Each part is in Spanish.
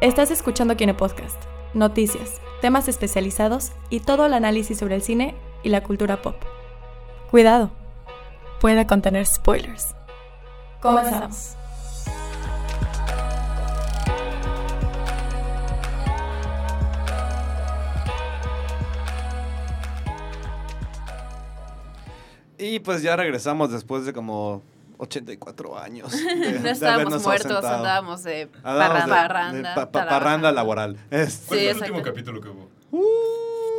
Estás escuchando Kine Podcast, noticias, temas especializados y todo el análisis sobre el cine y la cultura pop. Cuidado, puede contener spoilers. Comenzamos. Y pues ya regresamos después de como 84 años. de- de No estábamos habernos muertos, ausentado. andábamos de Andábamos de- parranda. de pa- pa- tarabajando. parranda laboral. Este, ¿Cuál Sí, fue el último exacto. capítulo que hubo?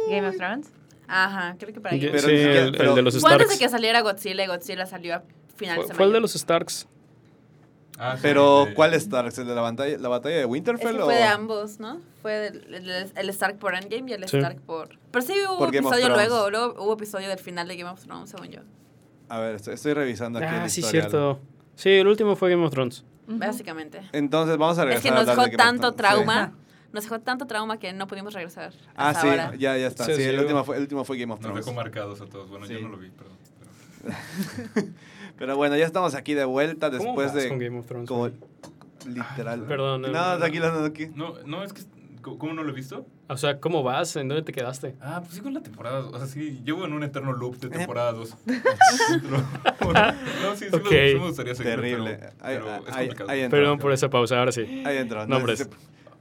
Game of Thrones. Ajá, creo que para Sí, ahí. Pero el, ni siquiera- el pero- de los Fue antes de Starks. que saliera Godzilla y Godzilla salió a finales Fue, de fue el mayo. de los Starks. Ah, sí, Pero, de- ¿cuál es Dark? ¿El de la batalla, la batalla de Es que Winterfell? fue de o... ambos, ¿no? Fue del- el, el Stark por Endgame y el Sí. Stark por... Pero sí hubo Por Game of episodio Thrones. luego, luego hubo episodio del final de Game of Thrones, según yo. A ver, estoy, estoy revisando aquí. Ah, el sí, historial. cierto. Sí, el último fue Game of Thrones. Básicamente. Entonces, vamos a Es regresar que a nos hablar de dejó Game of tanto Thrones. trauma, nos dejó tanto trauma que no pudimos regresar Sí. Ah, hasta sí, ahora. ya, ya está. Sí, Sí, sí, el, yo- último fue, el último fue Game of Nos Thrones. dejó marcados a todos. Bueno, yo Sí. no lo vi, perdón. pero- Pero bueno, ya estamos aquí de vuelta ¿Cómo después vas de... con Game of Thrones? como- literal. Perdón, No, no, no, tranquilo, no, aquí. No, no, es que... ¿Cómo cómo no lo he visto? O sea, ¿cómo vas? ¿En dónde te quedaste? Ah, pues sí con la temporada. O sea, sí, llevo en un eterno loop Eh. de temporada 2. no, sí, sí, Ok. me, sí me gustaría seguir. Terrible. Pero, Ahí- pero es ahí- complicado. ahí entra. Perdón por esa pausa, ahora sí. Ahí entró. No, hombre. Entonces,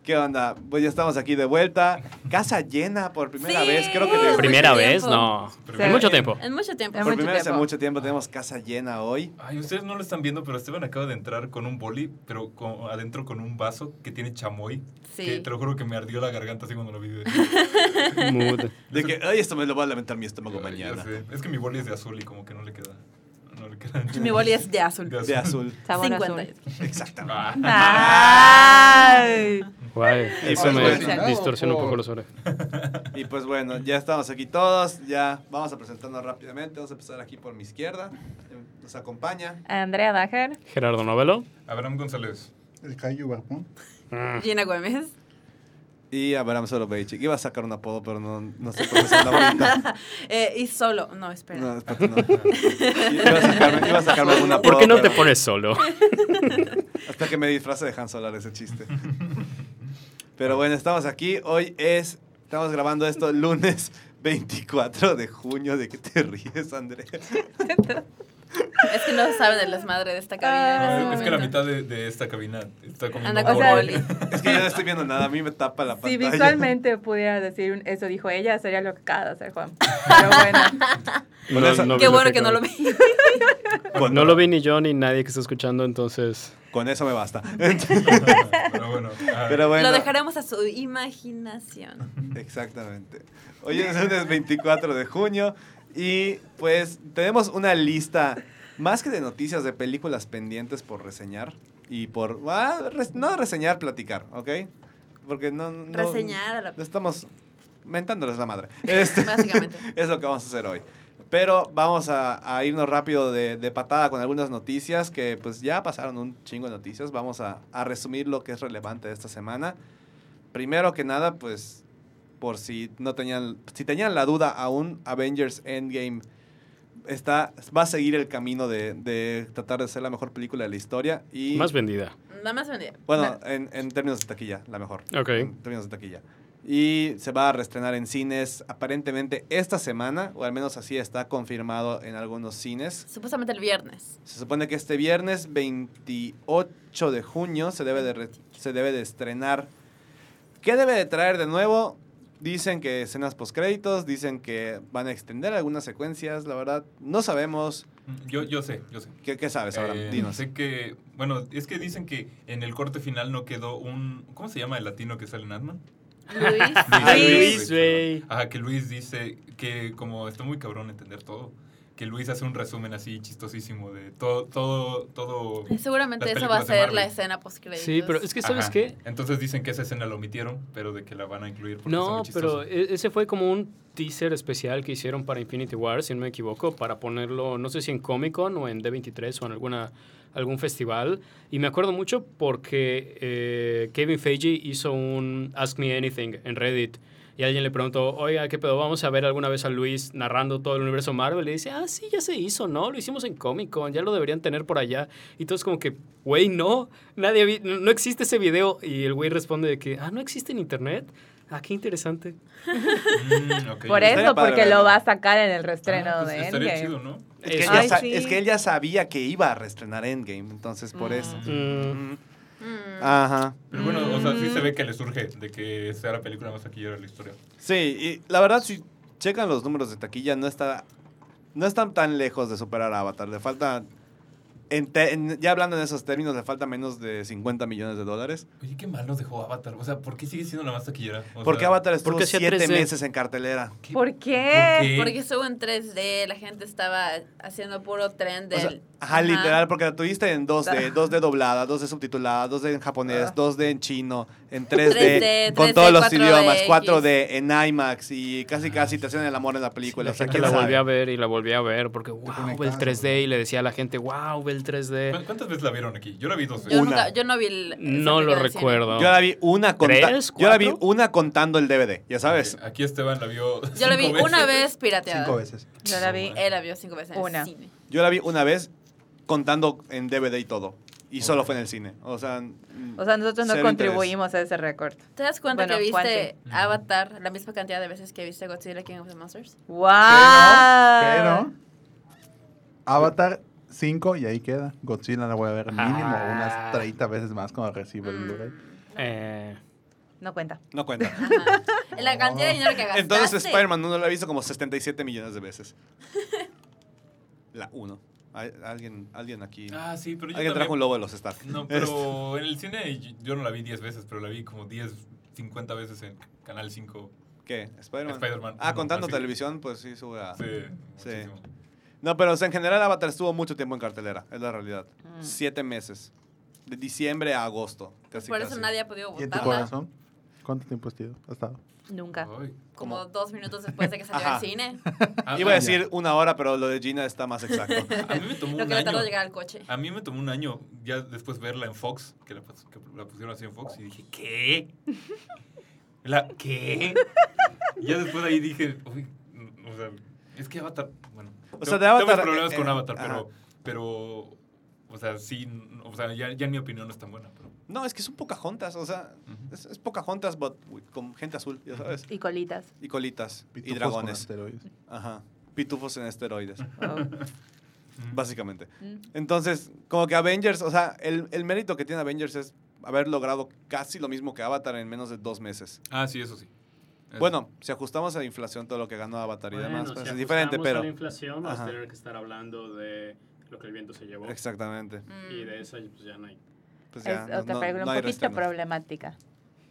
¿Qué onda? Pues ya estamos aquí de vuelta. Casa llena por primera Sí. vez. Creo que Uh, te- mucho ¿Primera vez? tiempo. No. Primera En mucho vez. tiempo. En mucho tiempo. En por mucho primera vez hace tiempo. mucho tiempo tenemos casa llena hoy. Ay, ustedes no lo están viendo, pero Esteban acaba de entrar con un boli, pero con- adentro con un vaso que tiene chamoy. Sí. Que te lo juro que me ardió la garganta así cuando lo vi. de- Mood. De que, ay, esto me lo va a lamentar mi estómago Ay, ya mañana. sé. Es que mi boli es de azul y como que no le queda. No le queda. Mi boli es de azul. De De azul. Sabor 50. azul. Exactamente. Ah. Ay. Guay. Eso pues, me bueno. distorsiona un poco los orejas. Y pues bueno, ya estamos aquí todos. Ya vamos a presentarnos rápidamente. Vamos a empezar aquí por mi izquierda. Nos acompaña. Andrea Dager. Gerardo Novelo. Abraham González. El Cayo Barbón. Ah, Gina Güemes. Y Abraham Sorobeichik. Iba a sacar un apodo, pero no, no sé cómo se llama ahorita. Eh, y solo. No, espera. No, espérate, no. Iba a sacarme, iba a sacarme algún apodo. ¿Por qué no te pero- pones solo? Hasta que me disfrace de Han Solar ese chiste. Pero bueno, estamos aquí. Hoy es. Estamos grabando esto lunes 24 de junio. ¿De qué te ríes, Andrea? Es que no saben el desmadre de esta cabina. en es este que la momento. mitad de, de esta cabina está comiendo Anda con O sea, boli. boli. Es que yo no estoy viendo nada. A mí me tapa la Si pantalla. visualmente pudiera decir un- eso, dijo ella, sería lo que acaba de hacer Juan. Pero bueno. Con No- esa- no vi Qué lo bueno que que no lo acabas- vi. Con, No lo vi ni yo ni nadie que está escuchando, entonces. Con eso me basta. Pero bueno. ah, Pero bueno. Lo dejaremos a su imaginación. Exactamente. Hoy es lunes 24 de junio. Y pues tenemos una lista. Más que de noticias, de películas pendientes por reseñar. Y por. ah, res- no reseñar, platicar, ¿ok? Porque no. no- Reseñar a la... Estamos mentándoles la madre. Este, Básicamente. es lo que vamos a hacer hoy. Pero vamos a, a irnos rápido de, de patada con algunas noticias que pues ya pasaron un chingo de noticias. Vamos a, a resumir lo que es relevante de esta semana. Primero que nada, pues por si no tenían, si tenían la duda aún, Avengers Endgame está, va a seguir el camino de, de tratar de ser la mejor película de la historia. Y, Más vendida. Nada más vendía. bueno, en, en términos de taquilla, la mejor. Ok. En términos de taquilla. Y se va a reestrenar en cines aparentemente esta semana, o al menos así está confirmado en algunos cines. Supuestamente el viernes. Se supone que este viernes 28 de junio se debe de, re- se debe de estrenar. ¿Qué debe de traer de nuevo? Dicen que escenas postcréditos, dicen que van a extender algunas secuencias, la verdad, no sabemos. yo, yo sé, yo sé. ¿Qué, qué sabes Pues ahora? Eh, Dinos. Sé que, bueno, es que dicen que en el corte final no quedó un... ¿Cómo se llama el latino que sale en Ant-Man? Ah, Luis. Luis, güey. Ajá, que Luis dice que como está muy cabrón entender todo, que Luis hace un resumen así chistosísimo de todo, todo, todo... Seguramente Las eso va a películas de ser Marvel. la escena post créditos. Sí, pero es que, ¿sabes Ajá. qué? Entonces dicen que esa escena la omitieron, pero de que la van a incluir porque está No, muy chistosa. pero e- ese fue como un teaser especial que hicieron para Infinity War, si no me equivoco, para ponerlo, no sé si en Comic Con o en D23 o en alguna, algún festival. Y me acuerdo mucho porque eh, Kevin Feige hizo un Ask Me Anything en Reddit. y alguien le preguntó, oiga, ¿qué pedo? ¿Vamos a ver alguna vez a Luis narrando todo el universo Marvel? Y dice, ah, sí, ya se hizo, ¿no? Lo hicimos en Comic Con, ya lo deberían tener por allá. Y todos como que, güey, no, nadie vi- no existe ese video. Y el güey responde de que, ah, no existe en internet. Ah, qué interesante. Mm, ok. Por Estaría eso, padre porque verlo. lo va a sacar en el reestreno Ah, pues, de estaría Endgame. chido, ¿no? Es que, Es- él ya Ay, sa- sí. es que él ya sabía que iba a reestrenar Endgame, entonces Ah. por eso. Mm, Mm. Ah, Mm. Ajá. Pero bueno, o sea, sí se ve que le surge de que sea la película más taquillera de la historia. Sí, y la verdad, si checan los números de taquilla, no está. No están tan lejos de superar a Avatar. Le falta. en te- en- ya hablando en esos términos, le falta menos de 50 millones de dólares. Oye, qué mal nos dejó Avatar. O sea, ¿por qué sigue siendo la más taquillera? O porque sea, Avatar estuvo porque hacía 7 3D. meses en cartelera. ¿qué- ¿Por ¿Por qué? qué? Porque estuvo en 3D, la gente estaba haciendo puro tren O del... sea, ajá, literal, porque la tuviste en 2D, 2D doblada, 2D subtitulada, 2D en japonés, 2D en chino, en 3D, 3D, con todos los 4DX. idiomas, 4D, en IMAX y casi casi te hacen el amor en la película. o sea, que ¿quién la sabe? volví a ver y la volví a ver porque, wow, ve el conectabas, 3D. Y le decía a la gente, wow, ve el 3D. ¿Cu- ¿Cuántas veces la vieron aquí? Yo la vi dos veces. Yo, Una. nunca, yo no vi el... esa No película lo en cine. recuerdo. Yo la vi una conta- ¿Tres, yo la vi cuatro? una contando el DVD, ya sabes. Aquí Esteban la vio. Yo la vi cinco una veces. vez pirateada. veces. Yo la vi. Él la vio cinco veces en Una. el cine. Yo la vi una vez contando en DVD y todo. Y solo fue en el cine. O sea, mm, O sea, nosotros no cero contribuimos a ese récord. ¿Te das cuenta Bueno, que viste Juanse. Ujú. Avatar la misma cantidad de veces que viste Godzilla King of the Monsters? ¡Wow! Ah. Pero Avatar 5 y ahí queda. Godzilla la voy a ver mínimo Ah. unas 30 veces más cuando reciba el Blu-ray. Eh, No cuenta. interés. No cuenta. Ajá. La cantidad de dinero que gastaste. Entonces Spider-Man 1 la he visto como 77 millones de veces. La 1. Alguien, alguien aquí. Ah, sí, pero yo alguien trajo un también- lobo de los Stark. No, pero en el cine yo- yo no la vi 10 veces, pero la vi como 10, 50 veces en Canal 5. ¿Qué? ¿Spider-Man? Spider-Man. ah, No, contando así. televisión, pues sí, sube a... Sí, Sí. muchísimo. No, pero o sea, en general Avatar estuvo mucho tiempo en cartelera, es la realidad. Mm. Siete meses. De diciembre a agosto. Casi, Por eso casi. nadie ha podido ¿Y en tu votarla. corazón? ¿Cuánto tiempo has tenido? Has estado? Nunca. Ay. Como dos minutos después de que salió Ajá. al cine. Ah, Iba a ah, decir una hora, pero lo de Gina está más exacto. A mí me tomó Lo un que le tardó llegar año. al coche. A mí me tomó un año ya después verla en Fox, que la, pas- que la pusieron así en Fox, y dije, ¿qué? La, ¿Qué? Y ya después ahí dije, uy, o sea, es que Avatar, bueno. O sea, de tengo- Avatar, Tengo problemas eh, con eh, Avatar, ajá. pero, pero, o sea, sí, n- o sea, ya, ya en mi opinión no es tan buena, pero... No, es que es un Pocahontas, o sea, Ujú. es, es Pocahontas, but with- con gente azul, ya sabes. Y colitas. Y colitas, Pitufos y con este. dragones. asteroides. Ajá. Pitufos en esteroides, Oh. básicamente. Mm. Entonces, como que Avengers, o sea, el, el mérito que tiene Avengers es haber logrado casi lo mismo que Avatar en menos de dos meses. Ah, sí, eso sí. Eso. Bueno, si ajustamos a la inflación todo lo que ganó Avatar y Bueno, demás, si pues, es diferente, ajustamos a pero... la inflación, vas a Ajá. tener que estar hablando de lo que el viento se llevó. Exactamente. Mm. Y de eso pues, ya no hay. Pues es ya, no- otra no- película no un hay poquito reestrenos. problemática.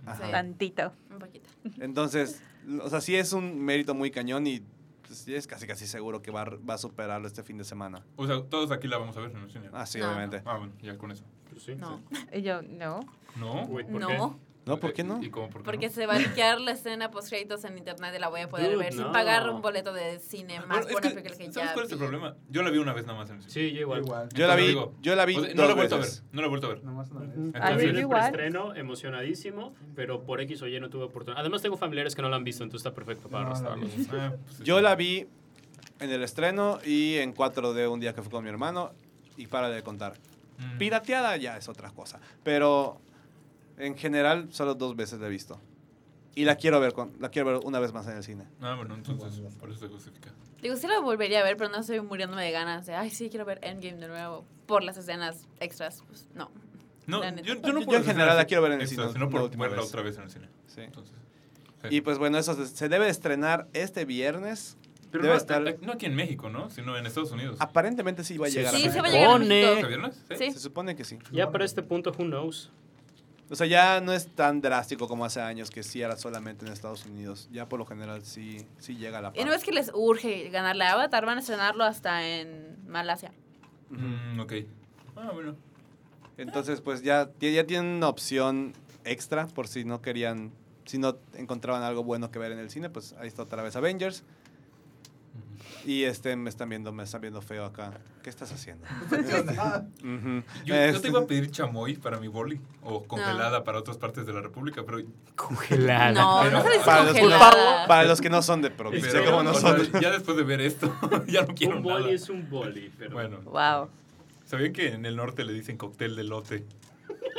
Ajá. Sí. Tantito. Un poquito. Entonces, o sea, sí es un mérito muy cañón y pues, sí es casi casi seguro que va, a- va a superarlo este fin de semana. O sea, todos aquí la vamos a ver en el cine. Ah, sí, No, obviamente. Ah, bueno, ya con eso. Pues sí. No. Y yo, no. ¿No? Güey, ¿por qué? No, No, ¿por qué Eh, no? ¿Y cómo por qué porque no? se va a liquear la escena post créditos en internet y la voy a poder Dude, ver sin no. pagar un boleto de cine Eh, más Ah, Bueno, es buena que, película que ¿Sabes ya cuál es el vi. problema? Yo la vi una vez nada más en el cine. Sí, yo igual. Yo la vi, Entonces, yo la vi O sea, pues, no la dos he vuelto veces. Mm, a ver. No la he vuelto a ver. pues, Nomás una vez. Ah, Ay, yo en yo el igual. preestreno, emocionadísimo, pero por X o Y no tuve oportunidad. Además, tengo familiares que no la han visto, entonces está perfecto para No, la arrastrarlos. vi. Ah, pues, Yo la vi en el estreno y en 4D un día que fui con mi hermano y para de contar. Mm. Pirateada ya es otra cosa, pero en general solo dos veces la he visto. Y la quiero ver con, la quiero ver una vez más en el cine. Ah, bueno, entonces por eso se justifica. Digo, sí la volvería a ver, pero no estoy muriéndome de ganas de, ay, sí, quiero ver Endgame de nuevo por las escenas extras. Pues, no. No, La neta. yo, Yo no en puedo general la quiero ver en el Exacto, cine, sino la por última verla vez. otra vez en el cine. Sí. Entonces, Y pues bueno, eso se, se debe estrenar este viernes. Pero pues, debe no, estar- eh, no aquí en México, ¿no? Sino en Estados Unidos. Aparentemente sí va a Sí, llegar. a Sí, se México. va a llegar a Pone- ¿Este México. viernes? Sí. Se supone que eh, sí. Ya para este punto, who knows. O sea, ya no es tan drástico como hace años que sí era solamente en Estados Unidos. Ya por lo general sí, sí llega a la Y par. no es que les urge ganar la Avatar, van a estrenarlo hasta en Malasia. Ujú. Mm, ok. Ah, bueno. Entonces, pues ya, ya, ya tienen una opción extra por si no querían, si no encontraban algo bueno que ver en el cine, pues ahí está otra vez Avengers. Ujú. Y este, me están viendo, me están viendo feo acá. ¿Qué estás haciendo? Pues, Ujú. Yo, yo te Este, iba a pedir chamoy para mi boli o congelada para otras partes de la República, pero, Congelada. No, Pero- no se les para, los que, congelada. para los que no son de provincia, pero, como Este, o sea, nosotros. ya después de ver esto, ya no quiero un nada. boli es un boli, pero Bueno, Wow. ¿sabían que en el norte le dicen cóctel de lote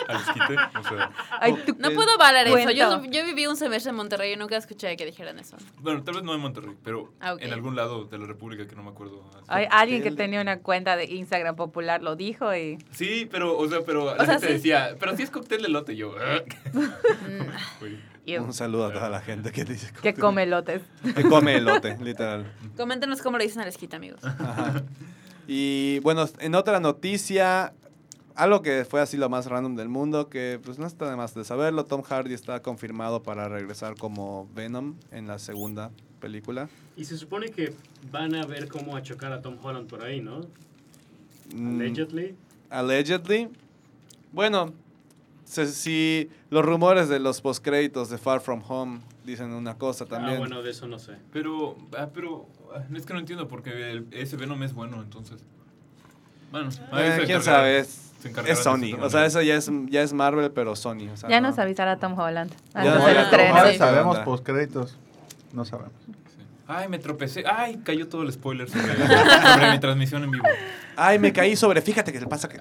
al esquite? O sea, Ay, tú- No puedo avalar eso. Cuento. Yo, no- yo viví un semestre en Monterrey y nunca escuché que dijeran eso. bueno, tal vez no en Monterrey, pero Ah, ok. en algún lado de la República que no me acuerdo. Ah, Ay, alguien que tenía una cuenta de Instagram popular lo dijo y Sí, pero, o sea, pero la sea, gente sí. decía, pero sí es cóctel de lote. Yo, "Ah". Mm, Güey. y- Un saludo a toda la gente que dice que come lotes. que come elote, literal. Coméntenos cómo le dicen a la esquita, amigos. Ajá. Y bueno, en otra noticia, algo que fue así lo más random del mundo, que pues no está de más de saberlo, Tom Hardy está confirmado para regresar como Venom en la segunda película. Y se supone que van a ver cómo a chocar a Tom Holland por ahí, ¿no? Mm, Allegedly. allegedly. Bueno, se- si los rumores de los postcréditos de Far From Home dicen una cosa también. Ah, bueno, de eso no sé. Pero, ah, pero, ah, es que no entiendo porque el- ese Venom es bueno, entonces. Bueno, ahí Eh, se quién encargarán- sabe, es, se encargarán es de Sony. cierta O sea, manera. eso ya es, ya es Marvel, pero Sony. o sea, Ya no. nos avisará Tom Holland Ya antes nos del avisará Tom estreno. Holland. Ahora Sí. sabemos ¿Qué onda? postcréditos. No sabemos. Sí. Ay, me tropecé. Ay, cayó todo el spoiler sobre, sobre mi transmisión en vivo. Ay, me caí sobre. Fíjate que le pasa que.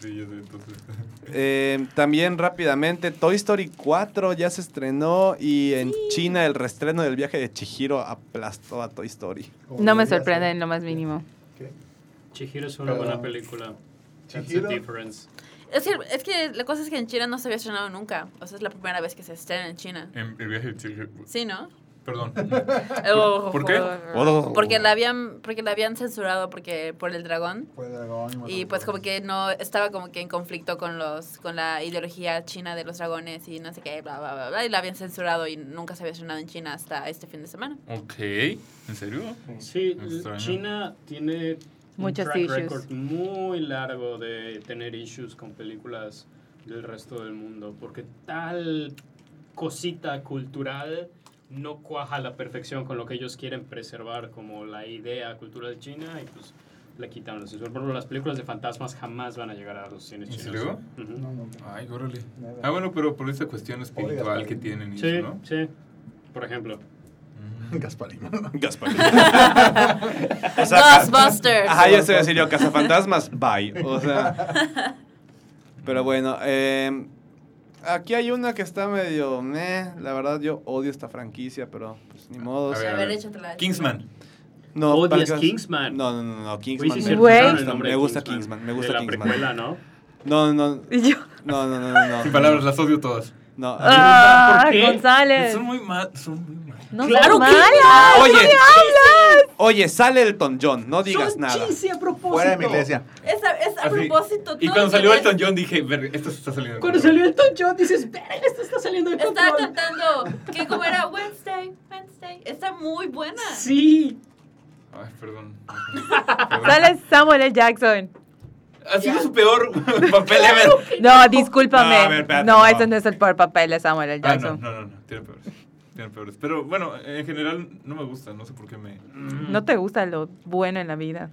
Sí, ya sé, entonces. Eh, también rápidamente, Toy Story 4 ya se estrenó y en China el restreno del viaje de Chihiro aplastó a Toy Story. No me sorprende en lo más mínimo. Chihiro es una Perdón. buena película. That's the Chihiro. difference. Es que, es que la cosa es que en China no se había estrenado nunca. O sea, es la primera vez que se estrena en China. En el viaje de Chile. pues. Sí, ¿no? Perdón. Oh, por qué? Oh. Porque la habían, porque la habían censurado porque, por el dragón. Y pues como que no estaba como que en conflicto con los con la ideología china de los dragones y no sé qué, bla, bla, bla, bla, y la habían censurado y nunca se había estrenado en China hasta este fin de semana. Ok. ¿En serio? Sí, Extraño. China tiene Muchos un track issues. record muy largo de tener issues con películas del resto del mundo, porque tal cosita cultural no cuaja a la perfección con lo que ellos quieren preservar como la idea cultural china y pues le quitan los censura. Por ejemplo, las películas de fantasmas jamás van a llegar a los cines ¿En chinos. serio? Ujú. Ay, órale. Ah, bueno, pero por esa cuestión espiritual que tienen y Sí, eso, ¿no? sí. Por ejemplo. Mm. Gasparino. Gaspar. O sea, Ghostbusters. Ajá, yo estoy decir yo, cazafantasmas, bye. O sea. Pero bueno, eh, aquí hay una que está medio. meh. la verdad, yo odio esta franquicia, pero pues ni modo. A ver, A ver, échatela. Kingsman. No, ¿Odias para que- Kingsman? No, no, no, no, Oye, Kingsman. sí es me cierto, Güey. gusta, usaron el nombre Me de gusta Kingsman, me gusta de la precuela, Kingsman. ¿no? No, no, no, Y yo, no, no, no, no. Sin palabras, las odio todas. No. ah, ¿por qué? González. Son muy mal. Son muy mal. No ¡Claro son que malas. Oye, oye, sale el John, no digas nada. a propósito. Fuera de mi iglesia. Es a, es a Así. propósito. Y todo cuando lo que salió ves- Elton John dije, "Verga, esto se está saliendo. de Cuando control". salió el John dices, "Verga, esto está saliendo de Estaba control". cantando que como era Wednesday, Wednesday. Está muy buena. Sí. Ay, perdón. Sale Samuel L. Jackson. Ha sido su peor papel ever. No, No, discúlpame. No, a ver, espérate, no. ese no es el peor papel de Samuel L. Ah, no, Jackson. no, no, no, tiene peores. Tiene peores. Pero bueno, en general no me gusta, no sé por qué me. no. te gusta lo bueno en la vida.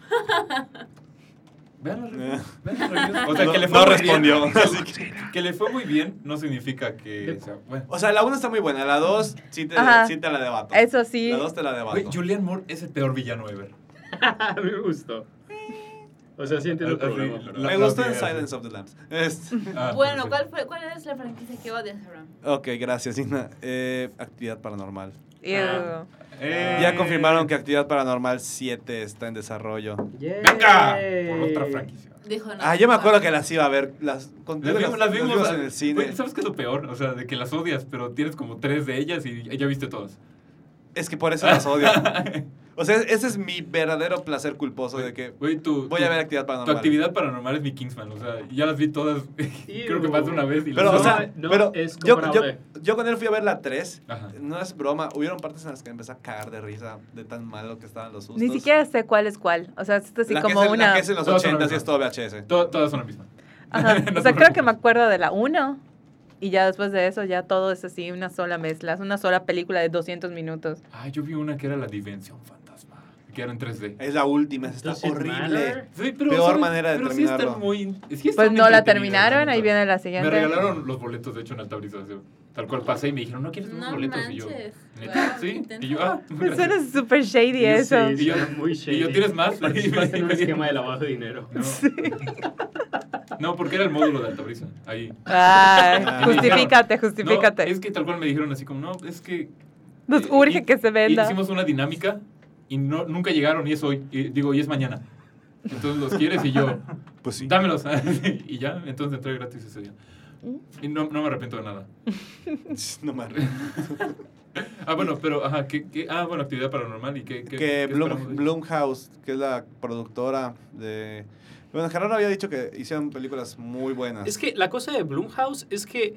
Vean los Eh. reviews. Vean los reviews. O sea, No- que le fue no muy respondió, bien. así Que, que le fue muy bien no significa que. O sea, bueno. O sea, la 1 está muy buena, la 2 sí te, Ajá. sí te la debato. Eso sí. La 2 te la Güey, debato. Julian Moore es el peor villano ever. me gustó. O sea, sí entiendo el Ah, sí, problema, pero- la- Me gustó en primera, sí. Silence of the Lambs. Este, Ah, bueno, sí. ¿cuál, fue, ¿cuál es la franquicia que odias, Abraham? ok, gracias, Ina. Eh, actividad Paranormal. Ah, Ew. Eh. Ya confirmaron que Actividad Paranormal 7 está en desarrollo. Yay. ¡Venga! Eh. Por otra franquicia. Dijo no. Ah, yo me acuerdo que las iba a ver. Las, con- Las vimos, las vimos, en el Güey, cine. ¿Sabes qué es lo peor? O sea, de que las odias, pero tienes como tres de ellas y ya viste todas. Es que por eso las odio. O sea, ese es mi verdadero placer culposo de que Güey, tu, voy tu- a ver Actividad Tu Paranormal. actividad paranormal es mi Kingsman, o sea, ya las vi todas, creo que más de una vez. Y Pero, las- o sea, No, no pero es yo, yo, comparable. yo con él fui a ver la 3. Ajá. No es broma. Hubieron partes en las que me empecé a cagar de risa de tan malo que estaban los sustos. Ni siquiera sé cuál es cuál. O sea, esto así La que como es en- La una. que es en los Todas son 80 las y es todo VHS. to- todas son la misma. No Ajá. o sea, te creo que preocupes. me acuerdo de la 1. Y ya después de eso, ya todo es así, una sola mezcla, es una sola película de 200 minutos. Ah, yo vi una que era la Dimensión Fantasma. Y quedaron en 3D. Es la última, esa está Doesn't horrible. matter. Sí, pero, Eh, Peor manera de pero Sí terminarlo. están muy, sí están Pues no la entretenidas, terminaron, neta. ahí viene la Me siguiente. regalaron los boletos, de hecho, en Altabrización. Tal cual pasé y me dijeron, ¿no quieres unos No boletos? manches. Y yo, ¿neta? Wow, ¿Sí? intenso. Y yo, ah, Me gracias". suena Pues súper shady eso. sí, suena muy shady. Participaste en un esquema de lavado de dinero. No. No, porque era el módulo de Altabrisa. Ahí. Ay, Ah. justifícate, No, justifícate. es que tal cual me dijeron así como, no, es que... Nos eh, urge hi- que se venda. Hicimos una dinámica y no, nunca llegaron y es hoy, y- digo, y es mañana. Entonces los quieres y yo, Pues sí. dámelos. y ya, entonces entré gratis ese día. Y no, no me arrepiento de nada. No me arre- Ah, bueno, pero, ajá, ¿qué, qué- ah, bueno, actividad paranormal y qué... qué- que qué Bloom- esperamos de- Blumhouse, que es la productora de... Bueno, Gerardo había dicho que hicieron películas muy buenas. Es que la cosa de Blumhouse es que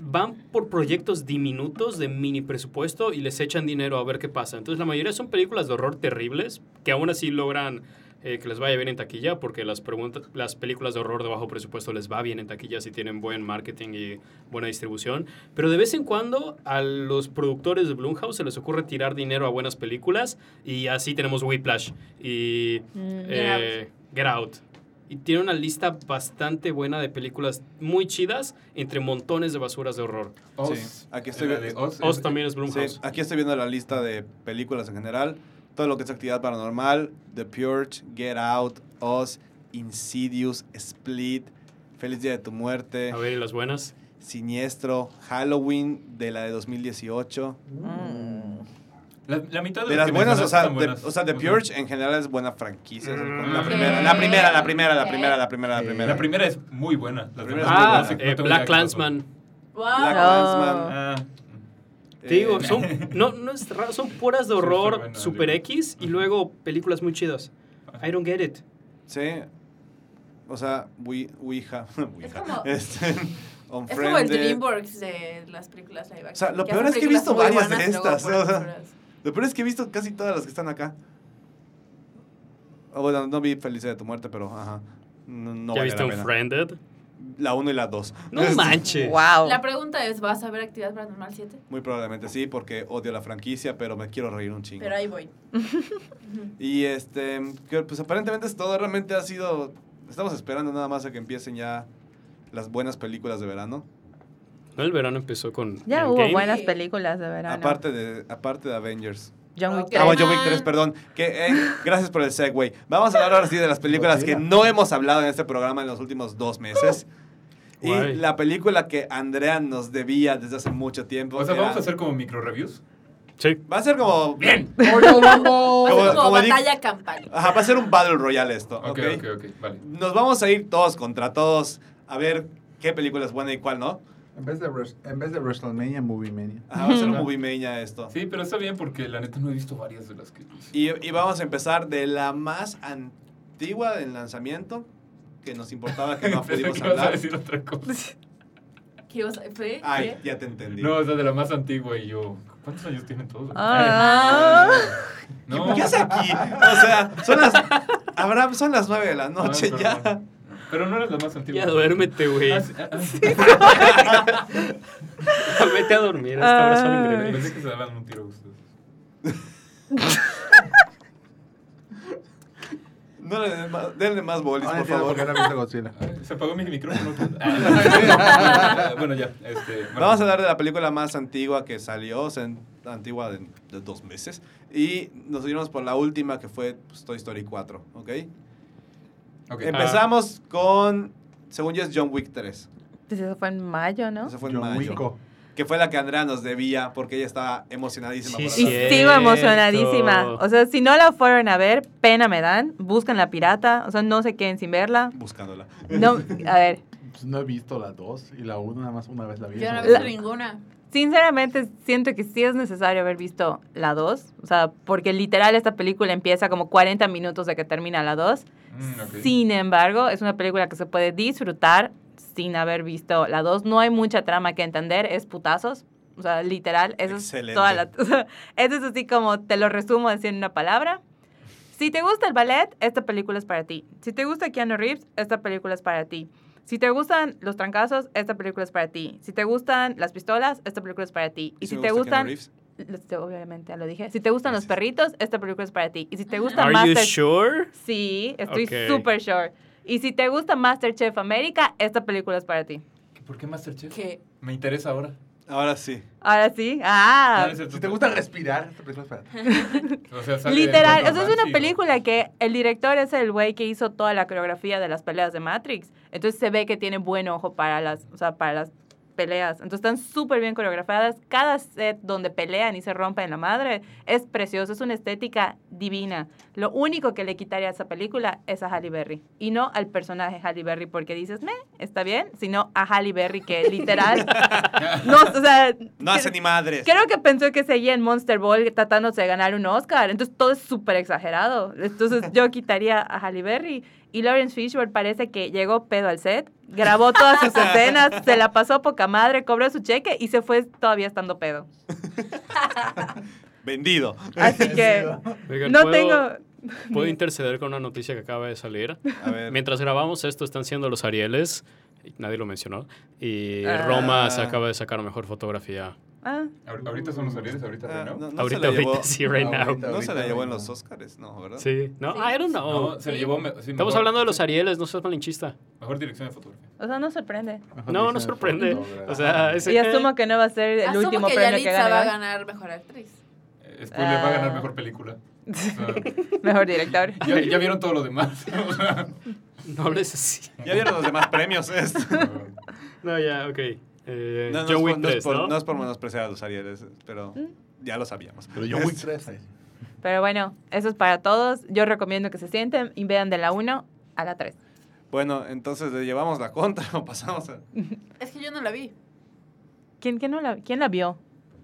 van por proyectos diminutos de mini presupuesto y les echan dinero a ver qué pasa. Entonces la mayoría son películas de horror terribles que aún así logran eh, que les vaya bien en taquilla porque las, preguntas, las películas de horror de bajo presupuesto les va bien en taquilla si tienen buen marketing y buena distribución. Pero de vez en cuando a los productores de Blumhouse se les ocurre tirar dinero a buenas películas y así tenemos Whiplash y Mm. eh, Get Out. Y tiene una lista bastante buena de películas muy chidas entre montones de basuras de horror. Oz. Sí, aquí estoy La viendo- de Oz, Oz es- también es Sí, Blumhouse. aquí estoy viendo la lista de películas en general. Todo lo que es actividad paranormal, The Purge, Get Out, Oz, Insidious, Split, Feliz Día de tu Muerte, A ver, ¿y las buenas? Siniestro, Halloween de la de 2018. Mm. La, la mitad de, De las las que buenas, o mencionaste sea, están de, buenas. o sea, The Ujú. Purge en general es buena franquicia. es buena- La Mm. Ok. primera, la primera, la primera, la primera, la primera, la Sí. primera. La primera es muy buena. La primera es muy Ah, buena. eh, Black Clansman. Wow. Black Ah. Klansman, Ah, Te digo, eh, son, no, no es raro, son puras de Sí, horror está buena, super digo. X y luego películas muy chidas. I don't get it. Sí. O sea, we, Ouija. Ouija. como- Este, Es como el Unfriended. DreamWorks de las películas live action. O sea, lo que peor hacen es que he películas visto muy varias de buenas y luego estas, ponen o sea. puras. Lo peor es que he visto casi todas las que están acá. Ah, bueno, no vi Felicidad de tu muerte, pero ajá. No, no ¿Ya vale viste la pena. Unfriended? La 1 y la 2. No manches. Wow. La pregunta es, ¿vas a ver Actividad Paranormal 7? Muy probablemente sí, porque odio la franquicia, pero me quiero reír un chingo. Pero ahí voy. Y este, que, pues aparentemente es todo. Realmente ha sido. Estamos esperando nada más a que empiecen ya las buenas películas de verano. No, el verano empezó con Ya hubo Endgame. buenas películas de verano. Aparte de, aparte de Avengers. John Ok. Wick Ah, tres. bueno, John Wick 3, perdón. Que, eh, gracias por el segue. Vamos a hablar ahora sí de las películas que no hemos hablado en este programa en los últimos dos meses. Uh, Y Guay. la película que Andrea nos debía desde hace mucho tiempo. o sea, era- vamos a hacer como micro reviews. Sí. Va a ser como... Bien. Oh, Va a Como- ser como como Dick- batalla campal. Ajá, va a ser un Battle Royale esto, ¿ok? Ok, ok, ok. Vale. Nos vamos a ir todos contra todos a ver qué película es buena y cuál no. En vez de, Wres- en vez de WrestleMania, Movie Mania. Ajá, va a ser un Ajá. movie mania esto. Sí, pero está bien porque la neta no he visto varias de las que. Y, y vamos a empezar de la más antigua del lanzamiento, que nos importaba que no Pensé pudimos que ibas a hablar. decir otra cosa. ¿Qué os- fue? Ay, ¿Qué? ya te entendí. No, o sea, de la más antigua y yo. ¿Cuántos años tienen todos? Ah. No. ¿Qué hace aquí? O sea, son las, Abraham, son las 9 de la No, noche pero ya. no. Pero no eres la más antigua. Ya duérmete, güey. Ah, sí, ah, ah. Vete a Ah, dormir. Hasta ahora son Ay. increíbles. Pensé que se daban un tiro ustedes. No le den más, denle más bolis, Ah, por entiendo favor. qué no viste Godzilla. Ay, Se apagó mi micrófono. Ah, bueno, ya. Este, bueno. Vamos a hablar de la película más antigua que salió, o sea, en- antigua de, de dos meses. Y nos iremos por la última que fue pues, Toy Story 4, ¿ok? Ok. Empezamos con, según yo es John Wick 3. Pues eso fue en mayo, ¿no? Eso fue en John mayo. Wicko. Que fue la que Andrea nos debía porque ella estaba emocionadísima. Sí, por sí. Y hablar. sigo emocionadísima. Cierto. O sea, si no la fueron a ver, pena me dan. Buscan la pirata. O sea, no se queden sin verla. Buscándola. No, a ver, Pues no he visto la 2 y la 1 nada más una vez la vi. Yo no he Eso- visto ninguna. sinceramente siento que sí es necesario haber visto la 2. O sea, porque literal esta película empieza como 40 minutos de que termina la 2. Mm, ok. Sin embargo, es una película que se puede disfrutar sin haber visto la 2. No hay mucha trama que entender, es putazos. O sea, literal, eso Excelente. es toda la... o sea, eso es así como te lo resumo así en una palabra. Si te gusta el ballet, esta película es para ti. Si te gusta Keanu Reeves, esta película es para ti. Si te gustan los trancazos, esta película es para ti. Si te gustan las pistolas, esta película es para ti. Y Sí si me te gusta Keanu gustan Reeves. lo- te- obviamente ya lo dije, si te gustan los perritos, esta película es para ti. Y si te gusta Are you Master... sure? Sí, estoy Ok. super sure. Y si te gusta Masterchef América, esta película es para ti. ¿Por qué Masterchef? ¿Qué? Me interesa ahora. Ahora sí. Ahora sí. Ah. No, es cierto. Si te gusta respirar, esta película es para ti. O sea, sale Literal, Gordon eso es una Ramsay, ¿no? película que el director es el güey que hizo toda la coreografía de las peleas de Matrix. Entonces se ve que tiene buen ojo para las, o sea, para las peleas. Entonces están súper bien coreografiadas. Cada set donde pelean y se rompen la madre es precioso, es una estética divina. Lo único que le quitaría a esa película es a Halle Berry y no al personaje Halle Berry porque dices, "Me, está bien", sino a Halle Berry que literal no, o sea, No hace ni madres. Creo que pensó que seguía en Monster Ball tratándose de ganar un Oscar. Entonces todo es súper exagerado. Entonces yo quitaría a Halle Berry. Y Lawrence Fishburne parece que llegó pedo al set, grabó todas sus escenas, se la pasó poca madre, cobró su cheque y se fue todavía estando pedo. Vendido. Así que Oigan, no ¿puedo- tengo... Puedo interceder con una noticia que acaba de salir. A ver. Mientras grabamos esto, están siendo los Arieles. y Nadie lo mencionó. Y Ah. Roma se acaba de sacar mejor fotografía. Ah, Ahor- Ahorita son los Orioles, ahorita Ah, no. no, no se ahorita, la llevó. ahorita, sí, right No now. se la Ahorita, llevó en ahorita. los Oscars, no, ¿verdad? Sí. No, Sí. I don't know. No, se le llevó. me- sí, Estamos mejor- hablando de los Arieles, no seas malinchista. Mejor dirección de fotografía. o sea, no sorprende. No, no sorprende. O sea, ese- Y asumo que no va a ser el Asumo último que premio que Yalitza va a gane. ganar mejor actriz. Eh, Spoiler va a Ah. ganar mejor película. O sea, Mejor director. ya, ya vieron todo lo demás. O sea, No hables así. Ya vieron los demás premios. Es. No, ya, ok. Eh, No, no, John es por- Wick no, es 3, por, ¿no? no es por menospreciar a los Arieles, pero Mm. ya lo sabíamos. Pero yo muy eh, Es- Pero bueno, eso es para todos. Yo recomiendo que se sienten y vean de la 1 a la 3. Bueno, entonces le llevamos la contra o pasamos a... Es que yo no la vi. ¿Quién, quién no la, ¿Quién la vio?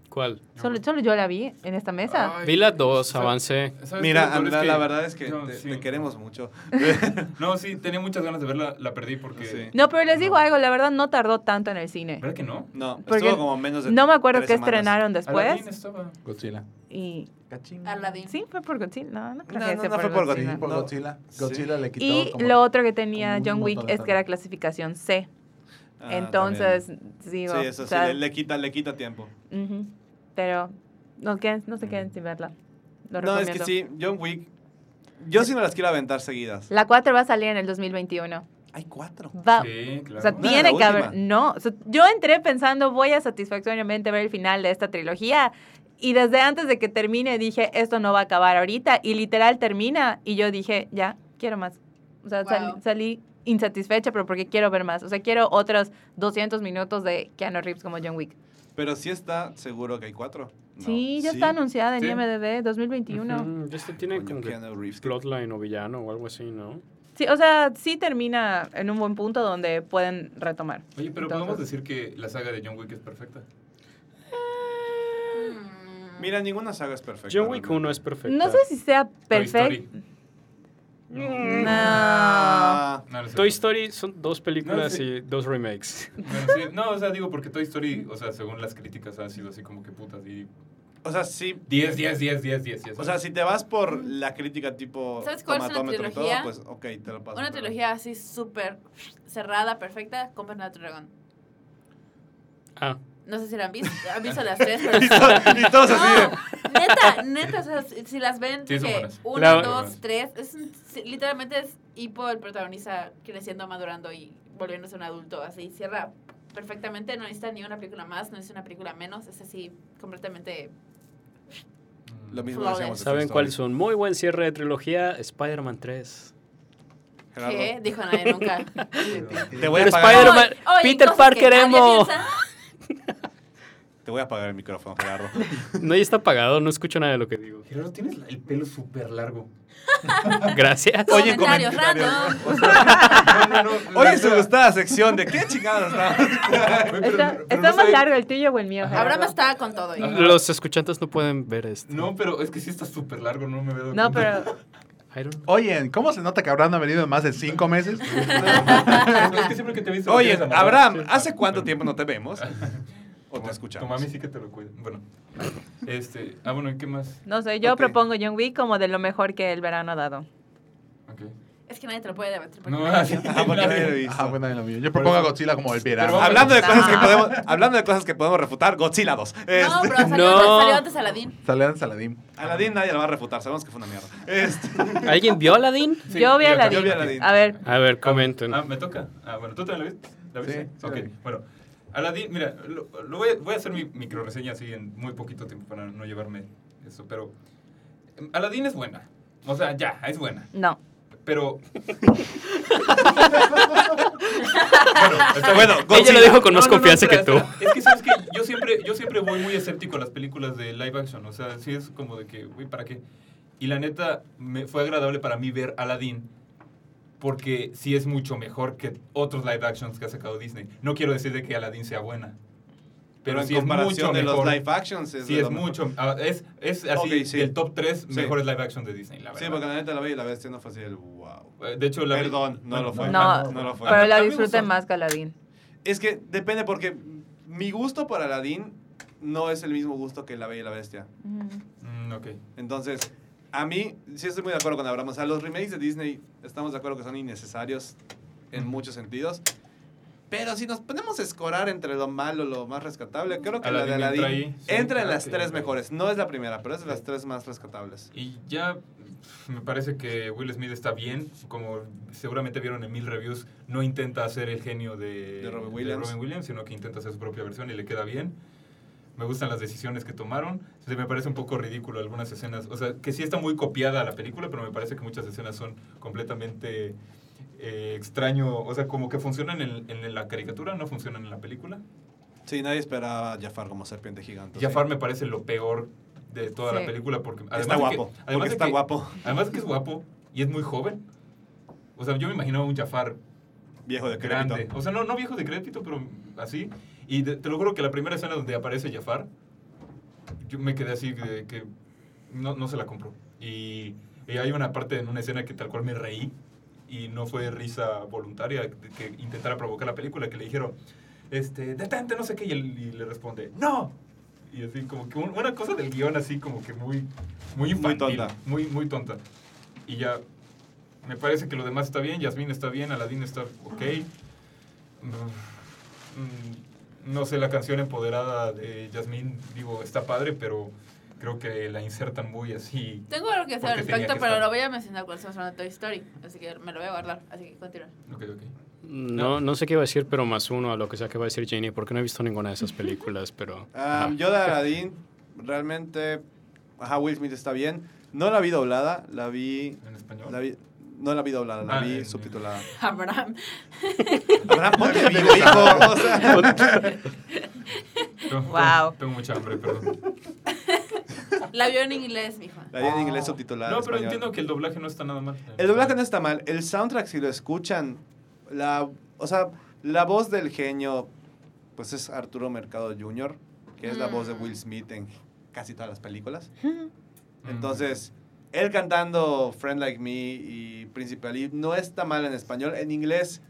¿Cuál? Solo, solo yo la vi en esta mesa. Ay, Vi las dos, ¿sabes- avancé. sabes qué? Mira, Lo peor Andrea, es la que- verdad es que No, te, sí. te queremos mucho. No, sí, tenía muchas ganas de verla, la perdí porque. Sí. No, pero les digo algo, la verdad no tardó tanto en el cine. ¿Verdad que no? No, Porque estuvo como menos de No me acuerdo tres qué semanas. estrenaron Aladdin después. estaba. Godzilla. Y Cachín. Aladdin. Mm. sí, fue por Godzilla. No, no creo No, que no, sea no por fue por Godzilla. Sí, por No. Godzilla. Godzilla le quitó. Y como- lo otro que tenía como un John Wick montón de es que era tarde. clasificación C. Ah, Entonces, también. digo, sí, eso o sí, sea, le, le quita, le quita tiempo. ujú. pero no, queden- no se queden sin verla. Lo Mm. No, es que recomiendo. sí, John Wick. Yo sí me las quiero aventar seguidas. La 4 va a salir en el 2021. Hay cuatro. Va, Sí, claro. Ah. O sea, No era tiene la que haber. última. No. o sea, yo entré pensando, voy a satisfactoriamente ver el final de esta trilogía. Y desde antes de que termine dije, esto no va a acabar ahorita. Y literal termina. Y yo dije, ya, quiero más. O sea, sal- Wow. salí insatisfecha, pero porque quiero ver más. O sea, quiero otros 200 minutos de Keanu Reeves como John Wick. Pero sí está seguro que hay cuatro. No. sí, ya está anunciada en Sí. IMDb 2021. Ujú, Este tiene Coño, como que Keanu Reeves, qué- plotline o villano o algo así, ¿no? Sí, o sea, sí termina en un buen punto donde pueden retomar. Oye, pero Entonces- podemos decir que la saga de John Wick es perfecta. Mm. Mira, ninguna saga es perfecta. John Wick realmente. 1 es perfecto. No sé si sea Toy perfecto. Story. No. Ah, No, no es Toy cierto. Story son dos películas No, sí. y dos remakes. Bueno, sí, no, o sea, digo porque Toy Story, o sea, según las críticas ha sido así como que putas y o sea, sí. 10, 10, 10, 10, 10. O sea, si te vas por la crítica tipo ¿Sabes cuál es una tomatómetro y todo, trilogía? pues ok, te lo paso. Una pero- trilogía así súper cerrada, perfecta, compren a Dragón. Ah, No sé si la han visto, han visto las tres, pero... y todos así de- No, neta, neta, o sea, si si las ven, Sí, son que buenas. La- una, dos, tres, es, un- si- literalmente es Hippo el protagonista creciendo, madurando y volviéndose un adulto, así, cierra perfectamente, no necesita ni una película más, no necesita una película menos, es así, completamente... Lo mismo Flawless. decíamos. de Toy ¿saben Story. cuál es un muy buen cierre de trilogía? Spider-Man 3. Gerardo. ¿Qué? Dijo nadie nunca. Te voy, a Pero pagar, Spider-Man- Oye, oye, Peter cosas que Parker nadie emo. piensa. te voy a apagar el micrófono, Gerardo. No, ya está apagado, no escucho nada de lo que digo. Gerardo, tienes el pelo súper largo. Gracias. Oye, en comentarios comentarios. random. No, no, no, Oye, la- se gustaba sección de qué chingados estábamos. Oye, pero- Está, pero está no más sabe- largo el tuyo o el mío. Gerardo? Abraham estaba con todo. y- Los escuchantes no pueden ver esto. No, pero es que sí está súper largo, no me veo. No, pero I don't know. Oye, ¿cómo se nota que habrán venido en más de cinco meses? es que siempre que te he visto lo Oye, tienes amarrado. Abraham, Sí. ¿hace cuánto tiempo no te vemos? ¿O te Tu escuchamos? mami sí que te lo cuida. Bueno, este. Ah, bueno, ¿y qué más? no sé, yo Ok. propongo John Wick como de lo mejor que el verano ha dado. Ok. Es Es que nadie te lo puede debatir. porque No, nadie lo así- vio. Ah, porque nadie lo ha visto. Ah, bueno, ahí lo mío. Yo propongo a Godzilla como el Pero vamos- pirata. Hablando de, Vamos a cosas que refutar. podemos, hablando de cosas que podemos refutar, Godzilla 2. No, Este, pero salió, No. salió antes Aladín. Salían Saladín. Aladdin nadie la va a refutar, sabemos que fue una mierda. Este, ¿Alguien vio Aladdin? Sí, yo vi a la yo vi también. a Aladdin. A ver, A ver, comenten. Ah, me toca. Ah, bueno, ¿tú también la viste? ¿La Sí, viste? sí la ok, vi. bueno. Aladdin, mira, lo, lo voy, a, voy a hacer mi micro reseña así en muy poquito tiempo para no llevarme eso, pero em, Aladdin es buena. O sea, ya, es buena. no. Pero. bueno, está bien. bueno, Ella lo Godzilla. dijo con más confianza que tú. espera, espera. Es que sabes que yo siempre, yo siempre voy muy escéptico a las películas de live action. O sea, sí es como de que, güey, ¿para qué? Y la neta, me fue agradable para mí ver Aladdin. Porque sí es mucho mejor que otros live actions que ha sacado Disney. No quiero decir de que Aladdin sea buena. Pero, en sí es mucho comparación de mejor. los live actions es sí de es lo mejor. mucho. ah, es, es así Ok, sí. el top 3 Sí. mejores live action de Disney, la verdad. Sí, porque la neta la vi y la bestia no fue así el wow. Eh, De hecho, la Perdón, no lo fue. No, no lo fue. Pero la A mí me disfruten gustó. más que Aladdin. Es que depende porque mi gusto por Aladdin no es el mismo gusto que la Bella y la Bestia. Mm, ok. Entonces, a mí sí estoy muy de acuerdo con Abraham. O sea, los remakes de Disney estamos de acuerdo que son innecesarios en muchos sentidos. Pero si nos ponemos a escorar entre lo malo, lo más rescatable, creo que Aladdin la de entra Aladdin ahí. entra, Sí, en claro las que tres entra ahí. mejores. No es la primera, pero es de las tres más rescatables. Y ya pf, me parece que Will Smith está bien. Como seguramente vieron en mil reviews, no intenta hacer el genio de, De Robin Williams. Robin Williams, sino que intenta hacer su propia versión y le queda bien. Me gustan las decisiones que tomaron. Se me parece un poco ridículo algunas escenas. O sea, que sí está muy copiada la película, pero me parece que muchas escenas son completamente eh, extraño. O sea, como que funcionan en, en la caricatura, no funcionan en la película. Sí, nadie esperaba a Jafar como serpiente gigante. Jafar sí. me parece lo peor de toda la Sí. película porque Está además de que- guapo. además porque de está que- guapo. Además que es guapo y es muy joven. O sea, yo me imaginaba un Jafar Viejo de crédito. grande. O sea, no, no viejo de crédito, pero así. Y de- te lo juro que la primera escena donde aparece Jafar, yo me quedé así de que no, no se la compró. Y, y hay una parte en una escena que tal cual me reí y no fue risa voluntaria de que intentara provocar la película, que le dijeron, este, detente, no sé qué, y, él- y le responde, no. Y así como que un- una cosa del guión así como que muy, muy infantil. Muy tonta. tonta. Muy, muy tonta. Y ya, me parece que lo demás está bien, Yasmín está bien, Aladín está ok. Mm, No sé, la canción empoderada de Yasmín, digo, está padre, pero creo que la insertan muy así. Tengo algo que hacer al Porque tenía respecto, que pero estar. lo voy a mencionar cuando estamos hablando de Toy Story. Así que me lo voy a guardar. Así que continúa. Ok, ok. No, no sé qué iba a decir, pero más uno a lo que sea que va a decir Jenny, porque no he visto ninguna de esas películas, pero... Ah, yo de Aladdin, realmente, ajá, Will Smith está bien. No la vi doblada, la vi... En español. la vi- no la vi doblada, la Ah, vi en- subtitulada. Abraham. Abraham, ponte vivo, hijo. O sea, Tengo- Wow. Tengo, tengo mucha hambre, perdón. La vio en inglés, mijo. la vi en inglés subtitulada. No, en pero español. entiendo que el doblaje no está nada mal. El doblaje no está mal. El soundtrack, si lo escuchan, la, o sea, la voz del genio, pues es Arturo Mercado Jr., que es la voz de Mm. Will Smith en casi todas las películas. Mm. Entonces, él cantando Friend Like Me y Principal Eve no está mal en español. En inglés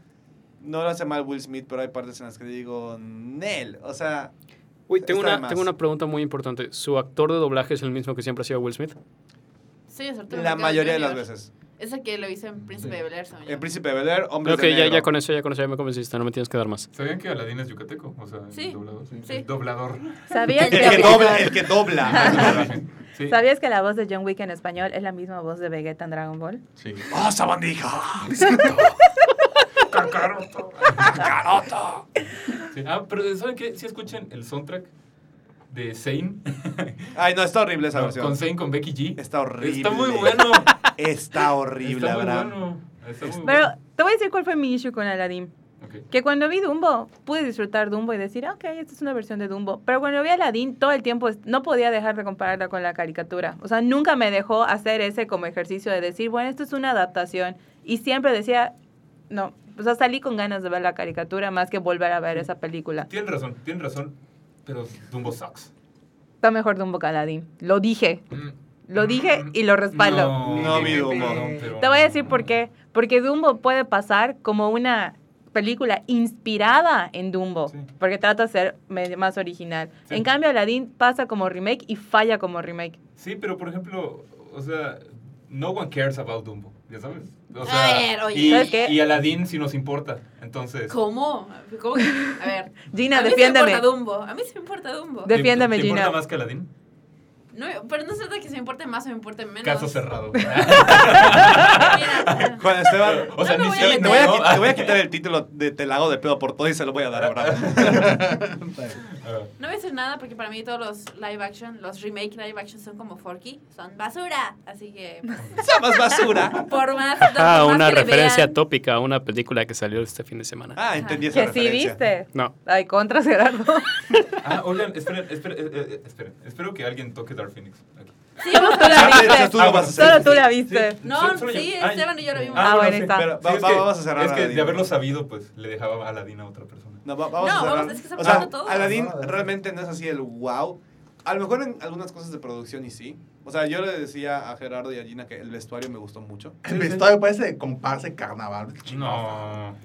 no lo hace mal Will Smith, pero hay partes en las que digo, Nel. O sea, Uy, tengo Está de una, más. tengo una pregunta muy importante. ¿Su actor de doblaje es el mismo que siempre ha sido Will Smith? Sí, es Arturo la Mercado mayoría de las Jr.. veces. Esa que lo hizo en Príncipe de Bel Air. según yo. En Príncipe Bel Air, hombre. Creo que ya, ya con eso, ya con eso ya me convenciste, no me tienes que dar más. ¿Sabían que Aladín es yucateco? O sea, el Sí, doblador. sí. El doblador. ¿Sabías El que que, dobla, el que dobla. Sí. ¿Sabías que la voz de John Wick en español es la misma voz de Vegeta en Dragon Ball? Sí. ¡Oh, sabandija! Cacaroto. Sí. Ah, pero ¿saben qué? Si escuchen el soundtrack de Zane. Ay, no, está horrible esa No, versión. con Zane, con Becky G. Está horrible. Está muy bueno. Está horrible, Está muy Abraham. bueno. Está muy Pero bueno. te voy a decir cuál fue mi issue con Aladdin. Ok. Que cuando vi Dumbo, pude disfrutar Dumbo y decir, "Ah, ok, esta es una versión de Dumbo. Pero cuando vi Aladdin, todo el tiempo es- no podía dejar de compararla con la caricatura. O sea, nunca me dejó hacer ese como ejercicio de decir, bueno, esto es una adaptación. Y siempre decía, no. O sea, salí con ganas de ver la caricatura más que volver a ver esa película. Tienen razón, tienen razón. Pero Dumbo sucks. Está mejor Dumbo que Aladdin. Lo dije. Lo dije y lo respaldo. No vi Dumbo. pero- Te voy a decir por qué. Porque Dumbo puede pasar como una película inspirada en Dumbo, Sí. porque trata de ser me- más original. Sí. En cambio, Aladdin pasa como remake y falla como remake. Sí, pero por ejemplo, o sea, no one cares about Dumbo. Ya sabes. O A sea, ver, oye. Y, ¿Sabes qué? y Aladdin sí nos importa. Entonces. ¿Cómo? ¿Cómo? que- A ver. Gina, a mí defiéndeme. Sí me importa Dumbo. A mí sí me importa Dumbo. ¿Te- Defiéndeme, ¿te Gina. importa más que Aladdin? No, pero no se trata de que se me importe más o me importe menos. Caso cerrado. Mira, Juan Esteban, o sea, No me voy ni a te, siquiera. te voy a, ¿no? qui- te voy a quitar el título de Te la hago de pedo por todo y se lo voy a dar ahora. no voy a decir nada porque para mí todos los live action, los remake live action son como Forky, son basura. Así que Esa más basura. por más. Ah, por más una que le referencia vean- tópica a una película que salió este fin de semana. Ah, entendí esa Que sí referencia. viste. No. Ay, contra Gerardo. Ah, oigan, esperen, esperen, eh, eh, esperen. Espero que alguien toque Dark Phoenix. aquí. Sí, Solo tú Ah, la entonces viste. tú lo vas a hacer. Solo tú la viste. No, solo yo. sí, Ay. Esteban y yo lo vimos. Ah, bueno, sí. está. Pero va- Sí, es va- que- vamos a cerrar Es que Aladdin. de haberlo sabido, pues le dejaba a Aladdin a otra persona. No, va- vamos No, a vamos, cerrar. es que está o sea, pasando todo. Aladdin realmente no es así el wow. A lo mejor en algunas cosas de producción y sí. O sea, yo le decía a Gerardo y a Gina que el vestuario me gustó mucho. El vestuario parece de comparsa de carnaval. No.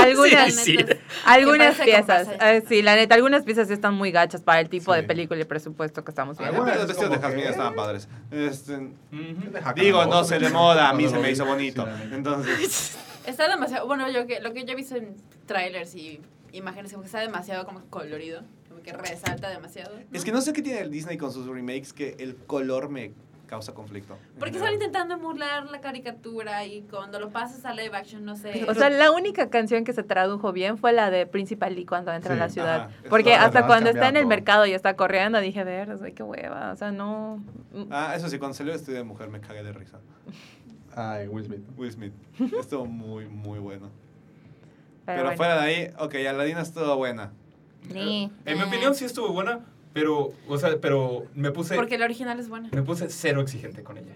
Algunas, Sí, sí. algunas parece que piezas. pasa eh, sí, la neta, algunas piezas sí están muy gachas para el tipo Sí. de película y presupuesto que estamos Pero viendo. los Algunas vestidos de como Jasmine que- Ah, estaban padres. Este, Ujú. digo, no se le moda, a mí Cuando se lo me vi, hizo bonito. sí, la neta. Entonces, Está demasiado. Bueno, yo que, lo que yo he visto en trailers y imágenes, como que está demasiado como colorido. Como que resalta demasiado. ¿no? es que no sé qué tiene el Disney con sus remakes que el color me causa conflicto. Porque están intentando emular la caricatura y cuando lo pasas a live action, no sé. O sea, la única canción que se tradujo bien fue la de Principal Lee cuando entra Sí. a la ciudad. Ajá. Es Porque verdad, hasta has cuando está en cambiado el todo. mercado y está corriendo, dije, ver, o sea, qué hueva. O sea, no. mm, Ah, eso sí, cuando salió Estudio de Mujer me cagué de risa. Ay, Will Smith. Will Smith. Estuvo muy, muy bueno. Pero, Pero, bueno. fuera de ahí, ok, Aladdin estuvo buena. Ni. Eh, En mi opinión sí estuvo buena, pero, o sea, pero me puse, porque la original es buena. me puse cero exigente con ella.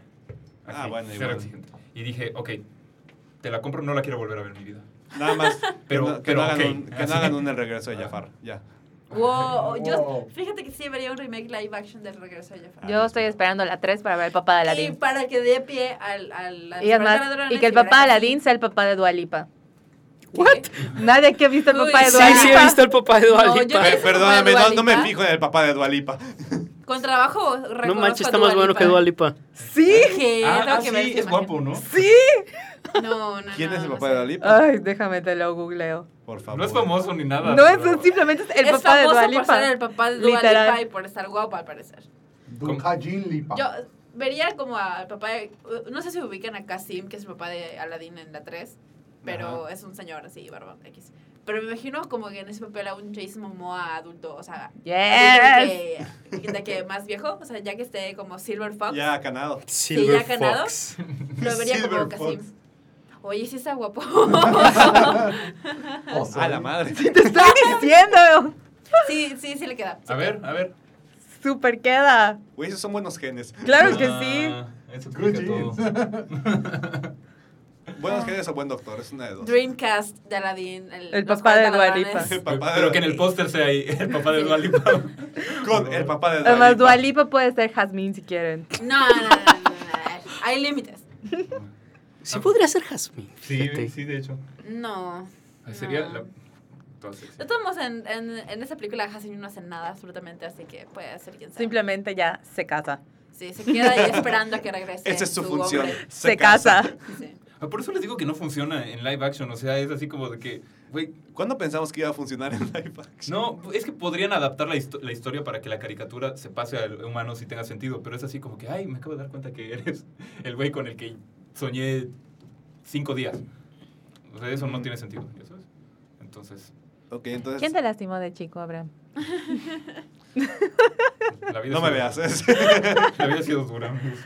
Ah, bueno, cero igual. exigente. Y dije, ok, te la compro, no la quiero volver a ver en mi vida. Nada más. Pero- que no, que pero, no hagan ok. un, que no Así. hagan un El regreso de Jafar. Ya. Wow, yo, Wow. fíjate que sí debería un remake live action del regreso de Jafar. Yo estoy esperando la 3 para ver el papá de y Aladdin. para que dé pie al. al, al Y, es más, Supermercado de y que Ladrones el papá de regrese Aladdin sea el papá de Dualipa. así. ¿What? Nadie aquí ha visto el Uy, papá de sí, Dualipa. Sí, sí, he visto el papá de Dua No, yo Lipa. no Eh, es perdóname, papá de no, no me Dua Lipa? fijo en el papá de Dualipa. Con trabajo No reconozco manches, a está más bueno que Dua Dua Lipa. Lipa. Sí. Que ah, tengo ah, que sí, ver esta es imagen. guapo, ¿no? No, no, ¿Quién no, es el no papá sé. de Dualipa? Ay, déjame te lo googleo. Por favor. No es famoso ni nada. No, Ah, pero- es simplemente es el es papá de famoso Dualipa. por ser el papá de Dua Literal. Lipa y por estar guapo al parecer. Duca Lipa. Yo vería como al papá de, no sé si ubican a Kasim, que es el papá de Aladdin en la 3, pero es un señor así, barbón X. Pero me imagino como que en ese papel a un Jason Momoa adulto, o sea, Yes. adulto de que, de que más viejo, o sea, ya que esté como Silver Fox, Ya, ganado. Silver ganado? Fox. lo vería como Silver Fox. Kasim. Oye, sí está guapo. A la madre. Te estoy diciendo. sí, sí, sí le queda. A ver, a ver. Super queda. Güey, esos son buenos genes. Claro que sí. Ah, Eso explica todo. Buenos genes o buen doctor, es una de dos. Dreamcast de Aladdin. El, El los papá de 40 Dua ladrones. Lipa. El papá de Pero que en el póster sea ahí el papá de Dualipa. Con el papá de Además, Dualipa. Dualipa puede ser Jasmine si quieren. No, no, no, no, no, no. Hay límites. Sí podría ser Jasmine. Sí, sí, de hecho. No. Ah, Sería Ah. No. la... toda sexy. De todos modos, en, en, en esa película Hassan no hace nada absolutamente, así que puede ser quien sea. Simplemente ya se casa. Sí, se queda ahí esperando a que regrese. Esa es su función. hombre. Se, casa. Sí. Ah, Por eso les digo que no funciona en live action. O sea, es así como de que, güey, ¿Cuándo pensamos que iba a funcionar en live action? no, es que podrían adaptar la, histo- la historia para que la caricatura se pase a humanos y tenga sentido. Pero es así como que, ay, me acabo de dar cuenta que eres el güey con el que soñé cinco días. O sea, eso no tiene sentido, ¿ya sabes? Entonces, Ok, entonces. ¿Quién te lastimó de chico, Abraham? la vida No me ha sido- veas. ¿eh? es- La vida ha sido dura, amigos.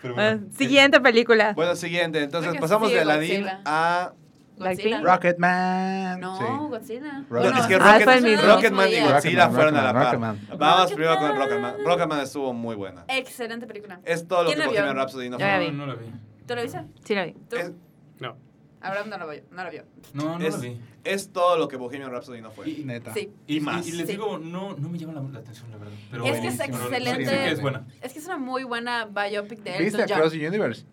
Pero Ah, bueno. Siguiente película. bueno, siguiente. Entonces Creo que pasamos sí, de Aladdin Godzilla. a. Godzilla. Rocketman. No, Sí. Godzilla. Rocket- Bueno, es que ah, Rocket- fue el mismo. Rocketman y Rocketman, Godzilla Rocketman, fueron a la par. Rocketman. Vamos Rocketman. primero con Rocketman. Rocketman estuvo muy buena. Excelente película. Es todo lo que ¿Quién la vio? Bohemian Rhapsody no Yo la fue. vi. No, no la vi. ¿Tú lo viste? Sí, lo vi. ¿Tú? Es, No. Abraham no lo vio. No lo vio. No, no la es- vi. es todo lo que Bohemian Rhapsody no fue. Y- Neta. Sí. Y, Y más. Y, y les Sí. digo, no, no me llama la, la atención, la verdad. Pero Es que es buenísimo, la verdad. excelente. Sí, que es buena. Es que es una muy buena biopic de Elton ¿Viste Across John. the Universe?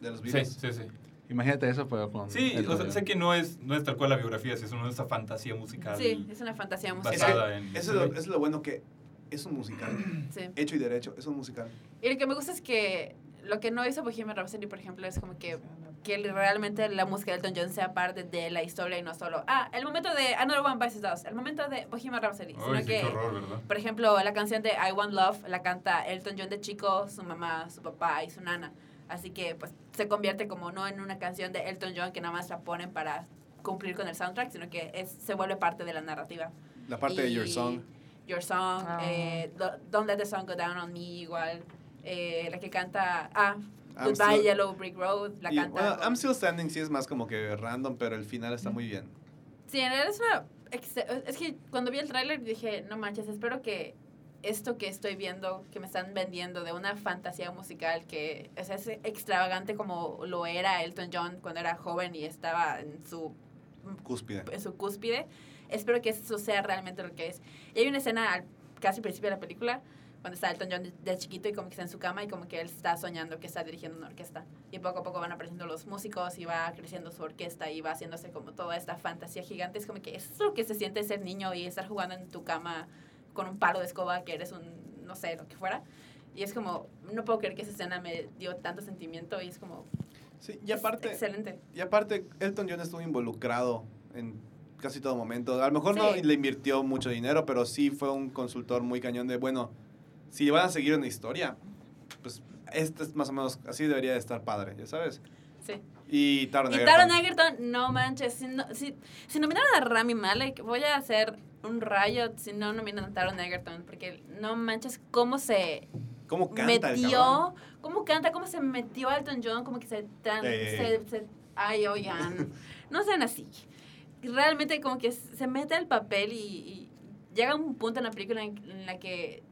De los Sí, Beatles. sí, sí. Imagínate eso, pero con. Sí, Elton o sea, John. sé que no es, no es tal cual la biografía, si es una esa fantasía musical. Sí, es una fantasía Es Basada. musical. que en- eso es lo, eso es lo bueno que es un musical. Sí. Hecho y derecho, es un musical. Y lo que me gusta es que lo que no hizo Bohemian Rhapsody, por ejemplo, es como que, que realmente la música de Elton John sea parte de la historia y no solo, ah, el momento de Another One Bites the Dust, el momento de Bohemian Rhapsody, Ay, sino sí, que, qué horror, ¿verdad? por ejemplo, la canción de I Want Love la canta Elton John de chico, su mamá, su papá y su nana. Así que pues se convierte como no en una canción de Elton John que nada más la ponen para cumplir con el soundtrack, sino que es, se vuelve parte de la narrativa. La parte de Your Y Song. Your Song, Ah. eh, Do- Don't Let the Sun Go Down on Me, igual. Eh, la que canta Ah, I'm Goodbye still- Yellow Brick Road, la y, canta. bueno, con- I'm Still Standing sí es más como que random, pero el final está muy bien. Sí, en realidad es una. ex- Es que cuando vi el tráiler dije, no manches, espero que esto que estoy viendo, que me están vendiendo de una fantasía musical que o sea, es extravagante como lo era Elton John cuando era joven y estaba en su Cúspide. en su cúspide. Espero que eso sea realmente lo que es. Y hay una escena al casi principio de la película cuando está Elton John de, de chiquito y como que está en su cama y como que él está soñando que está dirigiendo una orquesta. Y poco a poco van apareciendo los músicos y va creciendo su orquesta y va haciéndose como toda esta fantasía gigante. Es como que eso es lo que se siente ser niño y estar jugando en tu cama con un palo de escoba que eres un, no sé, lo que fuera. Y es como, no puedo creer que esa escena me dio tanto sentimiento y es como... Sí, y es aparte, Excelente. y aparte, Elton John estuvo involucrado en casi todo momento. A lo mejor no Sí. le invirtió mucho dinero, pero sí fue un consultor muy cañón de, bueno, si van a seguir una historia, pues este es más o menos, así debería de estar padre, ya sabes. Sí. Y Taron Y Egerton. Taron Egerton, no manches. Si, no- si, si nominaron a Rami Malek, voy a hacer un rayo si no nominan a Taron Egerton. Porque no manches cómo se ¿Cómo canta el cabrón? metió, cómo canta, cómo se metió a Elton John, como que se. Tan, Ey, ey, se, se- ay, oigan. no sean así. Realmente, como que se mete al papel y, y llega un punto en la película en, en la que.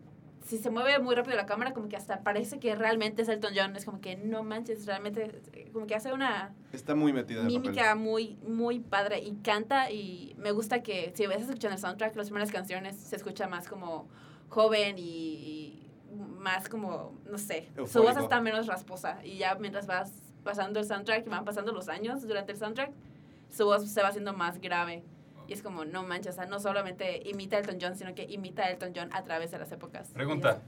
Si se mueve muy rápido la cámara, como que hasta parece que realmente es Elton John. Es como que no manches, realmente, como que hace una Está muy metida en el papel. mímica muy, muy padre y canta y me gusta que si ves escuchando el soundtrack, las primeras canciones se escucha más como joven y, y más como, no sé, su voz Eufórico. está menos rasposa y ya mientras vas pasando el soundtrack y van pasando los años durante el soundtrack, su voz se va haciendo más grave. Y es como, no manches, o sea, no solamente imita a Elton John, sino que imita a Elton John a través de las épocas. Pregunta.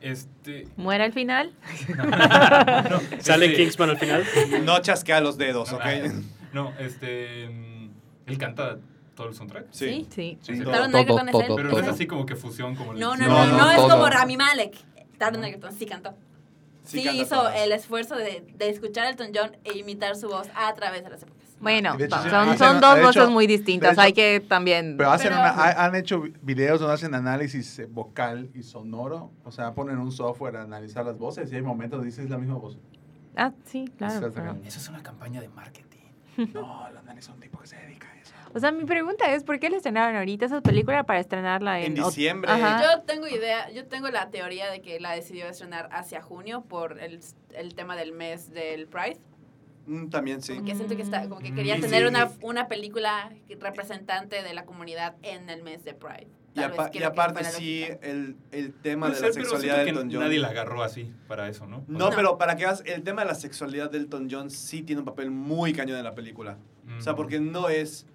Este. ¿Muera al final? no, ¿Sale este, Kingsman al final? No chasquea los dedos, ¿ok? No, este. mm, Él canta todo el soundtrack. Sí. Sí. Sí. Sí, todo. Todo. Taron Todo, Egerton es él. todo, Pero no es todo. así como que fusión como el- No, no, No, no, no, no, es todo. como Rami Malek. Taron Egerton sí cantó. Sí, canta hizo todas. el esfuerzo de, de escuchar a Elton John e imitar su voz a través de las épocas. Bueno, De hecho, son, sí, son hacen- dos de voces hecho- muy distintas. de hecho- hay que también. Pero hacen Pero- una- ha- han hecho vi- videos donde hacen análisis eh, vocal y sonoro. O sea, ponen un software a analizar las voces y hay momentos donde dices la misma voz. Ah, sí, claro. Estás pero- bien. Eso es una campaña de marketing. No, lo analiza un tipo que se dedica a eso. O sea, mi pregunta es: ¿por qué la estrenaron ahorita esa película para estrenarla en. En ot- diciembre. Ajá. Yo tengo idea, yo tengo la teoría de que la decidió estrenar hacia junio por el, el tema del mes del Pride. Mm, También sí. Como que siento que está, como que quería Y tener sí. una, una película representante de la comunidad en el mes de Pride. Y, Tal vez apa- y creo que fue aparte la sí, lógica. el, el tema Puede de ser, la pero sexualidad de siento que Elton John. Nadie la agarró así para eso, ¿no? No, No. pero para que veas, el tema de la sexualidad de Elton John sí tiene un papel muy cañón en la película. Mm. O sea, porque no es...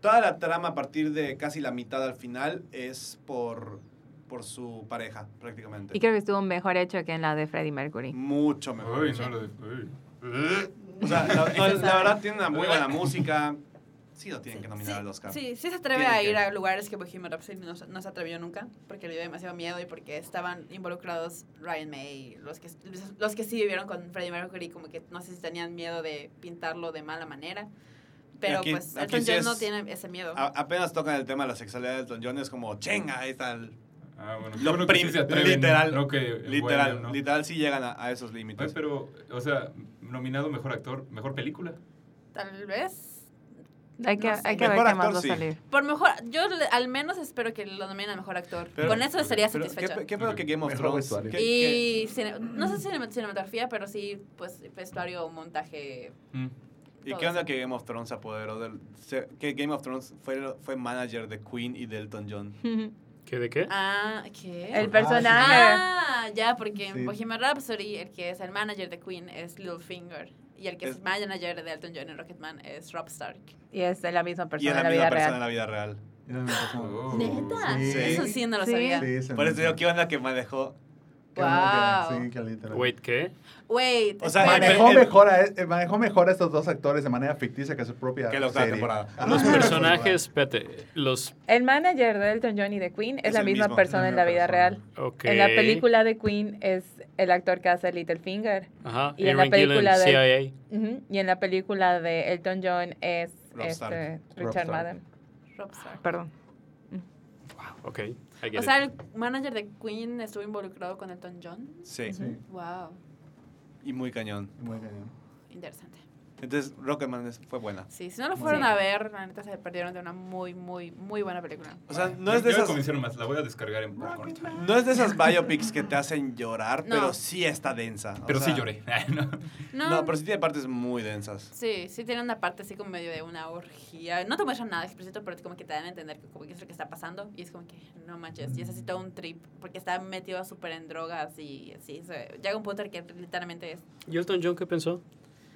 Toda la trama a partir de casi la mitad al final es por, por su pareja, prácticamente. Y creo que estuvo mejor hecho que en la de Freddie Mercury. Mucho mejor. Uy, no, lo de- uy. Eh, O sea, la, no, la verdad tiene una muy buena música. Sí lo tienen que nominar Sí, al Oscar. Sí, sí se atreve Tiene a ir que. a lugares que Bohemian Rhapsody no, se- no se atrevió nunca, porque le dio demasiado miedo y porque estaban involucrados Ryan May, los que, los que sí vivieron con Freddie Mercury, como que no sé si tenían miedo de pintarlo de mala manera, pero Aquí- pues aquí Elton sí John es- Ah. no tiene ese miedo. A- apenas tocan el tema de la sexualidad de Elton John, es como, chenga, ahí está el Ah, bueno, Lo yo creo que sí prim- se atreven, literal, no que el Literal, Eh, bueno, ¿no? literal sí llegan a, a esos Oye, límites. pero, o sea, nominado mejor actor, mejor película. Tal vez. Hay que, No sé. hay que ver qué Mejor más actor, va a sí. salir. Por mejor, yo le- al menos espero que lo nominen a mejor actor. Pero- Con eso estaría Pero, satisfecha. ¿Qué, qué pedo que Game of Mejor Thrones? vestuario. ¿Qué- qué- y cine- no sé si cine- cinematografía, pero sí, pues vestuario, montaje. Mm. ¿Y todo qué onda eso. que Game of Thrones se apoderó del... se- que Game of Thrones fue, fue manager de Queen y de Elton John? ¿Qué de qué? Ah, ¿qué? El sí. personaje. Ah, ya, porque en Sí. Bohemian Rhapsody el que es el manager de Queen es Littlefinger y el que es, Es- manager de Elton John en Rocketman es Rob Stark. Y es la misma Y persona es la en la misma vida persona en real. la vida real. Era una persona. Oh. ¿Neta? Sí. Eso sí no lo Sí. sabía. Sí, se Por me- eso digo, ¿qué onda que manejó Que no Wow. queda- sí, que literal. Wait, ¿qué? Wait. O sea, espera. Manejó el- mejor, a, eh, manejó mejor a estos dos actores de manera ficticia que su propia Que la octava serie. Ah, temporada. Ajá. Los Personajes, espérate, los... El manager de Elton John y de Queen es, Es la el misma mismo. persona en la vida Persona. real. ok. En la película de Queen es el actor que hace Littlefinger. Ajá, y en la Aaron Gillen, película de- CIA. Ujú. Y en la película de Elton John es Rob este, Stark. Rob Richard Stark. Madden. Rob Stark. Perdón. Ok, I get O it. sea, el manager de Queen estuvo involucrado con Elton John. Sí, Sí, Wow, y muy cañón. muy cañón. interesante. Entonces, Rocketman es- fue buena. Sí, si no lo fueron a ver, la neta se perdieron de una muy, muy, muy buena película. O sea, no Yo- es de yo la esas... convencieron más, la voy a descargar en Popcorn. No es de esas biopics que te hacen llorar, No. pero sí está densa. o Pero sí sea, lloré. Ay, no. No, No, pero sí tiene partes muy densas. sí, sí tiene una parte así como medio de una orgía. No te muestran nada explícito, pero como que te dan a entender que como que es lo que está pasando. Y es como que, no manches, y es así todo un trip, porque está metido súper en drogas y así. se- llega un punto en que literalmente es... ¿Y Elton John qué pensó?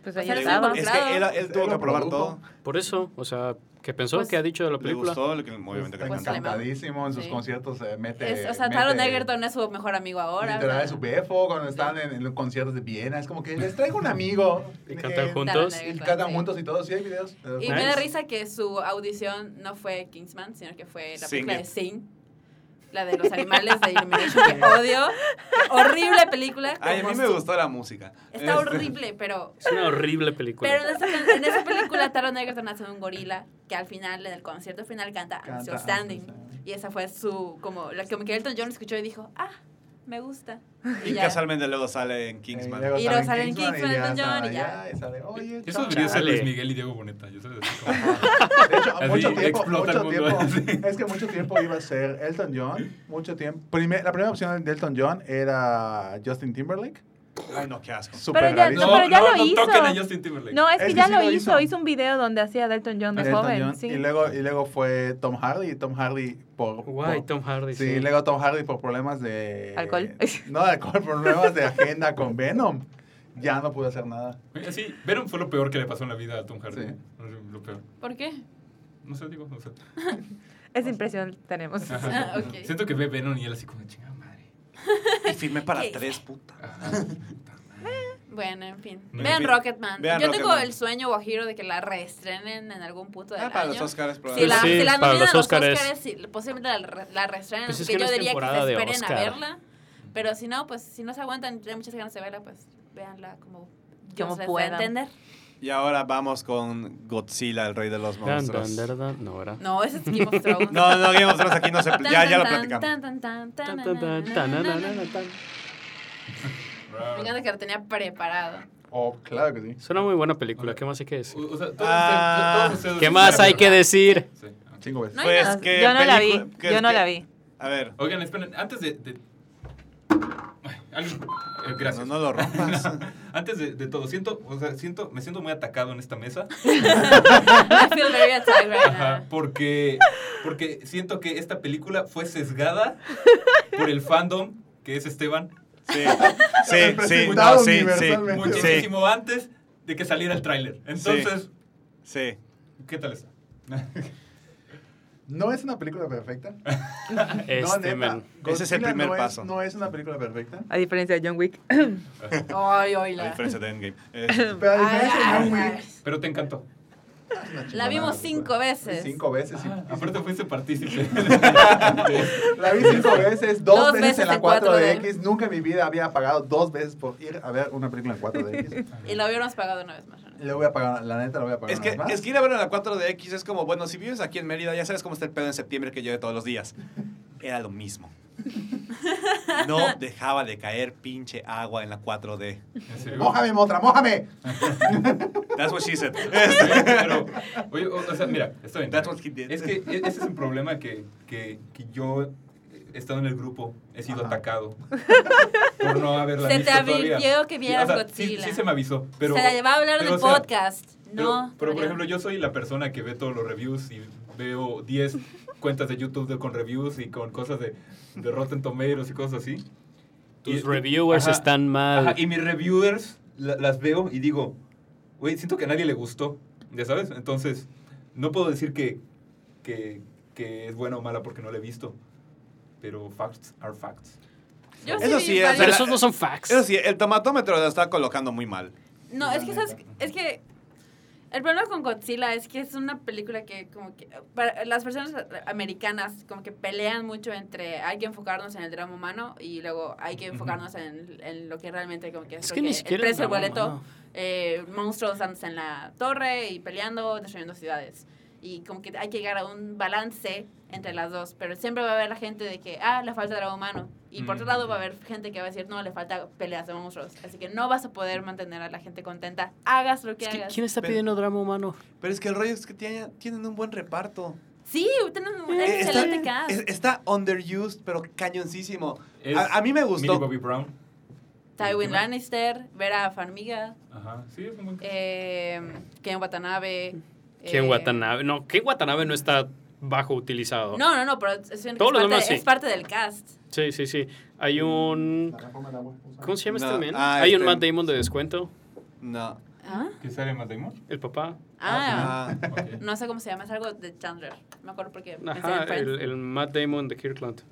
Pues O ahí sea, Le- estaba. es Claro. que él, él tuvo Él que lo probar produjo. todo. Por eso, o sea, ¿qué pensó? Pues, ¿Qué ha dicho de la Le película? gustó, le- obviamente que le Está Pues, encantó. encantadísimo en sus Sí. conciertos. eh, mete, es- o sea, mete- Taron Egerton es su mejor amigo ahora. Literal, ¿verdad? es su befo cuando están en, en los conciertos de Viena. Es como que les traigo un amigo. Y cantan Eh, juntos. Taron Y Egerton, cantan sí. juntos y todo. Sí, hay videos. Y Nice. me da risa que su audición no fue Kingsman, sino que fue la Sing película It. de Sing. La de los animales de Illumination que odio. Horrible película. Ay, a como mí me Este. su- gustó la música. Está horrible, pero. Es una horrible película. Pero en esa, en esa película Taron Egerton hace un gorila que al final del concierto final canta, I'm Still Standing. Y esa fue su, como, la que Michael Elton John escuchó y dijo, ah, me gusta. Y, Y ya. casualmente luego sale en Kingsman. Y luego salen Kingsman, Elton John y ya. sale, Oye, Eso chao". debería ser Luis Chale. Miguel y Diego Boneta. Yo sabes, así como- De hecho, Así mucho tiempo, explota el mucho mundo, así. tiempo, es que mucho tiempo iba a ser Elton John, mucho tiempo. Primer- la primera opción de Elton John era Justin Timberlake, Ay, no, qué asco. super Pero ya- no, rarísimo. pero ya lo no hizo. toquen a Justin Timberlake. No, es que Es que ya sí lo lo hizo. hizo. Hizo un video donde hacía de Elton John de Elton joven. John, sí. y, luego, y luego fue Tom Hardy, Tom Hardy por... Guay, por- Tom Hardy. Sí, luego Tom Hardy por problemas de... Alcohol. No, de alcohol, problemas de agenda con Venom. Ya no pude hacer nada. Oye, eh, Sí, Venom fue lo peor que le pasó en la vida a Tom Hardy. Sí. No sé, Lo peor. ¿Por qué? No sé, digo, no sé. Esa impresión tenemos. Ah, ok. Siento que ve Venom y él así como, chingada madre. Y firmé para ¿Qué? tres, puta. Ajá. Bueno, en fin. En Vean fin. Rocketman. Vean Yo tengo Rocketman. el sueño guajiro de que la reestrenen en algún punto del Ah, para año. los Oscars, Si la, probablemente. Pues Sí, si la para nominan los a los Óscares. Óscares, sí, posiblemente la, re- la reestrenen, Pues es así que que no yo es diría que temporada se de esperen a Óscar. verla. Pero si no, pues si no se aguantan, tienen muchas ganas de verla, pues véanla como yo les Como dé a puedan. entender. Y ahora vamos con Godzilla, el rey de los Dan, monstruos. dan, dan, dan. No, ¿verdad? No, ese es Game of Thrones. No, no, Game of Thrones aquí no se... Tan, Ya, tan, ya lo tan, platicamos. tan, tan, tan, tan, Tan, na, tan, tan, na, tan, na, na, na, na, na. tan. Me encanta que lo tenía preparado. Oh, claro que sí. Suena muy buena película. ¿Qué más hay que decir? O- o sea, todos Ah. ustedes- todos ustedes- ¿Qué más hay que decir? Sí, ah, ok. Cinco veces. No hay Pues nada. que... Ah, yo no la vi. pelicu- que- Yo no que- la vi. A ver, Oigan, esperen, antes de... de- Ay, alguien- eh, no, Gracias. no lo rompas. Antes de, de todo, siento, o sea, siento, me siento muy atacado en esta mesa. I feel very attacked right Ajá, now. porque, porque siento que esta película fue sesgada por el fandom, que es Esteban, Sí, sí, sí, no, Representado sí, universalmente. sí, sí, muchísimo antes de que saliera el tráiler. Entonces, sí. ¿qué tal está? No es una película perfecta. no, neta, Este, men. Ese es el Godzilla primer no paso. no es una película perfecta. A diferencia de John Wick. Ay, ay, La la. diferencia de Endgame. Este, Es- Pero a Ay, diferencia de ay, John Wick, ay. Pero te encantó. es una La chingonada vimos película. cinco veces. Cinco veces. sí. Ah, aparte fuiste partícipe. La vi cinco veces, dos, Dos veces, veces en la en 4D. 4DX. Nunca en mi vida había pagado dos veces por ir a ver una película en 4DX. Y lo hubiéramos pagado una vez más. Y Lo voy a pagar, la neta, lo voy a pagar. Es que, una vez más. es que ir a ver en la 4DX es como, bueno, si vives aquí en Mérida, ya sabes cómo está el pedo en septiembre que llueve todos los días. Era lo mismo. No dejaba de caer pinche agua en la 4D. ¿En serio? ¡Mójame, Motra, mójame! That's what she said. Sí, pero, oye, o, o sea, mira, está bien. That's what he did. Es que e- ese es un problema que, que, que yo, eh, estando en el grupo, he sido Ajá. atacado por no haberla Se te visto todavía. advirtió que Sí, vieras o sea, sí- Godzilla. Sí, se me avisó, pero... se la llevaba a hablar pero, del o sea, podcast. Pero, no. pero, por Adrián. ejemplo, yo soy la persona que ve todos los reviews y veo 10 cuentas de YouTube de- con reviews y con cosas de, de Rotten Tomatoes y cosas así. Y- Tus reviewers ajá, están mal. Ajá, y mis reviewers la- las veo y digo, güey, siento que a nadie le gustó, ya sabes. Entonces, no puedo decir que, que, que es buena o mala porque no la he visto, pero facts are facts. Yo Eso vi sí es, varios- Pero la- esos no son facts. Eso sí, el tomatómetro lo está colocando muy mal. No, es que, ¿sabes? es que el problema con Godzilla es que es una película que como que eh, para las personas americanas como que pelean mucho entre hay que enfocarnos en el drama humano y luego hay que enfocarnos en, en lo que realmente como que es, es lo que ni que- el siquiera. precio del no, boleto, no. eh, monstruos dándose en la torre y peleando, destruyendo ciudades. Y como que hay que llegar a un balance entre las dos, pero siempre va a haber la gente de que, ah, le falta drama humano. Y por otro Mm. lado va a haber gente que va a decir, no, le falta peleas de monstruos. Así que no vas a poder mantener a la gente contenta. Hagas lo que Es que, hagas. ¿Quién está Pero- pidiendo drama humano? Pero es que el rollo es que tiene- tienen un buen reparto. Sí, tienen un Eh, está, excelente cast. es- está underused, pero cañoncísimo. Es A, a mí me Millie gustó. Bobby Brown. Tywin Última. Lannister, Vera Farmiga, Ajá, sí, es un buen eh, Ken Watanabe. ¿Quién eh, Watanabe? No, ¿qué Watanabe no está bajo utilizado? No, no, no, pero es, es Todos los parte, demás sí. es parte del cast. Sí, sí, sí. Hay un. ¿Cómo se llama No, este men? ah, Hay un este- Matt Damon de descuento. No. ¿Ah? ¿Qué sale Matt Damon? El papá. Ah, Ah, Ok. no sé cómo se llama, es algo de Chandler. Me acuerdo porque pensé Ajá, en Friends. el, el Matt Damon de Kirkland.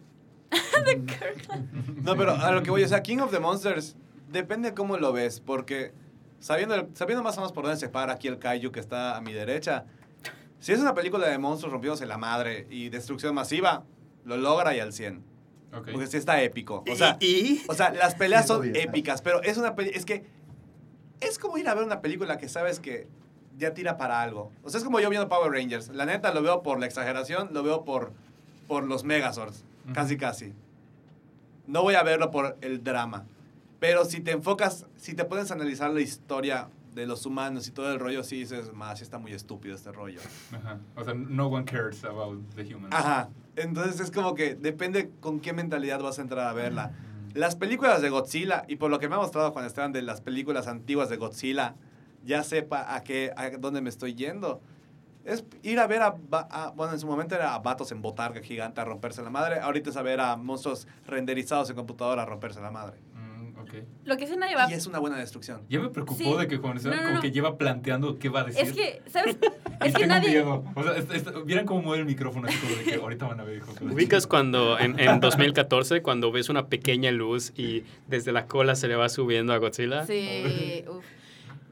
No, pero a lo que voy, o sea, King of the Monsters, depende cómo lo ves, porque sabiendo, el- sabiendo más o menos por dónde se para aquí el kaiju que está a mi derecha, si es una película de monstruos rompiéndose la madre y destrucción masiva, lo logra y al 100. Ok. Porque sí está épico. O sea, o sea las peleas son épicas, pero es una peli- es que es como ir a ver una película que sabes que ya tira para algo. O sea, es como yo viendo Power Rangers. La neta lo veo por la exageración, lo veo por, por los Megazords, Ujú. casi casi. No voy a verlo por el drama. Pero si te enfocas, si te puedes analizar la historia de los humanos y todo el rollo, sí dices, más, sí está muy estúpido este rollo. Ajá. O sea, no one cares about the humans. Ajá. Entonces es como que depende con qué mentalidad vas a entrar a verla. Las películas de Godzilla, y por lo que me ha mostrado Juan Esteban de las películas antiguas de Godzilla, ya sepa a qué, a dónde me estoy yendo. Es ir a ver a, ba- a- bueno, en su momento era a vatos en botarga gigante a romperse la madre, ahorita es a ver a monstruos renderizados en computadora a romperse la madre. Mm, ok. Lo que sí nadie va Y es una buena destrucción. Ya me preocupó Sí. de que Juan Esteban No, no, como no. que lleva planteando qué va a decir. Es que, ¿sabes? Y Es que tengo nadie. miedo. O sea, es- es- vieran cómo mueve el micrófono así como de que ahorita van a ver, hijo. Ubicas cuando, en, en 2014, cuando ves una pequeña luz y desde la cola se le va subiendo a Godzilla. Sí, uf.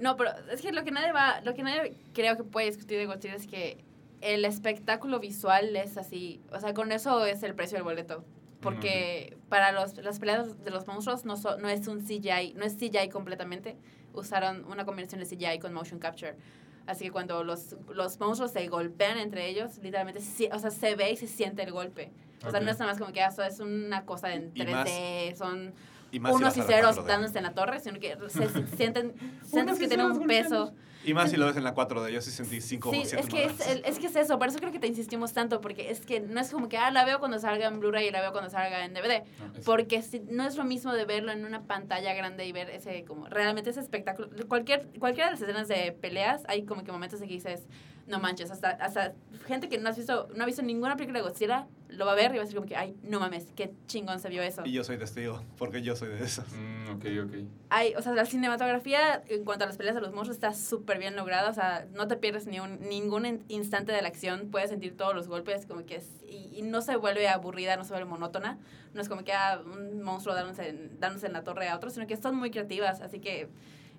No, pero es que lo que nadie va, lo que nadie creo que puede discutir de Godzilla es que el espectáculo visual es así, o sea, con eso es el precio del boleto, porque para los, las peleas de los monstruos no, so- no es un CGI, no es CGI completamente, usaron una combinación de CGI con motion capture. Así que cuando los, los monstruos se golpean entre ellos, literalmente, sí- o sea, se ve y se siente el golpe. O sea, Ok. no es nada más como que ah, eso es una cosa en Y más- 3D, son Y más si unos vas a y la ceros 4D. dándose en la torre, sino que se si- sienten, sientes que tienen un peso. Y más si lo ves en la 4D, yo sí sentí 5 Sí, es que es, el- es que es eso, por eso creo que te insistimos tanto, porque es que no es como que, ah, la veo cuando salga en Blu-ray y la veo cuando salga en DVD, No, es- porque si- no es lo mismo de verlo en una pantalla grande y ver ese, como, realmente ese espectáculo. Cualquier, cualquiera de las escenas de peleas, hay como que momentos en que dices, no manches, hasta, hasta gente que no, has visto, no ha visto ninguna película de Godzilla, lo va a ver y va a decir como que, ay, no mames, qué chingón se vio eso. Y yo soy testigo, porque yo soy de esos. Mm, ok, ok. hay, o sea, la cinematografía en cuanto a las peleas de los monstruos está súper bien lograda, o sea, no te pierdes ni un, ningún in- instante de la acción, puedes sentir todos los golpes, como que es, y, y no se vuelve aburrida, no se vuelve monótona, no es como que ah, un monstruo dándose, en- dándose en la torre a otro, sino que son muy creativas, así que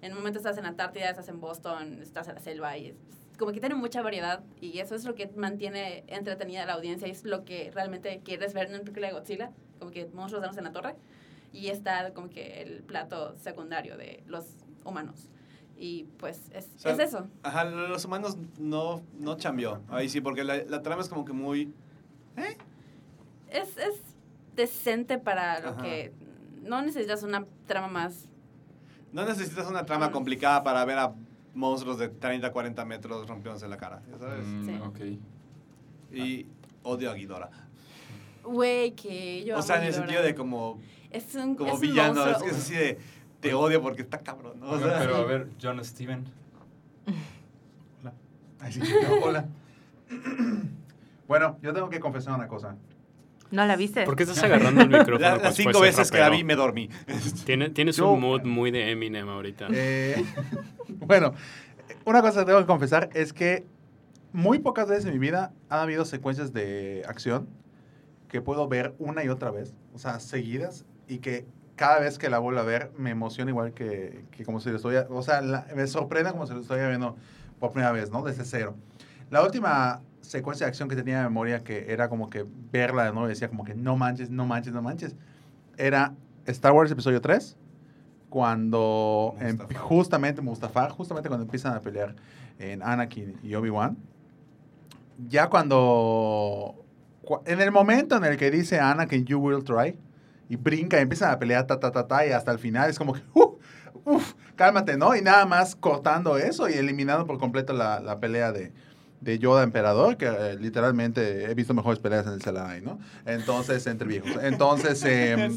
en un momento estás en Antártida, estás en Boston, estás en la selva y es- como que tienen mucha variedad y eso es lo que mantiene entretenida a la audiencia, es lo que realmente quieres ver en una película de Godzilla, como que monstruos dándose en la torre y está como que el plato secundario de los humanos. Y pues es, O sea, es eso. Ajá, lo de los humanos no, no chambió. Ahí sí, porque la, la trama es como que muy. Es, es decente para lo Ajá. que... No necesitas una trama más... No necesitas una trama complicada para ver a monstruos de 30, 40 metros rompiéndose la cara, ya ¿sabes? Mm, Sí. ok. Y odio a Ghidorah. Güey, que yo... O amo sea, en el Ghidorah. sentido de como, Es un, como es un villano, es, monstruo. es así de. Te odio porque está cabrón, ¿no? O Oigan, sea, pero a ver, John Steven. Ay, sí, no, hola. Bueno, yo tengo que confesar una cosa. ¿No la viste? ¿Por qué estás agarrando el micrófono? la- como las si cinco fuese veces que la vi pues rapero? me dormí. Tiene- tienes Yo- un mood muy de Eminem ahorita. Eh, bueno, una cosa que tengo que confesar es que muy pocas veces en mi vida ha habido secuencias de acción que puedo ver una y otra vez, o sea, seguidas, y que cada vez que la vuelvo a ver me emociona igual que, que como si lo estoy, o sea, la- me sorprende como si lo estoy viendo por primera vez, ¿no? Desde cero. La última secuencia de acción que tenía de memoria que era como que verla de nuevo y decía como que no manches, no manches, no manches, era Star Wars episodio 3 cuando em- Mustafar. justamente Mustafar, justamente cuando empiezan a pelear en Anakin y Obi-Wan, ya cuando cua- en el momento en el que dice Anakin you will try y brinca y empiezan a pelear ta ta ta ta y hasta el final es como que uh, uf, cálmate, ¿no? Y nada más cortando eso y eliminando por completo la, la pelea de, de Yoda Emperador, que eh, literalmente he visto mejores peleas en el Celarain, ¿no? Entonces, entre viejos. Entonces, em,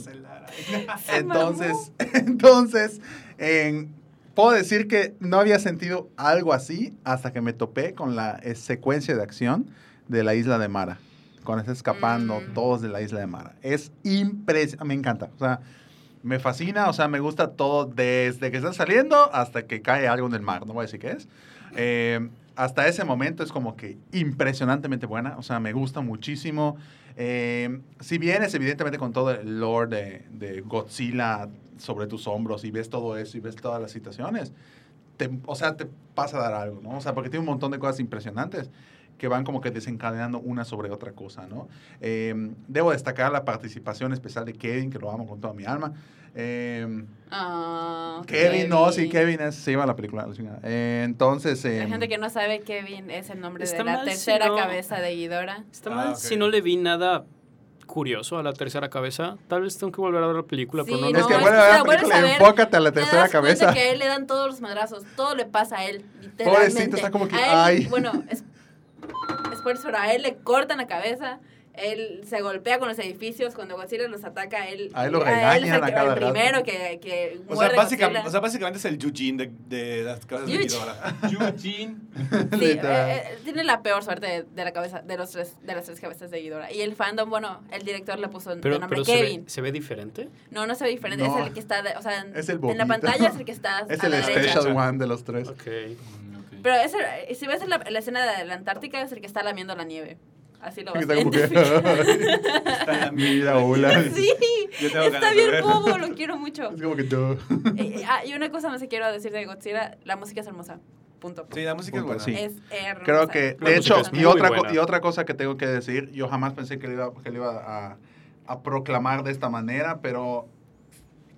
entonces, entonces, en- puedo decir que no había sentido algo así hasta que me topé con la eh, secuencia de acción de la isla de Mara. Cuando está escapando Mm. todos de la isla de Mara. Es impresionante, me encanta. O sea, me fascina, o sea, me gusta todo desde que están saliendo hasta que cae algo en el mar, no voy a decir qué es. Eh, hasta ese momento es como que impresionantemente buena, o sea, me gusta muchísimo. Eh, si vienes evidentemente con todo el lore de, de Godzilla sobre tus hombros y ves todo eso y ves todas las situaciones, te- o sea, te pasa a dar algo, ¿no? O sea, porque tiene un montón de cosas impresionantes que van como que desencadenando una sobre otra cosa, ¿no? Eh, debo destacar la participación especial de Kevin, que lo amo con toda mi alma. Eh, Ah, Kevin, no, sí, Kevin es, se iba a la película. la chingada. Eh, entonces... La em, gente que no sabe, Kevin es el nombre Está de la mal si tercera no. cabeza de Guidora. Está Ah, mal ok. si no le vi nada curioso a la tercera cabeza. Tal vez tengo que volver a ver la película, pero Sí, no, es no, que es vuelve que a ver la la vuelves película a y ver, enfócate a la Te tercera das cuenta cabeza. que a él le dan todos los madrazos, todo le pasa a él, literalmente. Pobrecito, está como que, A él- ay. Bueno, es, spoilers, pero a él le cortan la cabeza, él se golpea con los edificios, cuando Godzilla los ataca, él, A él lo es regañan el, a que- cada el rato. primero que, que O sea, muerde básica- Godzilla. o sea, básicamente es el Yujin de, de las casas de Eugene. Ghidorah. Yuchin. Sí, Literal. eh, eh, tiene la peor suerte de, de la cabeza, de los tres, de las tres cabezas de Ghidorah. Y el fandom, bueno, el director le puso de Pero, nombre pero se, ve, Kevin. se ve diferente. No, no se ve diferente, No. es el que está, de- o sea, en, Es el en la bobito. pantalla es el que está Es a el la derecha. special one de los tres. Ok. Mm, Pero es el- eh, si ves la, la escena de la Antártica, es el que está lamiendo la nieve. Así lo Que vas está a como que, identificar. Mira, hola. Sí, Yo tengo ganas está de bien verlo. bobo, lo quiero mucho. Es como que tú. Eh, ah, y una cosa más que quiero decir de Godzilla, la música es hermosa. Punto. Sí, la música Punto, es buena. sí. Es hermosa. Creo que, La de hecho, música es y muy otra, co- buena. y otra cosa que tengo que decir, yo jamás pensé que le iba, que le iba a, a proclamar de esta manera, pero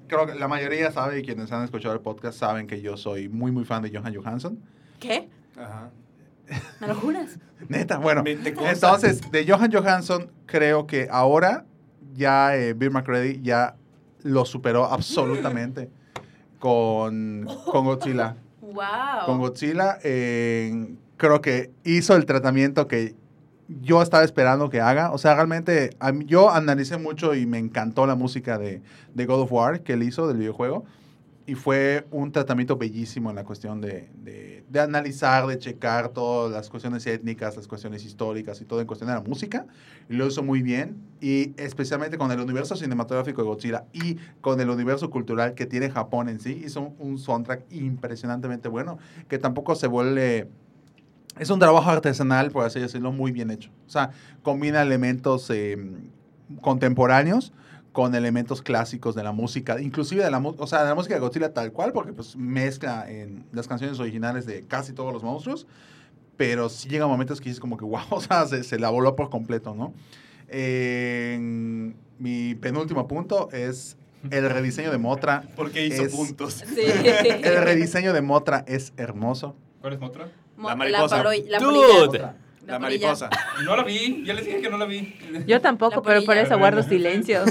creo que la mayoría sabe y quienes han escuchado el podcast saben que yo soy muy, muy fan de Johan Johansson. ¿Qué? Ajá. ¿Me lo juras? Neta, bueno. Me- te consta. Entonces, de Johan Johansson, creo que ahora ya eh, Bill McCready ya lo superó absolutamente con, con Godzilla. ¡Wow! Con Godzilla, eh, creo que hizo el tratamiento que yo estaba esperando que haga. O sea, realmente a mí- yo analicé mucho y me encantó la música de, de God of War que él hizo del videojuego. Y fue un tratamiento bellísimo en la cuestión de, de- de analizar, de checar todas las cuestiones étnicas, las cuestiones históricas y todo en cuestión de la música. Y lo hizo muy bien. Y especialmente con el universo cinematográfico de Godzilla y con el universo cultural que tiene Japón en sí, hizo un, un soundtrack impresionantemente bueno, que tampoco se vuelve... Es un trabajo artesanal, por así decirlo, muy bien hecho. O sea, combina elementos eh, contemporáneos con elementos clásicos de la música, inclusive de la, mu- o sea, de la música de Godzilla tal cual, porque pues mezcla en las canciones originales de casi todos los monstruos, pero sí llega momentos que dices como que wow, o sea, se, se la voló por completo, ¿no? En- mi penúltimo punto es el rediseño de Motra. Porque hizo Es- puntos. Sí. El rediseño de Motra es hermoso. ¿Cuál es otra? Mo- La mariposa. La, paro- la polilla. Dude. La mariposa. No la vi, ya les dije que no la vi. Yo tampoco, La pero por polilla. eso guardo silencio.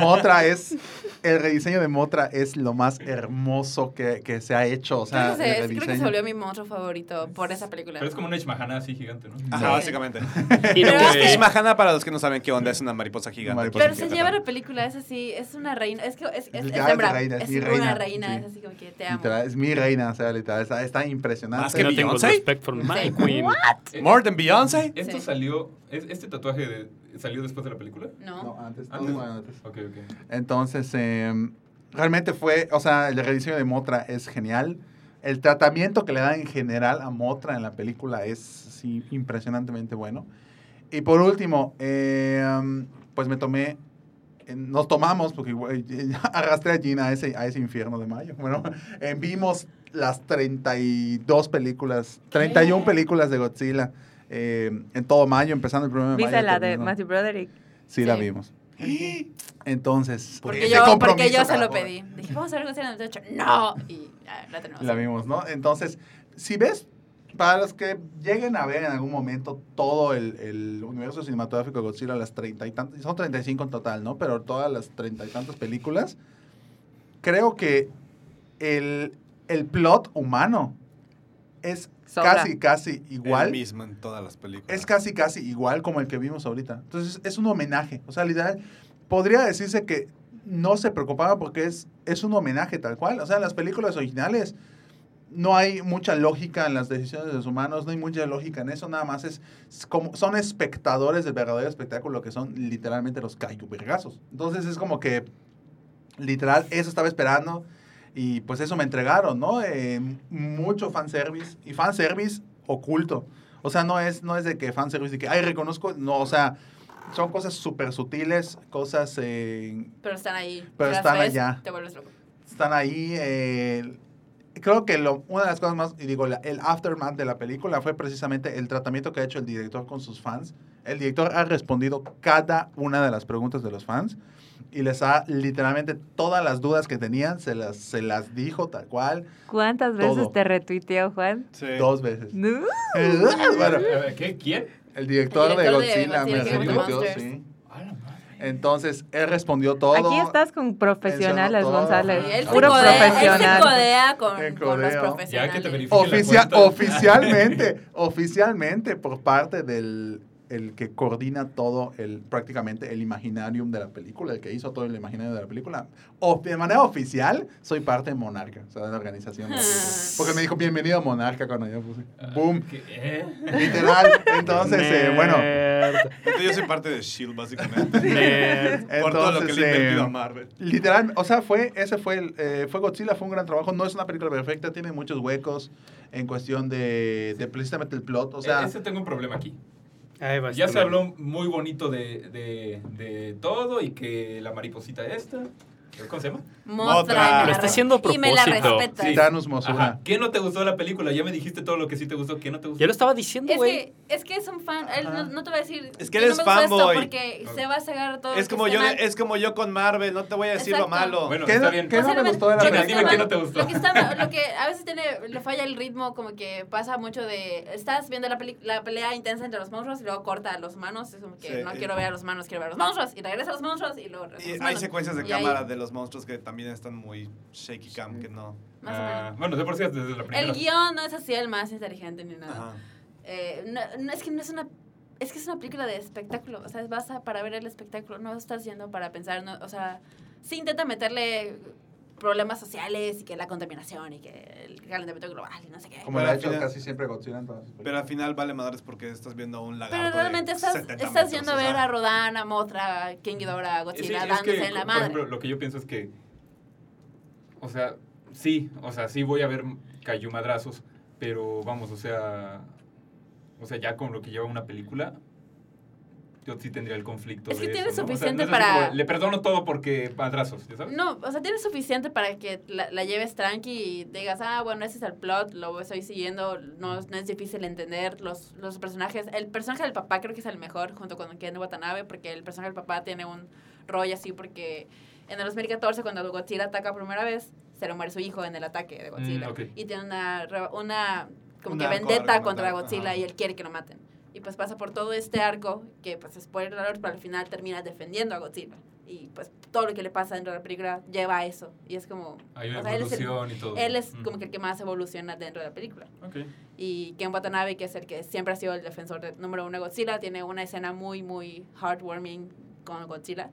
Motra es. El rediseño de Motra es lo más hermoso que, que se ha hecho. O sea, Creo que, se, el creo que se volvió mi monstruo favorito por esa película. Pero es como una Ishmahana así gigante, ¿no? Ajá, básicamente. Y no, Pero güey. es que- Es Mahana, para los que no saben qué onda, es una mariposa gigante. Mariposa. Pero Pues, se sí, lleva claro. la película, es así, es una reina, es que es, es, Ya es, es hembra, reina, es es mi una reina, reina, sí. es así como que te amo. Literal, es mi reina, o sea, literal. Está, está impresionante. Más que no tengo Beyoncé? respect for my Sí. queen. Eh, More than Beyoncé. Esto Sí. salió, es- este tatuaje de- salió después de la película. No. No, antes, Ah, Antes. no, pues. antes. Ok, ok. Entonces, eh, realmente fue, o sea, el rediseño de Motra es genial. El tratamiento que le da en general a Motra en la película es sí, impresionantemente bueno. Y por último, eh, pues me em, tomé eh, nos tomamos, porque güey, arrastré a Gina a ese, a ese infierno de mayo. Bueno, eh, vimos las 32 películas, 31 películas de Godzilla eh, en todo mayo, empezando el primero de mayo. ¿Viste la de terminando- Matthew Broderick? Sí, la Sí. vimos. Entonces, Porque ese yo, porque compromiso yo se cada lo hora. pedí. Dije, vamos a ver Godzilla en el 98. No. Y ya, la tenemos. La vimos, ¿no? Entonces, si ves, para los que lleguen a ver en algún momento todo el, el universo cinematográfico de Godzilla, las treinta y tantas, son 35 en total, ¿no? Pero todas las treinta y tantas películas, creo que el, el plot humano es Sobra. casi, casi El igual. mismo en todas las películas. Es casi, casi igual como el que vimos ahorita. Entonces, es un homenaje. O sea, literal, podría decirse que no se preocupaba porque es, es un homenaje tal cual. O sea, en las películas originales no hay mucha lógica en las decisiones de los humanos, no hay mucha lógica en eso. Nada más es, es como, son espectadores del verdadero espectáculo que son literalmente los cayubergazos. Entonces, es como que, literal, eso estaba esperando. Y pues eso me entregaron, ¿no? Eh, mucho fanservice. Y fanservice oculto. O sea, no es, no es de que fanservice de que, ay, reconozco. No, o sea, son cosas súper sutiles, cosas eh, Pero están ahí. Pero Las están ves, allá. Te vuelves loco. están ahí. eh, creo que lo- una de las cosas más, y digo, la- el aftermath de la película fue precisamente el tratamiento que ha hecho el director con sus fans. El director ha respondido cada una de las preguntas de los fans y les ha literalmente todas las dudas que tenían, se las, se las dijo tal cual, ¿Cuántas Todo. veces te retuiteó, Juan? Sí. dos veces. No. bueno, ¿Qué? ¿Quién? el director, El director de de Godzilla me Godzilla, King of the retuiteó, Monsters. sí. A la madre. Entonces, él respondió todo. Aquí estás con profesionales, todo. González. Y él se Puro codea, Él se profesional. codea con, El con los codeo. Ya que te profesionales. verifiquen Oficia- la cuenta. oficialmente, oficialmente por parte del el que coordina todo el prácticamente el imaginarium de la película, el que hizo todo el imaginario de la película. O- de manera oficial soy parte de Monarca, o sea, de la organización. de la película. Porque me dijo bienvenido Monarca cuando yo puse Ah. boom, Ah, ¿Qué? ¿Eh? literal. Entonces, eh, bueno, Nerd, Entonces, yo soy parte de Shield, básicamente. nerd. Por todo lo que Entonces, le he invertido eh, a Marvel. Literal, o sea, fue, ese fue, el, eh, fue Godzilla, fue un gran trabajo. No es una película perfecta, tiene muchos huecos en cuestión de, de precisamente el plot. O sea, E-, Ese tengo un problema aquí. Ahí vas Ya tú, se Lalo. habló muy bonito de, de, de todo y que la mariposita esta. ¿Cómo se llama? Mothra. Lo está haciendo a Y me la propósito. respeta. Sí. Thanos Mosura. Ajá. ¿Qué no te gustó de la película? Ya me dijiste todo lo que sí te gustó. ¿Qué no te gustó? Ya lo estaba diciendo, Es güey. que, es que es un fan. Él no, no te va a decir. Es que "Yo él no es me gusta esto", fanboy. Porque se va a sacar todo. Es lo que como, esté yo, mal. es como yo con Marvel, no te voy a decir lo Exacto. malo. Bueno, ¿Qué está no- bien. qué no me Posiblemente- gustó de la lo que Chicas, película? dime qué está no te mal- gustó. Lo que, está mal- lo que a veces tiene, le falla el ritmo, como que pasa mucho de. Estás viendo la, peli- la pelea intensa entre los monstruos y luego corta a los humanos. Es como que Sí. no quiero ver a los humanos, quiero ver a los monstruos. Y regresa a los monstruos y luego regresa a Y los hay humanos. secuencias de Y ahí- cámara de los monstruos que también están muy shaky cam, que no. Más o Ah, menos. bueno, de por sí desde la primera. El guión no es así el más inteligente ni nada. Ajá. Eh, no, no, es que no es una. Es que es una película de espectáculo. O sea, vas a, para ver el espectáculo. No estás yendo para pensar. no, o sea, sí intenta meterle problemas sociales y que la contaminación y que el calentamiento global y no sé qué. Como Pero lo ha al hecho final- casi siempre Godzilla pues. en todas sus Pero películas. al final vale madres porque estás viendo un lagarto. Pero de realmente estás, 70 estás metros, yendo a o sea, ver a Rodan, a Mothra, a King Ghidorah, a Sí, Godzilla es dándose que, en la por madre. ejemplo, lo que yo pienso es que. O sea, sí, o sea, sí voy a ver cayumadrazos, pero vamos, o sea. O sea, ya con lo que lleva una película, yo sí tendría el conflicto. Es que de tiene eso, ¿no? O sea, suficiente no es así como, para- le perdono todo porque madrazos, ¿ya sabes? no, o sea, tienes suficiente para que la, la lleves tranqui y digas, ah, bueno, ese es el plot, lo estoy siguiendo, no, no es difícil entender los, los personajes. El personaje del papá creo que es el mejor junto con Ken Watanabe, porque el personaje del papá tiene un rollo así, porque en el 2014, cuando Godzilla ataca por primera vez, se le muere su hijo en el ataque de Godzilla. Mm, ok. Y tiene una, re- una como Un que arco vendetta contra argumental, Godzilla ajá. y él quiere que lo maten. Y pues pasa por todo este arco que, pues, spoiler alert, pero al final termina defendiendo a Godzilla. Y pues todo lo que le pasa dentro de la película lleva a eso. Y es como. Hay una o sea, él es, el- evolución y todo. él es Mm. como que el que más evoluciona dentro de la película. Ok. Y Ken Watanabe, que es el que siempre ha sido el defensor de- número uno de Godzilla, tiene una escena muy, muy heartwarming con Godzilla.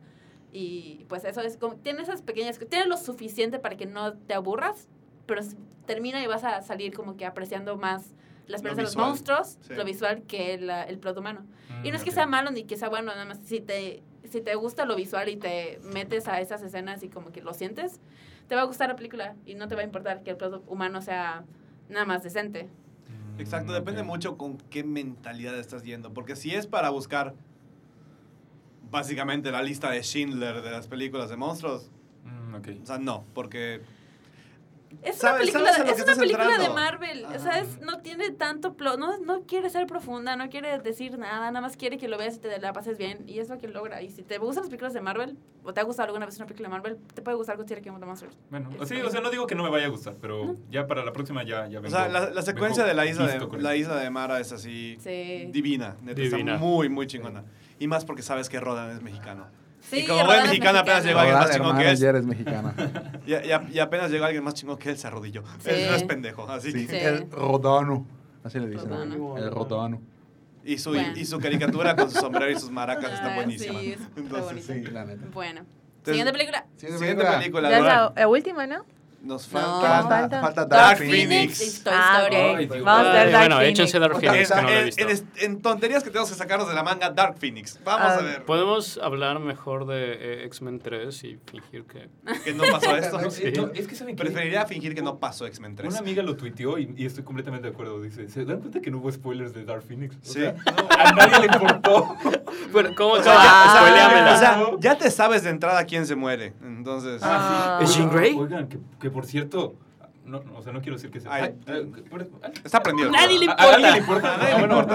Y pues eso es como. Tiene esas pequeñas. Tiene lo suficiente para que no te aburras, pero s- termina y vas a salir como que apreciando más la experiencia de los visual, monstruos, sí. lo visual, que la- el plot humano. Y no es que Mm, sea ok. malo ni que sea bueno, nada más si te, si te gusta lo visual y te metes a esas escenas y como que lo sientes, te va a gustar la película y no te va a importar que el producto humano sea nada más decente. Exacto, Mm, depende ok. mucho con qué mentalidad estás yendo. Porque si es para buscar básicamente la lista de Schindler de las películas de monstruos. Mm, ok. O sea, no, porque Es una ¿Sabes- película, sabes a lo es que una estás película de entrando? Marvel. Ah. O sea, es- no tiene tanto plot. No, no quiere ser profunda, no quiere decir nada. Nada más quiere que lo veas y te la pases bien. Y es lo que logra. Y si te gustan las películas de Marvel, o te ha gustado alguna vez una película de Marvel, te puede gustar Godzilla King of the Monsters. Bueno, o sí, o sea, no digo que no me vaya a gustar, pero ya para la próxima ya, ya o vengo- sea, la, la secuencia vengo de la isla listo de, con la eso. isla de Mara es así Sí. divina, neta, Divina. está muy muy chingona. Y más porque sabes que Rodan es mexicano. Sí, Y como Rodan buen es mexicano apenas llegó alguien Ahora, más chingón hermana, que ya él. eres mexicana. Y, y- y apenas llegó alguien más chingón que él, se arrodilló. Sí. Él no es pendejo, así Sí, que- El rodano. Así le dicen. Rodano. El rodano. Y su, Bueno. y su caricatura con su sombrero y sus maracas está Ah, buenísima. sí, está Entonces, bonito. Sí, la neta. Bueno. Siguiente película. Siguiente película. Ya es Dora. la, la última, ¿no? Nos No. falta... Falta, falta Dark Dark Phoenix. Phoenix. y Toy Ah, Story. ok. Ay, Dios. Vamos a Ay, Eh, ver Dark bueno, Phoenix. échense Dark Phoenix, que no lo he En- visto. en, en tonterías que tenemos que sacarnos de la manga, Dark Phoenix. Vamos Ah. a ver Podemos hablar mejor de eh, X-Men 3 y fingir que... que no pasó esto. Sí. No, es que saben qué? Preferiría fingir que no pasó X-Men 3. Una amiga lo tuiteó y, y estoy completamente de acuerdo. Dice, ¿se dan cuenta que no hubo spoilers de Dark Phoenix? O Sí. sea, a nadie le importó. Bueno, ¿cómo? O sea, ya- o sea, Spoileamela. o sea, ya te sabes de entrada quién se muere. Entonces, Ah. ¿Es Jean Grey? Oigan, que, que por cierto... No, no, o sea, no quiero decir que sea... Ay, Ay, que- por- ay, está Ah, aprendido. Nadie le ¿A- a alguien le A importa? nadie Ah, le bueno,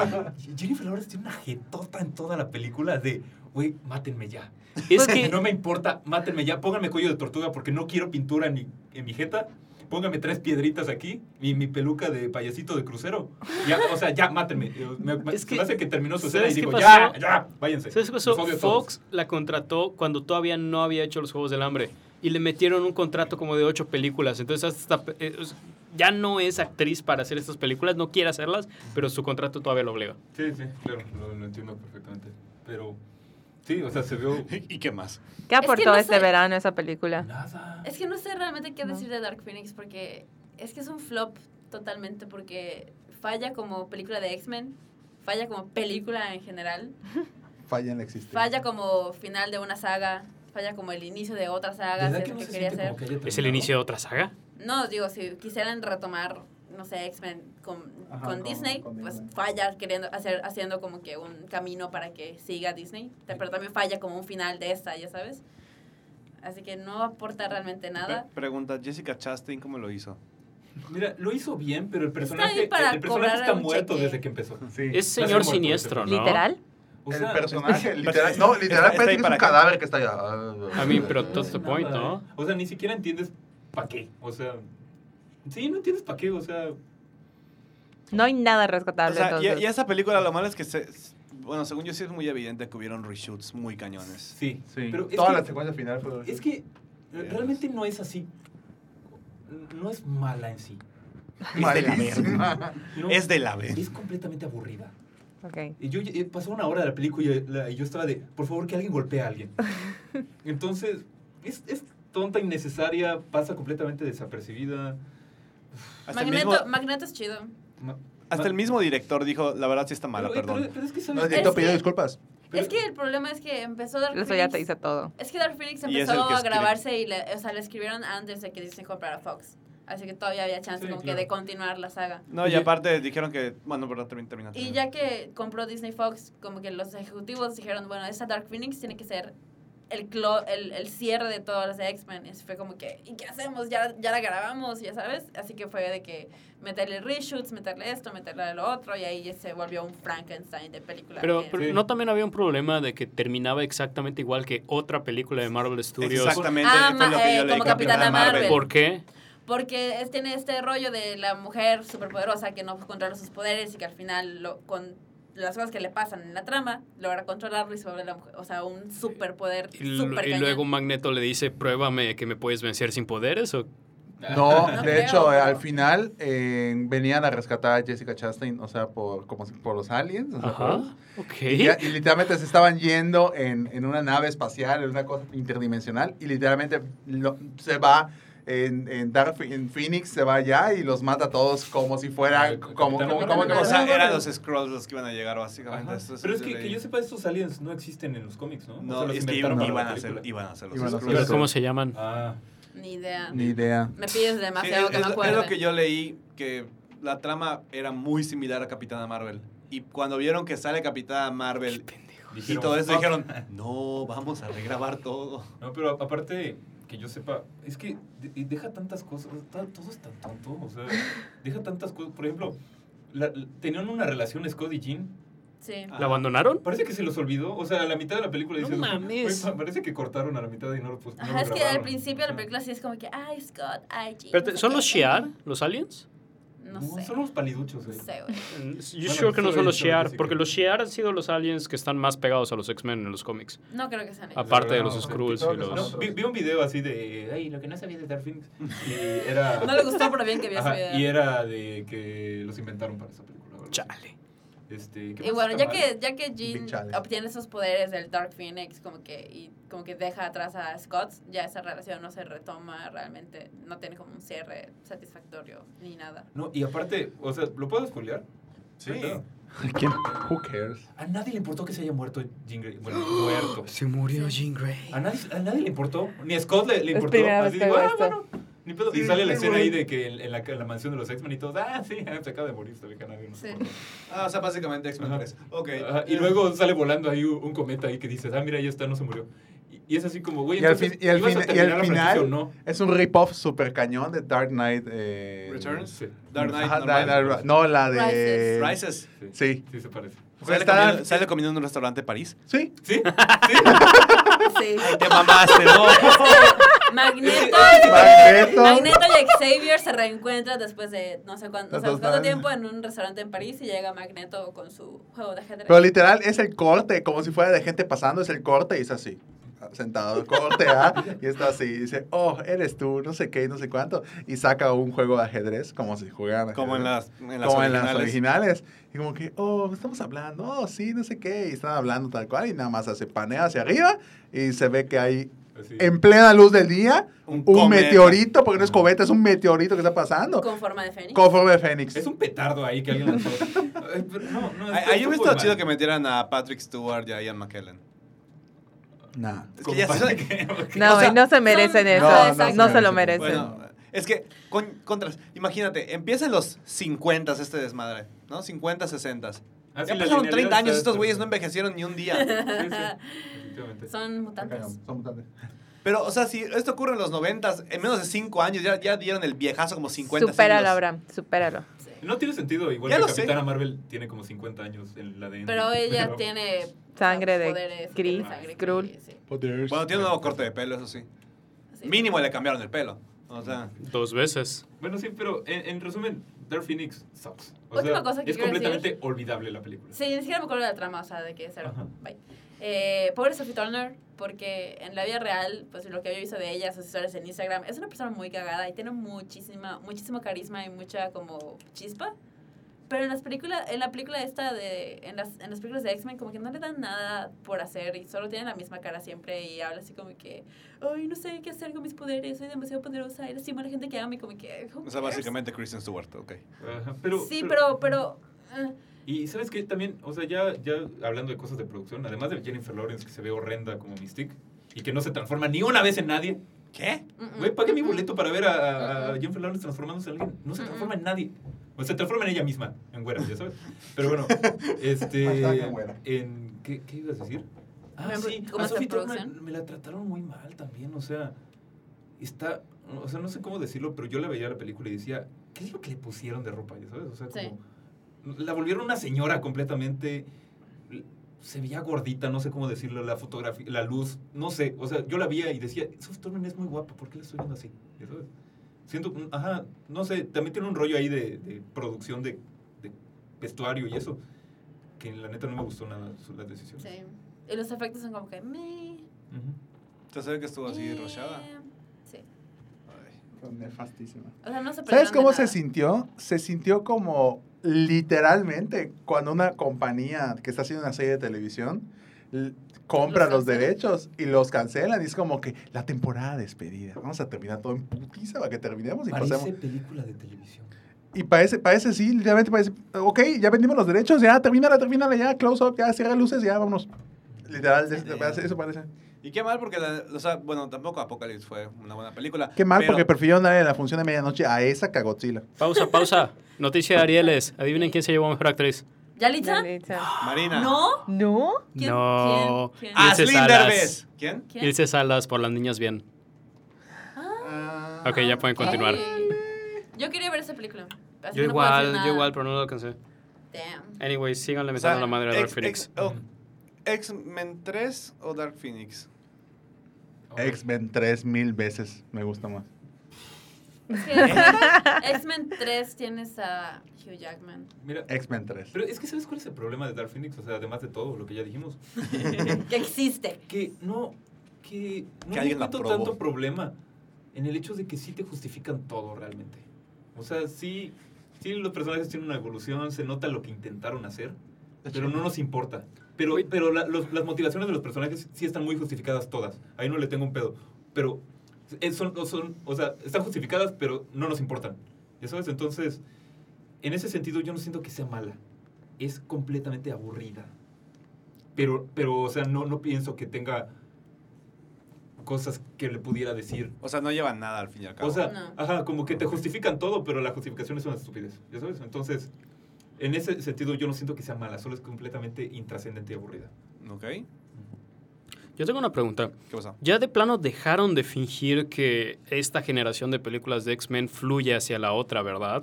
Jennifer Lawrence tiene una jetota en toda la película de, güey, mátenme ya. Es que... No me importa, mátenme ya, pónganme cuello de tortuga porque no quiero pintura en mi, en mi jeta. Pónganme tres piedritas aquí y mi peluca de payasito de crucero. Ya, o sea, ya, mátenme. Eh, Me, me- Es se que- me hace que terminó su escena y ¿sabes qué digo, pasó? ya, ya, váyanse. ¿Sabes qué pasó? Los odio a todos. Fox la contrató cuando todavía no había hecho los Juegos del Hambre y le metieron un contrato como de ocho películas. Entonces hasta, eh, o sea, ya no es actriz para hacer estas películas, no quiere hacerlas, pero su contrato todavía lo obliga. Sí, sí, claro, lo, lo entiendo perfectamente. Pero, sí, o sea, se vio ¿Y qué más? ¿Qué Es que aportó no este sé. verano esa película? nada. Es que no sé realmente qué No. decir de Dark Phoenix porque es que es un flop totalmente porque falla como película de X-Men, falla como película en general, Falla en la existencia. falla como final de una saga, falla como el inicio de otra saga, si es lo que quería hacer. ¿Es el inicio de otra saga? No, digo, si quisieran retomar, no sé, X-Men con, Ajá, con con- Disney, con pues Disney. falla queriendo hacer, haciendo como que un camino para que siga Disney, te- pero también falla como un final de esta, ya sabes. Así que no aporta realmente nada. Pre- pregunta, Jessica Chastain, ¿cómo lo hizo? Mira, lo hizo bien, pero el ahí personaje, para el personaje cobrarle está un muerto cheque. desde que empezó. Sí. Es Está señor muerto, siniestro, ¿no? ¿Literal? O sea, el personaje, literal, personaje- no, está- está literal, parece ahí que es para un acá. cadáver que está allá. A mí, pero No That's the hace point, nada, ¿no? ¿eh? O sea, ni siquiera entiendes para qué. O sea, sí, no entiendes para qué. O sea, No hay nada O rescatable sea, y, entonces. y esa película, lo malo es que se. Bueno, según yo sí es muy evidente que hubieron reshoots muy cañones. sí. Sí. Pero es Toda que- la secuencia final fue Es que eh, realmente no es así. No es mala en sí. malísima. No, Es de la B. es completamente aburrida. Ok. Y yo eh, pasó una hora de la película y, la- y yo estaba de, por favor, que alguien golpee a alguien. Entonces, es, es tonta, innecesaria, pasa completamente desapercibida. Hasta el, Magneto, mismo, Magneto es chido. Ma- hasta el mismo director dijo, la verdad sí está Pero, mala, eh, perdón. pero- pero es que, ¿sabes No, el qué? director Es pidió que- disculpas. Pero- es que el problema es que empezó Dark Eso Phoenix. ya te dice todo. Es que Dark Phoenix Y es el empezó que a escribe. grabarse y le, o sea, le escribieron antes de que Disney comprara Fox. Así que todavía había chance Sí, como claro. que de continuar la saga. No, y Oye. aparte dijeron que. Bueno, perdón, termina. termina, Y termina. ya que compró Disney Fox, como que los ejecutivos dijeron, bueno, esta Dark Phoenix tiene que ser el, clo- el, el cierre de todas las de X-Men. Y fue como que, ¿y qué hacemos? Ya, ya la grabamos, ya sabes. Así que fue de que meterle reshoots, meterle esto, meterle lo otro, y ahí se volvió un Frankenstein de película. Pero, que- pero Sí. ¿no también había un problema de que terminaba exactamente igual que otra película de Marvel Studios? Exactamente. Ah, fue lo que ma- yo eh, leí, como Capitana Marvel. ¿Por qué? Porque es- tiene este rollo de la mujer superpoderosa que no controla sus poderes y que al final lo- con las cosas que le pasan en la trama logra controlarlo y se vuelve la mujer, o sea, un superpoder Y, l- super y luego Magneto le dice, pruébame que me puedes vencer sin poderes. ¿o? No, No de creo, hecho, eh, pero- al final eh, venían a rescatar a Jessica Chastain, o sea, por, como si- por los aliens. O sea, por- Ajá, ok. Y, ya- y literalmente se estaban yendo en, en una nave espacial, en una cosa interdimensional, y literalmente lo- se va en, en Dark Phi- en Phoenix, se va allá y los mata a todos como si Ah, fuera, como, como, como, Capitán Marvel. O sea, Capitán eran Marvel. los Scrolls los que iban a llegar, básicamente. Ajá. Eso Pero es yo que, leí. que yo sepa, estos aliens no existen en los cómics, ¿no? O No, sea, los es que inventaron iban, para la iban a ser, película. iban a ser los Iban a ser Skrulls. los ¿Cómo se llaman? Ah, Ni idea. Ni idea. Me pides Sí, demasiado es, que me es lo- acuerde. es lo que yo leí, que la trama era muy similar a Capitana Marvel. Y cuando vieron que sale Capitana Marvel Y Dijeron, todo eso "Fuck". dijeron, no, vamos a regrabar todo. No, pero a- aparte, que yo sepa, es que de- y deja tantas cosas, ta- todo es tan tonto, o sea, deja tantas cosas. Por ejemplo, la- la- tenían una relación Scott y Jean. Sí. Ah. ¿La abandonaron? Parece que se los olvidó, o sea, a la mitad de la película No dices, mames. "Güey, pa- parece que cortaron a la mitad y no lo pues, Ah, no Ajá, lo es que al grabaron". principio de la Ajá. película sí es como que, ay, Scott, ay, Jean. Espérate, no sé ¿Son qué". los Shiar, los aliens? No, No, sé. son los paliduchos, No güey. sé, güey. Mm, You Bueno, sure que no sí, son los sí, creo que Shiar? sí, Porque creo. los Shiar han sido los aliens que están más pegados a los X-Men en los cómics. No creo que sean ellos. Aparte de los No, Skrulls creo y que son los... No, vi, vi un video así de, ay, lo que no sabía de Dark Phoenix. Y era... No le gustó, pero bien que vio ese Ajá, y video. era de que los inventaron para esa película. o algo así. Chale. Este, ¿qué Y más bueno, está ya que, mal? ya que Jean Bichales. obtiene esos poderes del Dark Phoenix como que, y como que deja atrás a Scott, ya esa relación no se retoma realmente, no tiene como un cierre satisfactorio ni nada. No, y aparte, o sea, ¿lo puedo spoilear? Sí. ¿Verdad? ¿Quién? Who cares? A nadie le importó que se haya muerto Jean Grey. Bueno, muerto. Se murió Jean Grey. A nadie, a nadie le importó. Ni a Scott le, le Es importó. primera Así vez que digo, veo ah, esto. bueno. Ni pedo. Sí, y sale la sí, escena güey. ahí de que en, en la, en la mansión de los X-Men y todos, ah, sí, se acaba de morir esta vieja, nadie nos Sí. importó. Ah, o sea, básicamente X-Men Ajá. 3. Ok. Ajá, y luego sale volando ahí un, un cometa ahí que dices, ah, mira, ya está, no se murió. Y, y es así como, güey, Y al entonces, fin- y al ¿ibas a fin- y terminar al la franquicia final- o no? Es un rip-off super cañón de Dark Knight. eh, Returns. Sí. Dark Knight. Ajá, normal. Dark Knight Ri- no, eh, la de. Rises. Rises. Sí. Sí. Sí, se parece. O sea, Sale está- comiendo, sale comiendo en un restaurante de París. Sí. ¿Sí? Sí. Te mamaste, ¿no? Magneto, Magneto. Magneto y Xavier se reencuentran después de no sé cuánto, no sabemos cuánto Total. tiempo en un restaurante en París y llega Magneto con su juego de ajedrez. Pero literal es el corte, como si fuera de gente pasando, es el corte y es así. Sentado, corte, ¿ah? Y está así, y dice, oh, eres tú, no sé qué, no sé cuánto. Y saca un juego de ajedrez, como si jugaran. Como en ajedrez. las, en las como en originales. las originales. Y como que, oh, estamos hablando, oh, sí, no sé qué. Y están hablando tal cual, y nada más se panea hacia arriba, y se ve que hay, Así. en plena luz del día, Un un cometa. meteorito, porque no es cometa, es un meteorito que está pasando. Con forma de Fénix. Conforme Fénix. Es un petardo ahí que alguien lanzó. Ay, pero no, no, Ay, ay, esto- yo esto hubiera fue estado chido mal. que metieran a Patrick Stewart y a Ian McKellen. Nah. Es que Como ya se- para que- No, O sea, y no se merecen no, eso. no, No, exacto. se lo merecen. Bueno, es que, con, contras, imagínate, empieza en los 50 este desmadre, ¿no? 50, 60. Ah, sí, ya la pasaron linealidad 30 años, está- estos güeyes no envejecieron ni un día. Sí, sí, definitivamente. Son mutantes. Pero, o sea, si esto ocurre en los 90, en menos de 5 años ya, ya dieron el viejazo como 50 Supéralo, siglos. Abraham, supéralo. No tiene sentido, igual Ya que lo sé. Capitana Marvel tiene como 50 años en la de Pero ella tiene Sangre de poderes, Kree, tiene sangre Skrull. Kree, sí, Bueno, tiene un nuevo corte de pelo, eso sí. sí. Mínimo le cambiaron el pelo. O sea, Dos veces. Bueno, sí, pero en, en resumen, Dark Phoenix sucks. O Última sea, cosa que es quiero completamente olvidable la película. Sí, ni siquiera me acuerdo de la trama, o sea, de que cero. Ajá. Bye. Eh, pobre Sophie Turner, porque en la vida real, pues lo que yo he visto de ella, sus historias en Instagram, es una persona muy cagada y tiene muchísima, muchísimo carisma y mucha como chispa. Pero en las películas, en la película esta de, en las, en las películas de X-Men, como que no le dan nada por hacer y solo tiene la misma cara siempre y habla así como que, ay, no sé qué hacer con mis poderes, soy demasiado poderosa, eres igual a la gente que ama y como que, who o sea cares? básicamente Kristen Stewart, ok. Ajá, pero, sí, pero, pero, eh, Y sabes que también, o sea, ya, ya hablando de cosas de producción, además de Jennifer Lawrence que se ve horrenda como Mystique y que no se transforma ni una vez en nadie. ¿Qué? mm, mm. Güey, pagué mi boleto para ver a, a- a Jennifer Lawrence transformándose en alguien. No se transforma en nadie. O se transforma en ella misma, en güera, ya sabes. Pero bueno, este. Hashtag en güera. en- ¿qué, qué ibas a decir? Ah, Remember- sí, ¿cómo a está Sophie Turner producción? me la trataron muy mal también, o sea. Está. O sea, no sé cómo decirlo, pero yo la veía la película y decía, ¿qué es lo que le pusieron de ropa? Ya sabes, o sea, Sí. como. La volvieron una señora completamente. Se veía gordita, no sé cómo decirlo, la fotografía, la luz, no sé. O sea, yo la veía y decía, Sophie Turner es muy guapa, ¿por qué la estoy viendo así? Ya sabes. Siento, mm, ajá, no sé, también tiene un rollo ahí de, de producción de, de vestuario y eso, que la neta no me gustó nada su- las decisiones. Sí. Y los efectos son como que me. Ujú. ¿Usted sabe que estuvo así eh, rochada? Sí. Ay. O sea, no se ¿Sabes perdieron cómo de se nada. sintió? Se sintió como literalmente cuando una compañía que está haciendo una serie de televisión l- compra Los los, cancela. derechos y los cancelan. Y es como que la temporada de despedida. Vamos a terminar todo en putiza para que terminemos y Parece pasemos. película de televisión. Y parece, parece sí, literalmente parece, ok, ya vendimos los derechos, ya, termínala, termínala, ya, close up, ya, cierra luces, ya, vámonos. Literal, es- Sí. eso parece. Y qué mal porque, la- o sea, bueno, tampoco Apocalypse fue una buena película. Qué mal, pero- porque prefirieron darle la función de medianoche a esa cagotzila. Pausa, pausa. Noticia de Arieles. Adivinen quién se llevó a mejor actriz. ¿Yalitza? Marina. ¿No? ¿No? ¿Quién? No. ¿Quién? ¿Quién? Ah, Ashley Ilse Salas. Derbez. ¿Quién? ¿Quién? Ilse Salas por las niñas bien. Ah, Ok, ya pueden continuar. Ey. Yo quería ver esa película. así Yo que no puedo hacer igual, nada. yo igual, pero no lo alcancé. Damn. Anyway, síganle o sea, metiendo la madre a Dark ex- Phoenix. ex- Ah, oh, ¿X-Men 3 o Dark Phoenix? X-Men tres mil veces. Me gusta más. Es que X-Men 3 tienes a Hugh Jackman. Mira, X-Men 3. pero es que ¿sabes cuál es el problema de Dark Phoenix? O sea, además de todo lo que ya dijimos. Que existe. que no que no Que le alguien la encuentro probó. tanto problema en el hecho de que sí te justifican todo realmente. O sea, sí, sí los personajes tienen una evolución, se nota lo que intentaron hacer, pero no nos importa. Pero, Uy. pero la- los- las motivaciones de los personajes sí están muy justificadas todas. Ahí no le tengo un pedo. Pero eh, son, o son, o sea, están justificadas, pero no nos importan. Ya sabes, entonces, en ese sentido yo no siento que sea mala. Es completamente aburrida. Pero, pero o sea, no, no pienso que tenga cosas que le pudiera decir. O sea, no lleva nada al fin y al cabo. O sea, No. ajá, como que te justifican todo, pero la justificación es una estupidez. ¿Ya sabes? Entonces, en ese sentido yo no siento que sea mala, solo es completamente intrascendente y aburrida. ok. Yo tengo una pregunta. ¿Qué pasó? ¿Ya de plano dejaron de fingir que esta generación de películas de X-Men fluye hacia la otra, verdad?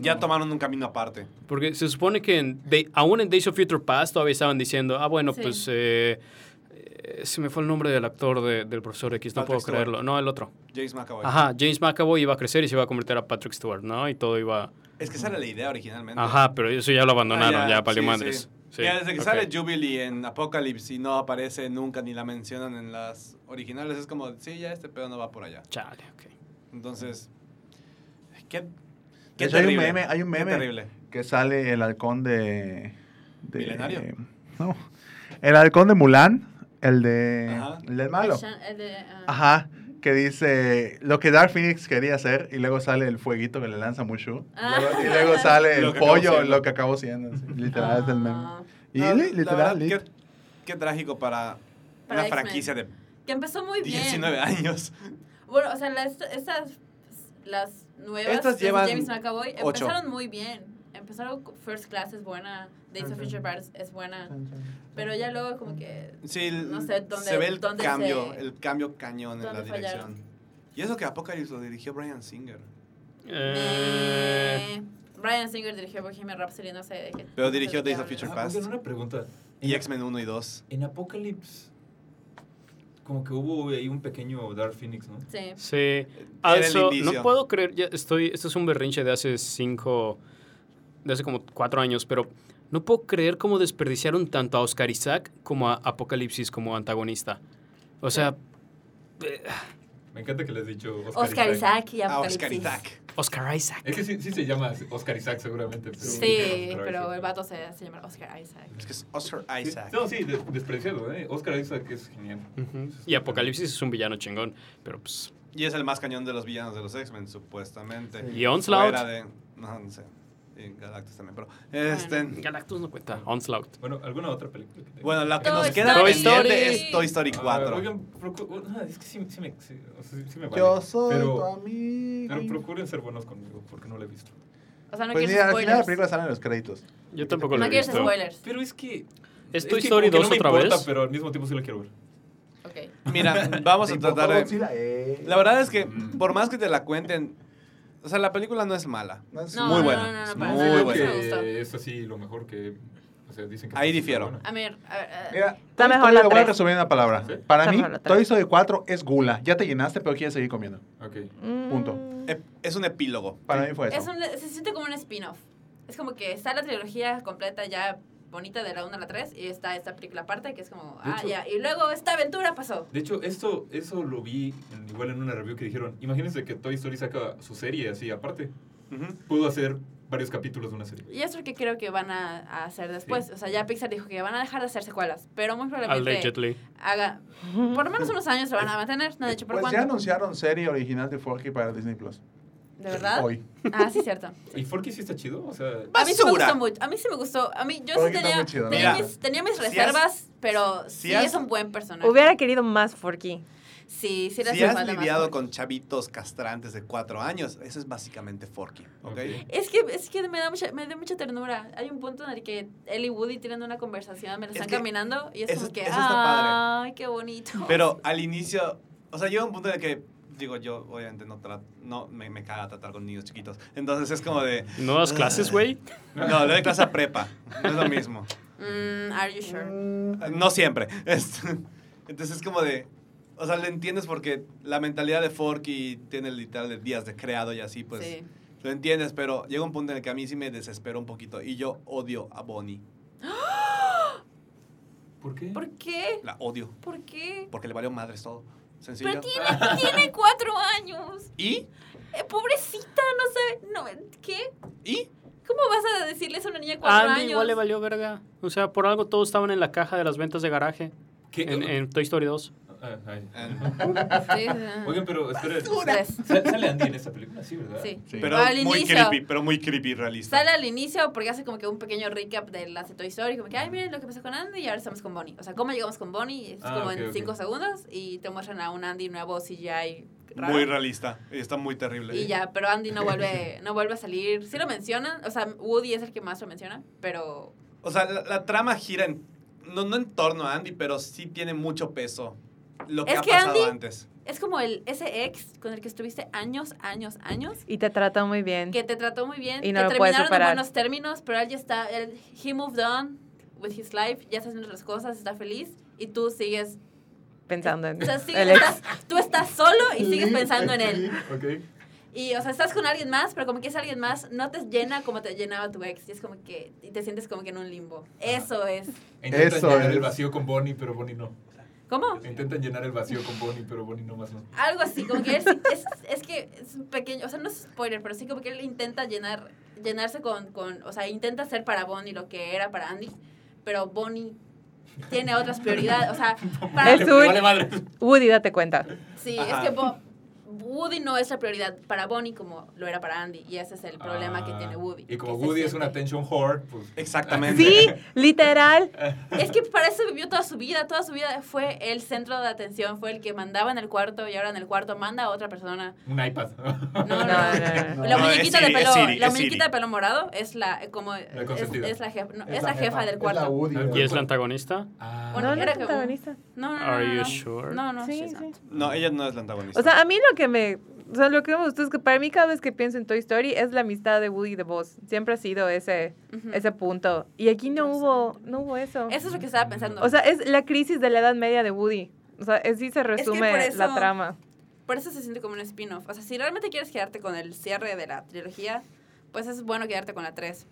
Ya tomaron un camino aparte. Porque se supone que en Day- aún en Days of Future Past todavía estaban diciendo, ah, bueno, Sí. pues eh, eh, se me fue el nombre del actor de- del profesor X, no Patrick puedo creerlo. Stewart. No, el otro. James McAvoy. Ajá, James McAvoy iba a crecer y se iba a convertir a Patrick Stewart, ¿no? Y todo iba... Es que esa era la idea originalmente. Ajá, pero eso ya lo abandonaron, Ah, ya, palió sí, madres. sí. Sí, Ya desde que ok. sale Jubilee en Apocalypse y no aparece nunca ni la mencionan en las originales, es como, sí, ya este pedo no va por allá. Chale, ok. Entonces, qué, De qué hecho, hay un terrible. meme- hay un Qué meme. terrible. Que sale el halcón de. de- ¿Milenario? No. El halcón de Mulan. El de. Ajá. El del malo. Shan- el de, ah, Ajá. Que dice lo que Dark Phoenix quería hacer. Y luego sale el fueguito que le lanza Mushu. Ah. Y luego sale Lo el que acabó pollo, siendo. lo que acabó siendo. así, Literal, es el meme. ah, Y No, li- la literal. verdad, li- qué, qué trágico para, Para una X-Men. franquicia de Que empezó muy bien. 19 años. Bueno, o sea, las, estas, las nuevas Estas las de llevan James McAvoy ocho. empezaron muy bien. Empezaron con First Class es buena, Days of Future Past es buena, pero ya luego como que Sí, el- No sé, ¿dónde- se ve el dónde cambio, se- el cambio cañón en la dónde fallaron? dirección. Y eso que Apocalypse lo dirigió Brian Singer. Eh, Eh, Brian Singer dirigió Bohemian Rhapsody, no sé de qué. Pero no sé dirigió de qué Days of hablan. Future Ah, Past. oigan, una pregunta. Y X-Men 1 y 2. En Apocalypse, como que hubo ahí un pequeño Dark Phoenix, ¿no? Sí. sí. Era el Also, inicio. Ah, no puedo creer, ya estoy, esto es un berrinche de hace cinco, de hace como cuatro años, pero no puedo creer cómo desperdiciaron tanto a Oscar Isaac como a Apocalipsis como antagonista. O sea, Me encanta que le has dicho Oscar, Oscar Isaac y Ah, Oscar Apocalipsis. Isaac. Oscar Isaac. Es que sí, sí se llama Oscar Isaac seguramente. Sí, pero- Oscar pero Isaac. el vato se, se llama Oscar Isaac. Es que es Oscar Sí, Isaac. No, sí, des- despreciado, ¿eh? Oscar Isaac es genial. Ujú. Y Apocalipsis es un villano chingón, pero pues... Y es el más cañón de los villanos de los X-Men, supuestamente. Y Onslaught. Fuera de. No, no sé. Y Galactus también, pero. Este. Galactus no cuenta. Onslaught. Bueno, ¿alguna otra película? que te- Bueno, la que Toy nos queda Story. pendiente Toy es Toy Story Ah, 4. oigan, procu- ah, es que sí, sí me, sí, o sea, sí- sí me vale. Yo soy pero, tu amigo. pero procuren ser buenos conmigo, porque no la he visto. O sea, no Pues quieres mira, al final la spoilers. película salen los créditos. Yo tampoco lo No he quieres visto. spoilers. Pero es que... ¿Es es Toy que Story como que no 2 me otra importa, vez? pero al mismo tiempo sí la quiero ver. Ok. Mira, vamos a tratar de. eh. La verdad es que, por más que te la cuenten. O sea, la película no es mala. No, muy no, buena. no, no, no, es para muy nada. buena. Sí. me gustó. Que Eh, es así lo mejor que... O sea, dicen que... Ahí está difiero. buena. A ver, a ver. a- Mira, Está Toy mejor Story la lo voy a tres. resumir en una palabra. Sí. Para Está mí, mejor la tres. Toy Story 4 es gula. Ya te llenaste, pero quieres seguir comiendo. Ok. Punto. Mm. Eh, Es un epílogo. Para mí fue eso. Es un, se siente como un spin-off. Es como que está la trilogía completa ya bonita de la 1 a la 3 y está esta película aparte que es como, De ah, hecho- ya. Y luego esta aventura pasó. De hecho, esto, eso lo vi en- igual en una review que dijeron, imagínense que Toy Story saca su serie así aparte. Ujú. Pudo hacer varios capítulos de una serie. Y es lo que creo que van a, a hacer después. O sea, ya Pixar dijo que van a dejar de hacer secuelas, pero muy probablemente Allegedly. haga, por lo menos unos años se van a mantener. No han dicho por Pues ya cuánto. anunciaron serie original de Forky para Disney Plus. ¿De verdad? Hoy. Ah, sí, cierto. ¿Y Forky sí está chido? O sea... A mí sí me Basura. gustó mucho. A mí sí me gustó. A mí, yo Porque sí está tenía, muy chido, ¿no? tenía, Mira, mis, tenía mis si has- reservas, pero sí has- es un buen personaje. Hubiera querido más Forky. Sí, sí, le Si hace has falta más lidiado fuerza. con chavitos castrantes de cuatro años, eso es básicamente Forky, ¿ok? Ok. Es que, es que me, da mucha, me da mucha ternura. Hay un punto en el que él y Woody tienen una conversación, me la Es están que caminando y es eso- como que, eso está padre. ay, qué bonito. Pero al inicio, o sea, llega un punto en el que, digo, yo obviamente no trato, no, me, me caga tratar con niños chiquitos. Entonces es como de, ¿No das clases, güey? no, le doy clase a prepa, no es lo mismo. Mm, are you sure? No siempre. Es- Entonces es como de. O sea, le entiendes porque la mentalidad de Forky tiene literal de días de creado y así, pues. sí. Lo entiendes, pero llega un punto en el que a mí sí me desespero un poquito. Y yo odio a Bonnie. ¿Por qué? ¿Por qué? La odio. ¿Por qué? Porque le valió madres todo. Sencillo. Pero tiene, tiene cuatro años. ¿Y? Eh, pobrecita, no sabe. No, ¿Qué? ¿Y? ¿Cómo vas a decirles a una niña de A cuatro Andy años? igual le valió verga. O sea, por algo todos estaban en la caja de las ventas de garaje ¿Qué? en, en Toy Story 2. Ah, ay. Sí, sí. Oigan, pero esperen. Tres. Sa- Sale Andy en esa película, sí, ¿verdad? Sí. Sí. Pero Al muy inicio. creepy, pero muy creepy realista. Sale al inicio porque hace como que un pequeño recap de la de Toy Story, como que, ay, miren lo que pasó con Andy y ahora estamos con Bonnie. O sea, cómo llegamos con Bonnie, es Ah, como ok, en ok. cinco segundos y te muestran a un Andy nuevo CGI raro. Muy realista. Y está muy terrible. y ya, pero Andy no vuelve, no vuelve a salir. Sí lo mencionan, o sea, Woody es el que más lo menciona, pero O sea, la, la trama gira en. No, no en torno a Andy, pero sí tiene mucho peso. Lo que Es ha que pasado Andy- antes. es como el ese ex con el que estuviste años, años, años, Y te tratan muy bien. que te trató muy bien, Y no que lo puedes terminaron en superar. buenos términos, pero él ya está, él, he moved on with his life, ya está haciendo otras cosas, está feliz y tú sigues Pensando en O sea, sí, el ex. estás- tú estás solo y sigues pensando en él. Ok. Y, o sea, estás con alguien más, pero como que es alguien más, no te llena como te llenaba tu ex. Y es como que, y te sientes como que en un limbo. Eso es. Intentan Eso llenar es. el vacío con Bonnie, pero Bonnie no. ¿Cómo? Intentan llenar el vacío con Bonnie, pero Bonnie no más no. Algo así, como que él sí- es, es que es un pequeño, o sea, no es spoiler, pero sí como que él intenta llenar, llenarse con, con, o sea, intenta ser para Bonnie lo que era para Andy, pero Bonnie tiene otras prioridades, o sea, para Es Le vale un- madre. Woody, date cuenta. Sí, Ajá. es que Bo- Woody no es la prioridad para Bonnie como lo era para Andy. Y ese es el problema que Ah, tiene Woody. Y como que se Woody es un siente- attention whore, pues. Exactamente. Sí, literal. Es que para eso vivió toda su vida. Toda su vida fue el centro de atención. Fue el que mandaba en el cuarto y ahora en el cuarto manda a otra persona. Un iPad. No, no, no. No, no, no. La No, es muñequita Siri, de es pelo, Siri, la es Siri. muñequita de pelo morado es la como es, consentida. es la jefa, no, es, la jefa del Es la cuarto. Woody. ¿Y ¿Y es cuál? la antagonista? Ah, Bueno, No, no era es que- protagonista. No, no, no. Are no, you no. sure? No, no, Sí, she's sí. not. No, ella no es la antagonista. O sea, a mí lo que me. O sea, lo que me gustó es que para mí cada vez que pienso en Toy Story es la amistad de Woody y de Buzz. Siempre ha sido ese, Ujú. ese punto. Y aquí no hubo, no hubo eso. Mm. Eso es lo que estaba pensando. O sea, es la crisis de la Edad Media de Woody. O sea, es- sí se resume por eso- la trama. Por eso se siente como un spin-off. O sea, si realmente quieres quedarte con el cierre de la trilogía, pues es bueno quedarte con la 3.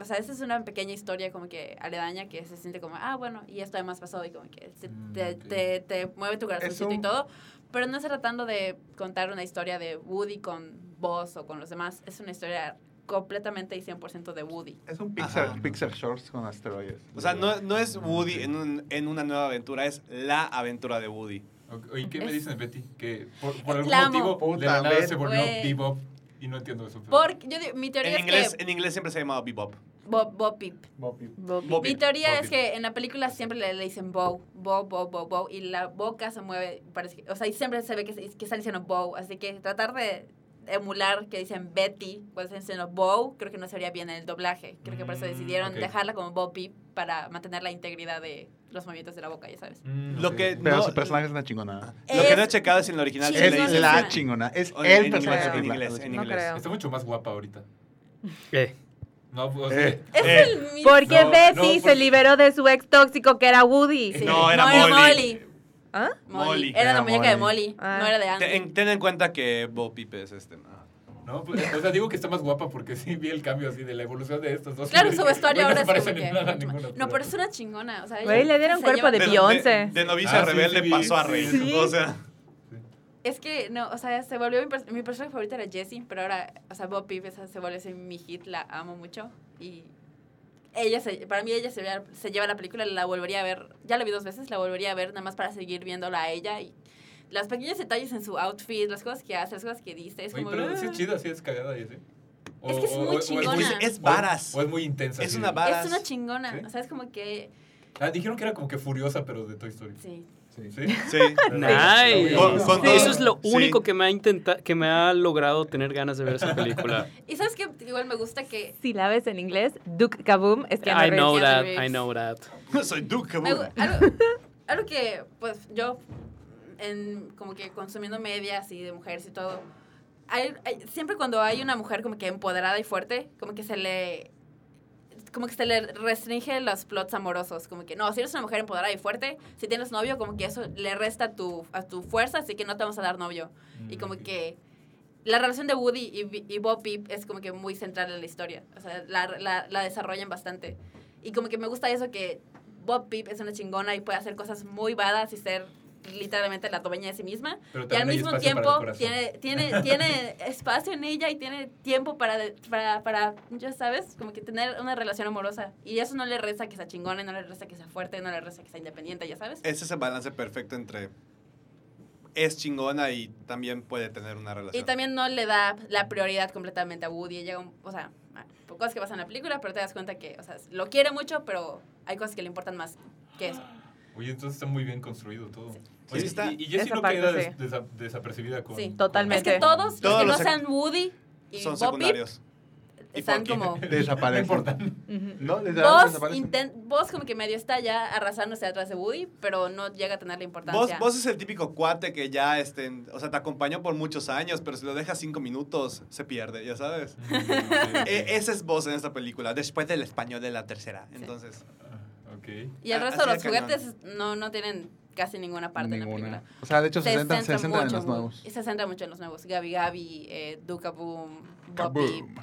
O sea, esa es una pequeña historia como que aledaña que se siente como, ah, bueno, y esto además pasó y como que se- Mm, te, ok. te- te mueve tu corazoncito y un- todo. Pero no está tratando de contar una historia de Woody con vos o con los demás. Es una historia completamente y 100% de Woody. Es un Pixar, Ajá. Pixar Shorts con asteroides. O sea, no, no es Woody en, un- en una nueva aventura, es la aventura de Woody. ok. ¿Y qué me Es- dicen de Betty? Que por, por algún La amo. motivo de la Puta, nada Betty. se volvió Güey. bebop y no entiendo eso. pero- Porque yo, di- mi teoría En es inglés, eh, que en inglés siempre se ha llamado Bebop. Bob, Bob Pip. Bob Mi Pip, teoría Bob es Pip. que en la película siempre le, le dicen bow, bow, bow, bow, bow, y la boca se mueve, parece que- o sea, y siempre se ve que, se- que están diciendo bow, así que tratar de emular que dicen Betty cuando están diciendo bow, creo que no sería bien en el doblaje. Creo que por eso Mm, decidieron ok. dejarla como Bob Pip para mantener la integridad de los movimientos de la boca, ya sabes. Mm, Lo ok. que- Pero No, su personaje es una chingona. Lo que no he Es- checado es en el original. Sí, si Es le no, dicen- no, la no. chingona. Es O el en personaje. inglés, en de la- inglés, en No inglés. creo. Está mucho más guapa ahorita. Eh, No, pues, o sea, Eh. Es Eh, el mismo. Porque No, Betty no, se porque- liberó de su ex tóxico que era Woody. Sí. No, era Molly. ¿Ah? Molly. Molly. Era la Era muñeca de Molly. Molly, Ah. no era de Andy. Ten, ten en cuenta que Bob Pip es este. ¿no? No, pues, o sea, digo que está más guapa porque sí vi el cambio así de la evolución de estos dos. Claro, su vestuario No ahora se es parecen como en que... nada a mucho más- ninguno, No, pero es una chingona. O sea, Güey, ella le dieron se cuerpo lleva- de no- Beyoncé. de novicia Ah, sí, rebelde sí, vi. pasó a rey. Sí. O sea, Es que, no, o sea, se volvió mi, pers- mi personaje favorita era Jessie, pero ahora, o sea, Bob Pip esa se volvió así mi hit, la amo mucho. Y ella, se, para mí ella se, vea- se lleva la película, la volvería a ver, ya la vi dos veces, la volvería a ver nada más para seguir viéndola a ella y los pequeños detalles en su outfit, las cosas que hace, las cosas que dice, es Oye, como... pero "Ah". sí es chida, sí es cagada. y así. O- Es que es o- muy o- o chingona. Es varas. O es muy intensa. es así una de- varas. Es una chingona, ¿Sí? o sea, es como que... Ah, dijeron que era como que furiosa, pero de Toy Story. Sí. Sí. ¿Sí? Sí. Nice. Con- con Eso todo- es lo sí. único que me ha intentado, que me ha logrado tener ganas de ver esa película. Y sabes que igual me gusta que. Si la ves en inglés, Duke Kaboom es que I know Keanu that, Reeves. I know that. Soy Duke me gu- Kaboom. algo, algo que, pues, yo, en, como que consumiendo medias y de mujeres y todo, hay- hay- siempre cuando hay una mujer como que empoderada y fuerte, como que se le. Como que se le restringe los plots amorosos. Como que, no, si eres una mujer empoderada y fuerte, si tienes novio, como que eso le resta a tu, a tu fuerza, así que no te vamos a dar novio. Y Mm, como que la relación de Woody y, Bi- y Bo Peep es como que muy central en la historia. O sea, la, la- la desarrollan bastante. Y como que me gusta eso que Bob Peep es una chingona y puede hacer cosas muy badas y ser literalmente la dueña de sí misma. Y Pero al también hay mismo espacio para el tiempo corazón. tiene, tiene, tiene espacio en ella y tiene tiempo para, de- para, para, ya sabes, como que tener una relación amorosa. Y eso no le resta que sea chingona, y no le resta que sea fuerte, no le resta que sea independiente, ya sabes. Ese es el balance perfecto entre es chingona y también puede tener una relación. Y también no le da la prioridad completamente a Woody. Llega un- o sea, hay cosas que pasan en la película, pero te das cuenta que, o sea, lo quiere mucho, pero hay cosas que le importan más que eso. Oye, entonces está muy bien construido todo. Oye, Sí, está- Y, y Jessie Esa no parte queda sí. des- desa- desapercibida con... Sí, con- totalmente. Es que todos, Todos los los que sec- no sean Woody y Son Bo Peep secundarios. ¿Y están por qué? como... Desaparecen. No importa. Ujú. No, literalmente Vos, desaparecen. inten- vos como que medio está ya arrasándose atrás de Woody, pero no llega a tener la Vos, importancia. vos es el típico cuate que ya, este, o sea, te acompañó por muchos años, pero si lo dejas cinco minutos, se pierde, ya sabes. Mm, E- ese es vos en esta película, después del español de la tercera. Entonces, Ok. y el Ah, resto de los así de cañón. juguetes no, no tienen casi ninguna parte en la Ninguna. película. O sea, de hecho, se centran, se centran en mucho los nuevos. Se centra mucho en los nuevos. Gabi Gabi, eh, Duca Boom, Bo Peep, Kaboom.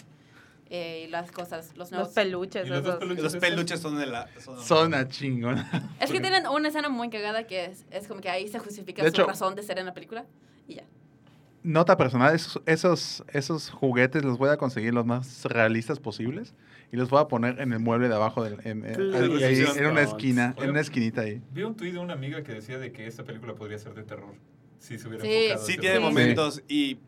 eh, y las cosas, los Los nuevos. peluches, Y los dos esos. peluches los estos. peluches son de la. Son, Son a chingona. es que tienen una escena muy cagada que es, es como que ahí se justifica De su hecho- razón de ser en la película y ya. Nota personal, esos, esos, esos juguetes los voy a conseguir los más realistas posibles y los voy a poner en el mueble de abajo, del- en, en- ahí- ahí, en una esquina, en una esquinita ahí. Vi un tuit de una amiga que decía de que esta película podría ser de terror. Si se hubiera Sí. enfocado Sí, hacia- tiene Sí. momentos y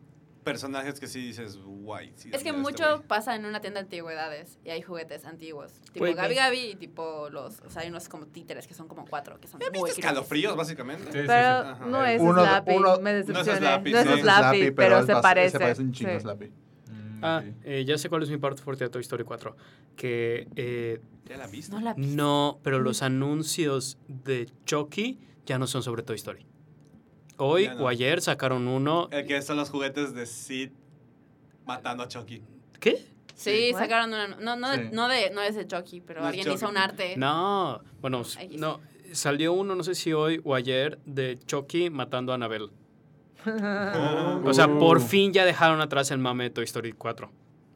personajes que sí dices, guay. sí, Es que mira, este mucho güey". pasa en una tienda de antigüedades y hay juguetes antiguos. Tipo Pues- Gabi Gabi y tipo los. O sea, hay unos como títeres que son como cuatro. Que son ¿Ya muy viste escalofríos, básicamente? Sí, sí, sí. Pero Ajá. no es Uno de- Slappy, uno- me no es decepcioné. Slappy, No es sí. Slappy, Es pero es se bas- parece. Se parece un chingo Sí. a Slappy. Mm, Ah, ok. eh, ya sé cuál es mi parte fuerte de Toy Story 4. Que eh, ¿Ya la viste? No la vi. no, pero los anuncios de Chucky ya no son sobre Toy Story. Hoy Ya no. Eh. o ayer sacaron uno. El que son los juguetes de Sid matando a Chucky. ¿Qué? Sí, ¿What? sacaron una. No, no, Sí. no, de, no es de Chucky, pero No es alguien Chucky. hizo un arte. No, bueno, s- Ahí sí. no. Salió uno, no Eh. sé si hoy o ayer, de Chucky matando a Annabelle. O sea, por Uh. fin ya dejaron atrás el mame de Toy Story 4.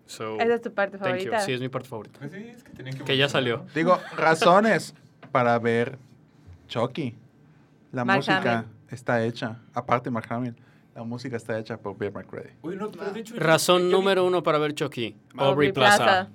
So, Esa es tu parte thank you. favorita. Sí, es mi parte favorita. Pues sí, es que tenían que... Que ya evolucionar, salió. ¿no? Digo, razones para ver Chucky. La Mark música Hamill. está hecha, aparte Mark Hamill, la música está hecha por Bill McCready. Oye, no, pero de hecho... Razón ya vi- número uno para ver Chucky. Aubrey Aubrey Plaza.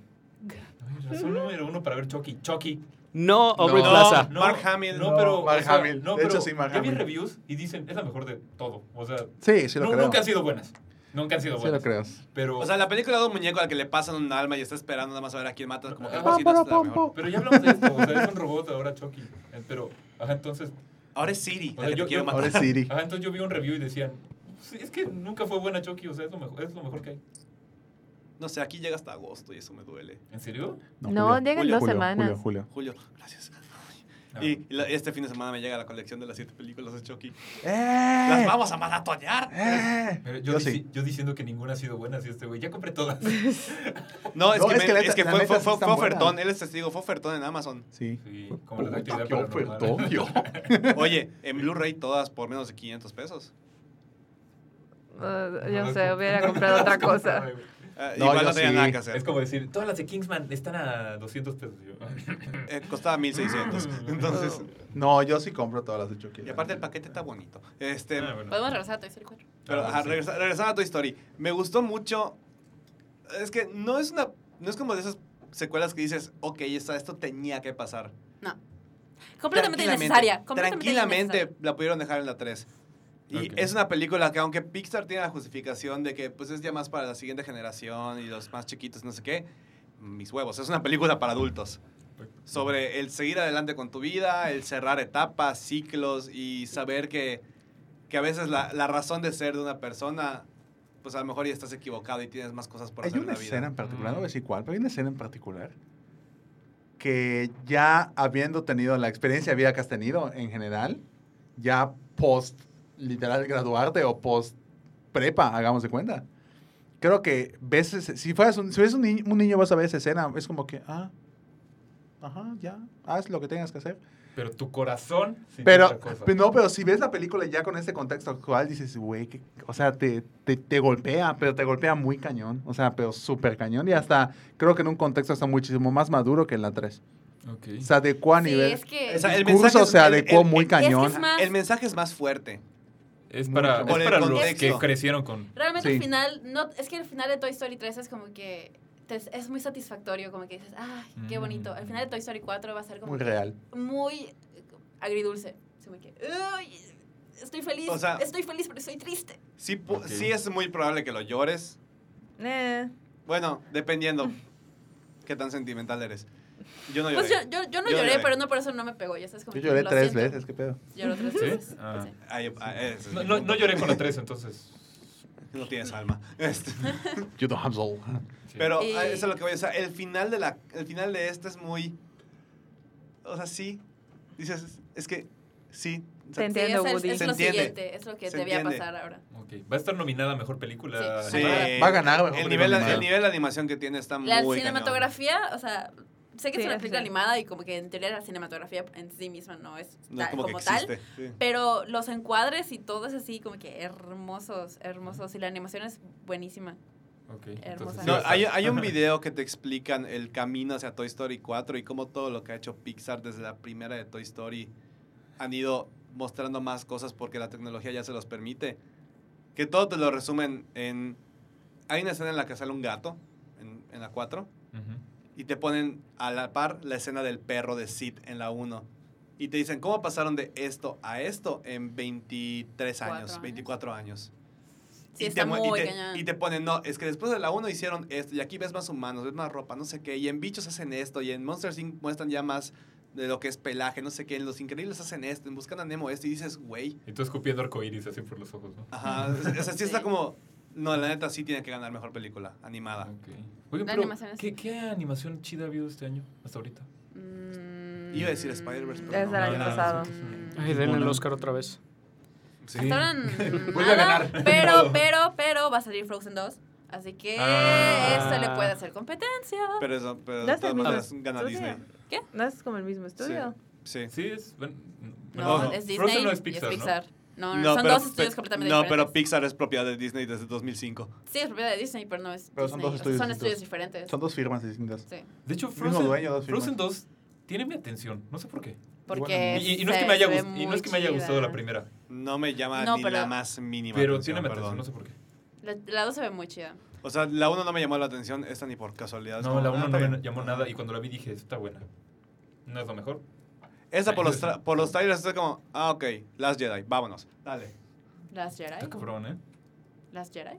Ay, Razón número uno para ver Chucky. Chucky. No, Aubrey No. Plaza. Mark Hamill. No, pero... Mark o sea, Hamill. No, De hecho, pero sí, Mark ya vi Hamill. reviews y dicen, es la mejor de todo. O sea, Sí, sí lo nu- creo. nunca han sido buenas. Nunca han sido sí lo buenas. creo. Pero... O sea, la película de un muñeco al que le pasan un alma y está esperando nada más a ver a quién mata, como que algo Ah, Pa, así no pa, es la pa, mejor. Pero ya hablamos de esto, o sea, es un robot ahora Chucky. Eh, Pero, ajá, entonces, Ahora es Siri, O la sea, que te yo- quiero yo- Ahora matar. es Siri. ajá, entonces yo vi un review y decían, "Sí, es que nunca fue buena Chucky, o sea, es lo mejor, es lo mejor que hay. No sé, aquí llega hasta agosto y eso me duele. ¿En serio? No, llegan Julio, dos Julio, semanas. Julio, Julio. Julio, gracias. Ah. No. Y la- este fin de semana me llega la colección de las siete películas de Chucky. ¡Eh! ¡Las vamos a malatonear! ¡Eh! Pero Yo, yo, dici- sí. yo diciendo que ninguna ha sido buena, así este güey, ya compré todas. No, es No, que, es me- que la es que fue, neta- la neta fue, sí fue, está fue buena. ofertón, él es testigo, fue ofertón en Amazon. Sí. Sí, como la Puta, actividad qué paranormal. ofertorio. Oye, en Blu-ray todas por menos de 500 pesos. Uh, yo no sé, hubiera comprado otra cosa. Eh, No, igual yo no tenía sí. nada que hacer. Es como decir, todas las de Kingsman están a 200 pesos. Yo. Ah, Eh, costaba 1600. Entonces, No, yo sí compro todas las de Chucky. y aparte el paquete está bonito. Este, Ah, bueno. Podemos regresar a Toy Story 4. Pero Ah, ajá, sí. regresa- regresando a Toy Story, me gustó mucho. Es que no es una. No es como de esas secuelas que dices, ok, esta- esto tenía que pasar. No. Completamente Tranquilamente- innecesaria. completamente tranquilamente innecesaria. la pudieron dejar en la 3. Y Ok. es una película que, aunque Pixar tiene la justificación de que pues, es ya más para la siguiente generación y los más chiquitos, no sé qué, mis huevos. Es una película para adultos. sobre el seguir adelante con tu vida, el cerrar etapas, ciclos y saber que, que a veces la, la razón de ser de una persona, pues a lo mejor ya estás equivocado y tienes más cosas por Hay hacer una en la vida. Mm. escena en particular, no voy a decir cuál, pero hay una escena en particular que ya habiendo tenido la experiencia de vida que has tenido en general, ya post literal graduarte o post prepa, hagamos de cuenta. Creo que ves, ese- si fueras un, si eres un, ni- un niño vas a ver esa escena, es como que, ah, ajá, ya, haz lo que tengas que hacer. Pero tu corazón. sí Pero, otra cosa. pero no, pero si ves la película ya con este contexto actual, dices, güey, que- o sea, te, te, te golpea, pero te golpea muy cañón. O sea, pero súper cañón. Y hasta, creo que en un contexto está muchísimo más maduro que en la 3. Ok. Se adecuó a Sí, nivel. es que- O sea, el el curso mensaje es- se el- adecuó el- muy es que cañón. es más- El mensaje es más fuerte. Es para, Mucho. es Por para el los que contexto. crecieron con. Realmente Sí. al final, no, es que el final de Toy Story 3 es como que te- es muy satisfactorio, como que dices, ay, qué Mm. bonito. Al final de Toy Story 4 va a ser como Muy que real. muy eh, agridulce. Es como que, "Ay, estoy feliz, O sea- estoy feliz, pero estoy triste. Sí, pu- Ok. sí es muy probable que lo llores. Eh, Bueno, dependiendo qué tan sentimental eres. Yo no lloré. Pues yo, yo, yo no Yo lloré, lloré. pero no por eso no me pegó. Ya sabes, como Yo que, lloré "Lo tres siento". veces, qué pedo. Lloró tres ¿Sí? veces. Ah. Sí. Ay, ah, ese es No, mi no, punto. no lloré con la 3, entonces. No tienes alma. Este, You don't have soul. sí. Pero Y- ah, eso es lo que voy a decir. El final de la, el final de este es muy, o sea, sí. Dices, es que sí. o sea, Sí, Te es, Entiendo, el- Woody. es Se lo entiende. siguiente, es lo que Se debía entiende. pasar ahora. Ok. Va a estar nominada a mejor película. Sí. sí, Va a ganar mejor Eh, el película nivel, animada. el nivel de animación que tiene está La muy cinematografía, o sea, sé que Sí, es una es película real. animada y como que en teoría la cinematografía en sí misma no es cañón. No tal- es como, como, que tal, existe. sí. pero los encuadres y todo es así como que hermosos, hermosos y la animación es buenísima. Ok, Hermosa. entonces sí No, va a estar. hay, hay un video que te explican el camino hacia Toy Story 4 y cómo todo lo que ha hecho Pixar desde la primera de Toy Story han ido mostrando más cosas porque la tecnología ya se los permite. Que todo te lo resumen en... Hay una escena en la que sale un gato, en, en la 4, Ujú. y te ponen a la par la escena del perro de Sid en la 1. Y te dicen, ¿cómo pasaron de esto a esto en 23 Cuatro años, años. 24 años? Sí, y, está te, mu- muy y, cañón. te, y te ponen, no, es que después de la 1 hicieron esto, y aquí ves más humanos, ves más ropa, no sé qué, y en bichos hacen esto, y en Monsters Inc. muestran ya más de lo que es pelaje, no sé qué, en Los Increíbles hacen esto, en Buscan a Nemo esto, y dices, güey, Y tú escupiendo arcoíris así por los ojos, ¿no? ajá, o sea, sí está Sí. como, no, la neta sí tiene que ganar mejor película, animada. Ok. Oigan, La pero, animación es- ¿qué, ¿qué animación chida ha habido este año hasta ahorita? Mm, Iba a decir Spider-Verse, pero Desde no. el año no, no, pasado. mm, Ay, denle el Oscar otra vez. Sí. Hasta ahora Vuelve a nada, ganar. Pero, pero, pero va a salir Frozen 2. Así que Ah. esto le puede hacer competencia. Pero eso, pero Ya de está todas el mismo pues, maneras gana estudio. Disney. No es como el mismo estudio. Sí. Sí, es. Bueno, No, Bueno, es Disney Frozen no es y Pixar, No, no, son dos estudios pe- completamente No, diferentes. pero Pixar es propiedad de Disney desde 2005. Sí, es propiedad de Disney, pero no es Pero son Disney. O dos sea, estudios son distintos. estudios diferentes. Son dos firmas distintas. Sí. ¿no? De hecho, Mismo Frozen, dueño, dos firmas. Frozen 2 tiene mi atención. No sé por qué. Porque Y, y- y no es se- que me haya, se ve gust- y no es que me muy haya gustado chida. la primera, No me llama No, ni pero- la más mínima pero atención, tiene mi perdón. atención, no sé por qué. La, la dos se ve muy chida. O sea, la 1 no me llamó la atención, esta ni por casualidad. Es No, como, la ah, 1 está no me bien. llamó nada y cuando la vi dije, está buena. No es lo mejor. Esa por los, tra- por los trailers estoy como, ah, ok, Last Jedi, vámonos, dale. Las Jedi. Está cabrón, ¿eh? Las Jedi.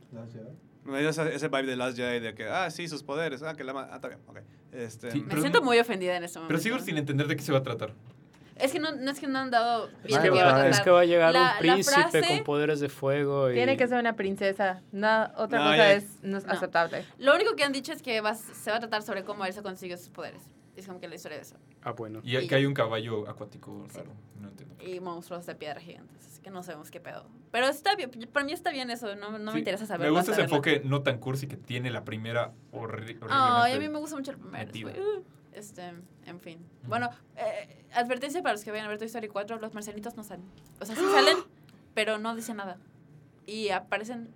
Me dio ese, ese vibe de Last Jedi de que, ah, sí, sus poderes, ah, que la ma- Ah, está bien, ok. Este, Sí, Me Pero- siento muy ofendida en este momento. Pero sigo sin entender de qué se va a tratar. Es que no, no es que no han dado Es bien que, de Ay, qué va a va, otra tratar. es que va a llegar La- la un príncipe frase- con poderes de fuego y... Tiene que ser una princesa. No, otra No, cosa ya- es no es No. aceptable. Lo único que han dicho es que va- se va a tratar sobre cómo Elsa consiguió sus poderes. Es como que la historia de eso. Ah, bueno. Y hay- que hay un caballo acuático raro. No entiendo. Y monstruos de piedra gigantes. Así que no sabemos qué pedo. Pero está bien. Para mí está bien eso. No, no Sí, me interesa saber Me gusta más ese saberlo. enfoque no tan cursi que tiene la primera horri- horriblemente. Ay, a mí me gusta mucho el primero. metido. fue, uh, Este, en fin. Bueno, eh, advertencia para los que vayan a ver Toy Story 4, los marcianitos no salen. O sea, sí salen, pero no dicen nada. Y aparecen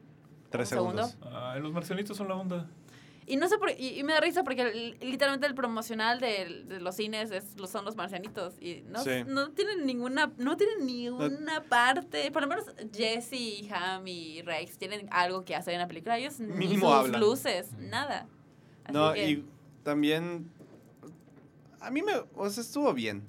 tres un segundo. segundos. Ay, Ah, los marcianitos son la onda. y no sé por y, y me da risa porque el- literalmente el promocional del- de, los cines es, los- son los marcianitos y no, Sí. no tienen ninguna no tienen ninguna parte, por lo menos Jesse, Ham y Rex tienen algo que hacer en la película, ellos ni Mínimo sus hablan. luces, nada. Así No, que- y también, a mí me, o sea, estuvo bien.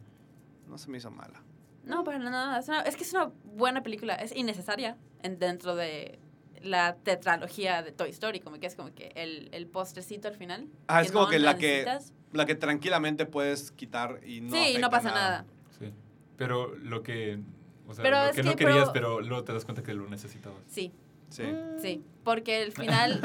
No se me hizo mala. No, para nada. Es, una- es que es una buena película. Es innecesaria en, dentro de la tetralogía de Toy Story. Como que es como que el, el postrecito al final. Ah, es como no que la la que- necesitas. la que tranquilamente puedes quitar y no sí, y no afecta pasa nada. Sí. Pero lo que. O sea, Pero lo es que, no que, querías, pero- pero luego te das cuenta que lo necesitabas. Sí, Sí. sí. Porque al final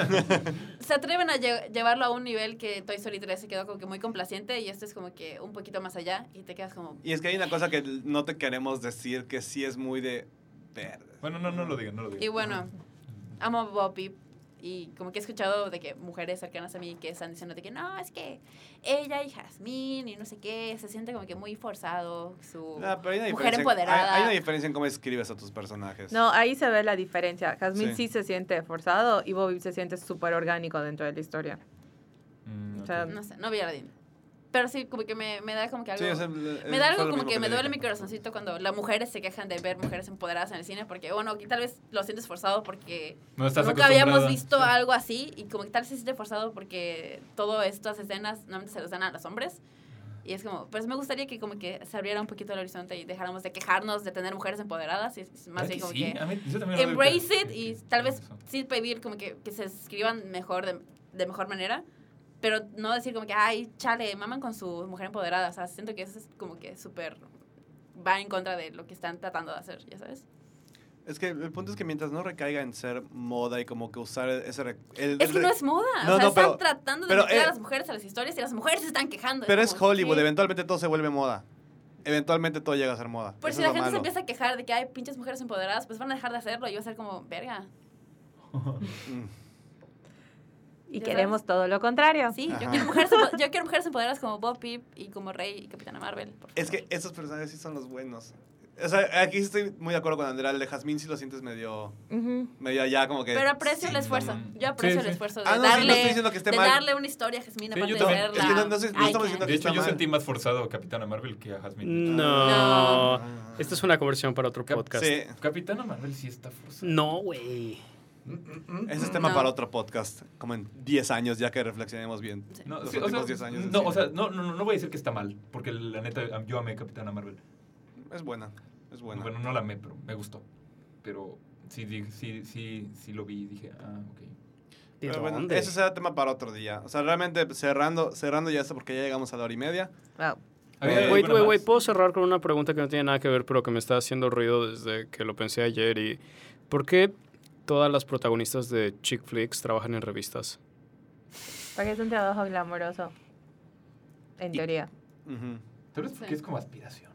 se atreven a lle- llevarlo a un nivel que Toy Story 3 se quedó como que muy complaciente y esto es como que un poquito más allá y te quedas como... Y es que hay una cosa que no te queremos decir que sí es muy de verde. Bueno, no, no lo digan, no lo digan. Y bueno, amo a Bob Peep. Y como que he escuchado de que mujeres cercanas a mí que están diciendo de que no, es que ella y Jazmín y no sé qué, se siente como que muy forzado su... No, Ah, pero hay una Mujer diferencia en- empoderada. Hay, hay una diferencia en cómo escribes a tus personajes. No, ahí se ve la diferencia. Jasmine Sí. sí. se siente forzado y Bobby se siente súper orgánico dentro de la historia. Mm, O sea, ok. No sé, no vi Aladdin. Pero sí, como que me, me da como que algo... Sí, es el- me el- da fue algo lo como mismo que me le duele mi dije. corazoncito cuando las mujeres se quejan de ver mujeres empoderadas en el cine porque, bueno, que tal vez lo sientes forzado porque No estás nunca habíamos acostumbrada. visto Sí. algo así y como que tal vez se siente forzado porque todas estas escenas normalmente se las dan a los hombres y es como, pues me gustaría que como que se abriera un poquito el horizonte y dejáramos de quejarnos de tener mujeres empoderadas y es más ¿Verdad bien que como sí? que A mí- yo también lo veo embrace que- it que- y que- tal que- vez eso. sí pedir como que, que se escriban mejor de, de mejor manera pero no decir como que ay chale maman con su mujer empoderada o sea siento que eso es como que súper va en contra de lo que están tratando de hacer ya sabes Es que el punto es que mientras no recaiga en ser moda y como que usar ese... rec- el- es que el- no es moda No, o sea no, están pero- tratando de pero, meter eh, a las mujeres a las historias y las mujeres se están quejando Pero es como, Hollywood, ¿qué? eventualmente todo se vuelve moda. Eventualmente todo llega a ser moda. Por Eso si la es lo gente se malo. empieza a quejar de que hay pinches mujeres empoderadas, pues van a dejar de hacerlo y va a ser como, verga. Mm. y Ya queremos todo lo contrario. Sí, yo Ajá. quiero, mujeres, empo- yo quiero mujeres empoderadas como Bob Peep y como Rey y Capitana Marvel. por favor. Es que esos personajes sí son los buenos. O sea, aquí estoy muy de acuerdo con Andrea. El de Jazmín sí lo sientes medio, Ujú. medio allá, como que... Pero aprecio el eh, sí, esfuerzo. no. Yo aprecio Sí, el sí. esfuerzo de, Ah, no, sí, no darle, estoy diciendo que esté de mal. darle una historia a Jasmine Sí, aparte yo de también. verla. Es que no- no sé- no Ay, estamos can. diciendo De hecho, Está yo mal. sentí más forzado a Capitana Marvel que a Jasmine. No. No. Esta es una conversión para otro Cap- Este podcast. Ah. Sí, Capitana Marvel sí está forzada. No, güey. ese es tema Mm, No. para otro podcast. Como en 10 años, ya que reflexionemos bien. Sí. No, Los sí, o sea, últimos 10 años del no, o cine. sea, no, no, no, no voy a decir que está mal, porque la neta, yo amé Capitana Marvel. Es buena, es buena. Bueno, no la amé, pero me gustó. Pero sí, di- sí, sí, sí lo vi y dije, ah, ok. ¿De Pero bueno, dónde? ese será tema para otro día. O sea, realmente cerrando, cerrando ya esto porque ya llegamos a la hora y media. Wow. Había Wait, alguna wait, wait, más. puedo cerrar con una pregunta que no tiene nada que ver, pero que me está haciendo ruido desde que lo pensé ayer. Y ¿Por qué todas las protagonistas de chick flicks trabajan en revistas? Porque es un trabajo glamoroso. En teoría. Ujú. Tal vez porque Sí. es como aspiracional.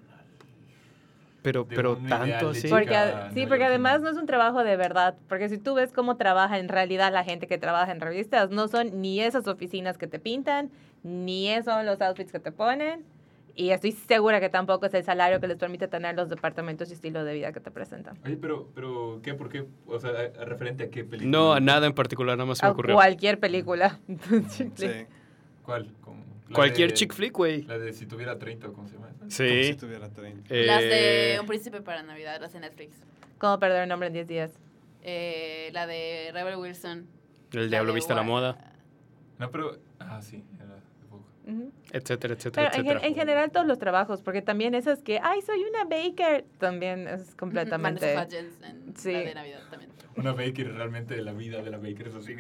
Pero, De pero un ideal tanto, de sí. chica. Porque, a- no, sí, yo porque sí. además no es un trabajo de verdad. Porque si tú ves cómo trabaja en realidad la gente que trabaja en revistas, no son ni esas oficinas que te pintan, ni esos son los outfits que te ponen. Y estoy segura que tampoco es el salario que les permite tener los departamentos y estilo de vida que te presentan. Oye, pero, pero, ¿qué? ¿Por qué? O sea, ¿a- a referente a qué película? No, a nada en particular, nada más se me A ocurrió. cualquier película. Sí, ¿Cuál? Como la Cualquier de- chick flick, güey. La de si tuviera 30 o cómo se llama esa. como si Sí. tuviera 30. Eh, Las de Un Príncipe para Navidad, las de Netflix. ¿Cómo perder un hombre en 10 días? Eh, la de Rebel Wilson. El diablo viste la Wa- moda, No, pero. Ah, sí, era de poco. Ujú. etcétera, etcétera, Pero en, gen- etcétera. en general todos los trabajos, porque también esas que, ay, soy una baker, también es Vanessa completamente... Hudgens en Sí. la de Navidad también. Una Baker, realmente la vida de la Baker es así.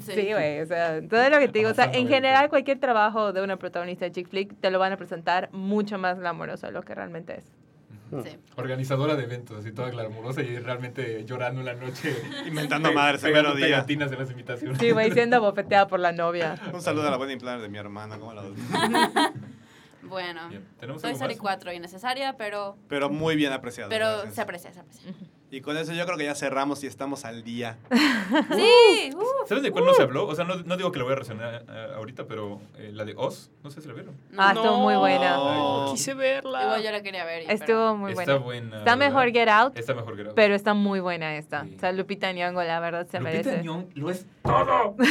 Sí, güey, o sea, todo lo que te digo, o sea, en Absolutamente. general cualquier trabajo de una protagonista de chick flick te lo van a presentar mucho más glamoroso de lo que realmente es. Mm. sí. Organizadora de eventos, así toda glamurosa y realmente llorando en la noche. Inventando Pe- madres el pegando mero día. pegatinas en las invitaciones. Sí, güey, siendo bofeteada por la novia. Un saludo a la buena implanter de mi hermana, como la Bueno, Bien, tenemos Toy algo Story más? 4 innecesaria, pero, Pero muy bien apreciado. pero gracias. se aprecia, se aprecia. Y con eso yo creo que ya cerramos y estamos al día. Sí, uh, ¿Sabes de cuál no se habló? O sea, no, no digo que la voy a reseñar eh, ahorita, pero eh, la de Oz, no sé si la vieron. Ah, estuvo muy buena. No. Quise Igual yo verla. la quería ver. y- pero- Estuvo muy está buena. buena. Está ¿verdad? mejor Get Out, Está mejor que la pero está muy buena esta. Sí. O sea, Lupita Nyong'o, la verdad, se Lupita merece. Nyong lo es todo.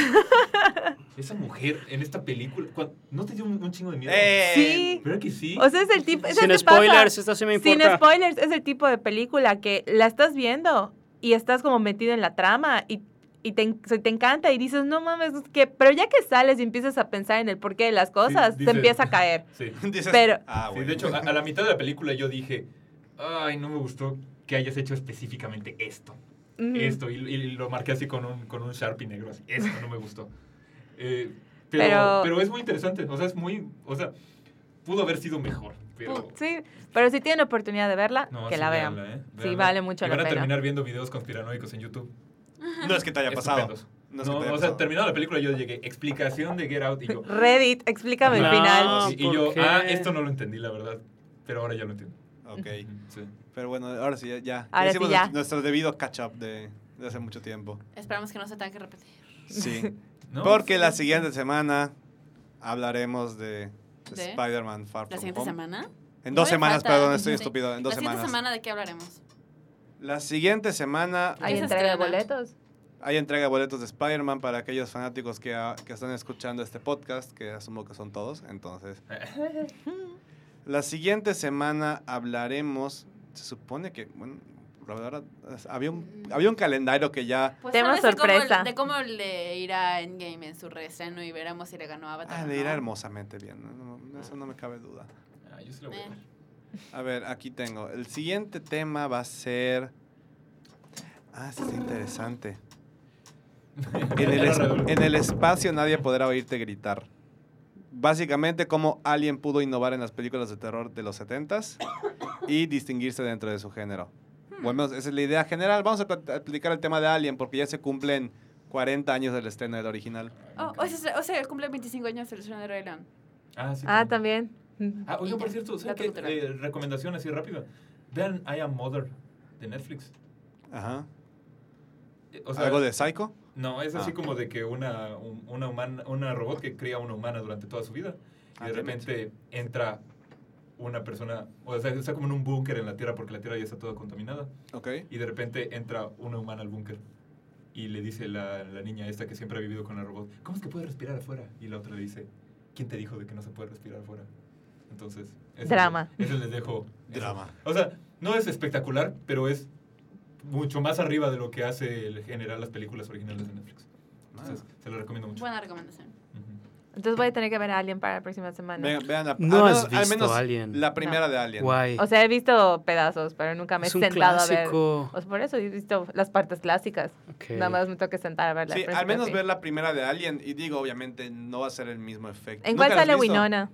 Esa mujer en esta película, cuan- ¿no te dio un, un chingo de miedo? ¡Eh! Sí. ¿Verdad que sí? O sea, es el tipo... es el Sin que pasa. spoilers, esta sí me Sin importa. spoilers, es el tipo de película que la estás viendo y estás como metido en la trama y, y te, en- se- te encanta y dices, no mames, que pero ya que sales y empiezas a pensar en el porqué de las cosas, dices- te empieza a caer. Sí. Dices, Pero- ah, Sí, bueno. de hecho, a, a la mitad de la película yo dije, ay, no me gustó que hayas hecho específicamente esto. Ujú. Esto. Y, y lo marqué así con un, con un Sharpie negro. Así. Esto no me gustó. Eh, Pero, Pero- pero... es muy interesante. O sea, es muy. O sea, pudo haber sido mejor. Pero. Sí, pero si tienen oportunidad de verla, No, que sí, la vean. véanla, ¿eh? Sí, Véanla. vale mucho Y la van pena. a terminar viendo videos conspiranoicos en YouTube. No es que te haya pasado. Estupendos. No No, es que te haya o sea, pasado. terminada la película yo llegué, explicación de Get Out y yo, Reddit, explícame el No. final. y, y yo ¿por qué? ah, esto no lo entendí, la verdad, pero ahora ya lo entiendo. Ok. Sí. Pero bueno, ahora sí, ya. ya. Ahora sí, hicimos ya. nuestro- nuestro debido catch-up de, de hace mucho tiempo. Esperamos que no se tenga que repetir. Sí. ¿No? Porque la siguiente semana hablaremos de, ¿De? Spider-Man Far From ¿La siguiente Home. semana? En No dos me semanas, falta. perdón, estoy Sí. estúpido. En ¿La dos siguiente semanas. semana de qué hablaremos? La siguiente semana Hay se entrega de estrena? boletos. hay entrega de boletos de Spider-Man para aquellos fanáticos que, ah, que están escuchando este podcast, que asumo que son todos. Entonces, Ah, la siguiente semana hablaremos. Se supone que. Bueno, la verdad, había un, había un calendario que ya. Pues tal Tema vez sorpresa. De cómo, de cómo le irá Endgame en su reestreno y veremos si le ganó a Avatar. Ah, o le irá no. hermosamente bien. no, no, eso no me cabe duda. Ah, yo se lo voy a Eh. ver. A ver, aquí tengo. El siguiente tema va a ser. Ah, sí, está interesante. En el, es- en el espacio nadie podrá oírte gritar. Básicamente, cómo Alien pudo innovar en las películas de terror de los 70s y distinguirse dentro de su género. Bueno, esa es la idea general. Vamos a plat- a explicar el tema de Alien porque ya se cumplen 40 años del estreno del original. Oh, o, sea, o sea, cumple 25 años el estreno de Rey León. Ah, sí. Ah, también. Mm. Ah, oigan, por cierto, ¿saben Dato qué? cultural. Eh, recomendación así rápido. Vean I Am Mother de Netflix. Ajá. Eh, O sea, ¿Algo de Psycho? No, es así Ah. como de que una, un- una, humana, una robot que cría a una humana durante toda su vida y Ah, de qué repente entra una persona, o sea, está como en un búnker en la Tierra porque la Tierra ya está toda contaminada Ok. y de repente entra una humana al búnker y le dice la, la niña esta que siempre ha vivido con la robot, ¿cómo es que puede respirar afuera? Y la otra le dice, ¿quién te dijo de que no se puede respirar afuera? Entonces... eso- Drama. Eso les dejo... eso. Drama. O sea, no es espectacular, pero es mucho más arriba de lo que hace el general las películas originales de Netflix. Entonces, Ah. se lo recomiendo mucho. Buena recomendación. Ujú. Entonces voy a tener que ver a alguien para la próxima semana. Vean, vean la- No al menos- has al visto menos Alien. La primera de Alien. Guay. O sea, he visto pedazos, pero nunca me he es un sentado clásico. a ver. O sea, por eso he visto las partes clásicas. Ok. Nada más me tengo que sentar a verla. Sí, de al principio a menos fin. ver la primera de Alien. Y digo, obviamente, no va a ser el mismo efecto. ¿En cuál ¿Nunca la has sale visto? Winona?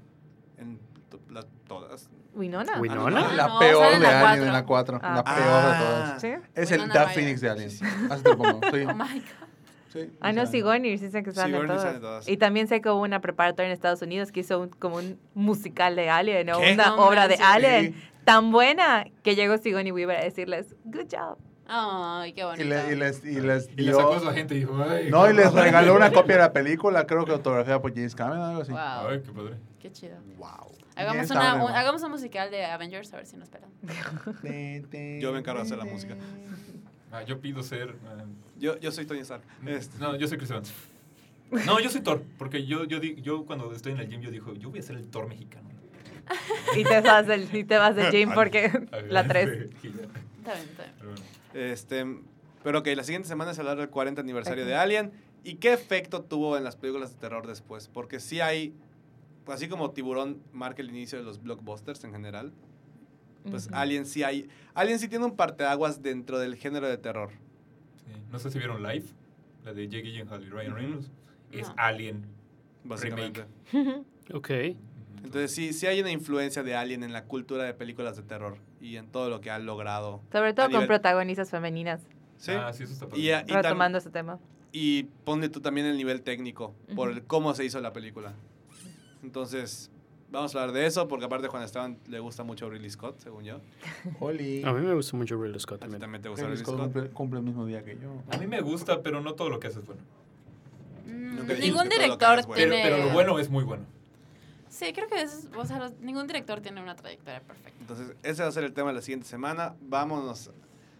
En to- la- todas. ¿Winona? Win- Ah, ¿Winona? no, La no, peor sale en de la Alien, en la 4. Ah. La peor Ah. de todas. ¿Sí? Es Winona el Dark Ryder. Phoenix de Alien. Así te lo pongo. Sí, Oh my God. sí, Ah, o no, sea, Sigourney, sí sé que salen Sigourney todas. sale en todas. Y también sé que hubo una preparatoria en Estados Unidos que hizo un- como un musical de Alien o ¿Qué? una No obra de manches. Alien tan buena que llegó Sigourney Weaver a decirles, good job. Ay, qué Y, bonito. le- y les, y les Y le dio- sacó a su agente y dijo, "Ay, No, qué y les padre". regaló una copia de la película, creo que autografiada por James Cameron o algo así. Wow, Ay, qué padre. qué chido. Wow. Hagamos, una, un, hagamos un musical de Avengers, a ver si nos pelan. Yo Yo me encargo de hacer la música. Ah, yo pido ser... ah, Yo, yo soy Tony Stark. Mm. Este, No, yo soy Chris Evans. No, yo soy Thor, porque yo, yo, di- yo cuando estoy en el gym yo digo, yo voy a ser el Thor mexicano. Y te vas del, y te vas del gym porque la 3. Sí, ya. Está bien, está bien. Pero bueno. este, pero ok, la siguiente semana se hablará del 40 aniversario de Alien. ¿Y qué efecto tuvo en las películas de terror después? Porque sí hay, así como Tiburón marca el inicio de los blockbusters en general, pues Alien sí hay, Alien sí tiene un parteaguas dentro del género de terror. Sí. No sé si vieron Live, la de Jake Gyllenhaal y Ryan Ujú. Reynolds. Es No. Alien. Básicamente. Remake. Ok. Entonces sí, sí hay una influencia de Alien en la cultura de películas de terror y en todo lo que han logrado. Sobre todo a con nivel- protagonistas femeninas, Sí. Ah, sí, eso está padre. y, a- y tam- retomando ese tema. y ponle tú también el nivel técnico por Ujú. el cómo se hizo la película. Entonces, vamos a hablar de eso porque aparte a Juan Esteban le gusta mucho Ridley Scott, según yo. Oli. A mí me gustó mucho Ridley Scott A ti también. también te gusta Ridley Ridley Scott pues, Scott. cumple, cumple el mismo día que yo. A mí me gusta, pero no todo lo que hace es bueno. Mm, Nunca dijimos ningún que todo lo que director hagas es bueno. Pero, tiene. pero lo bueno es muy bueno. Sí, creo que es. O sea, los- ningún director tiene una trayectoria perfecta. Entonces, ese va a ser el tema de la siguiente semana. Vámonos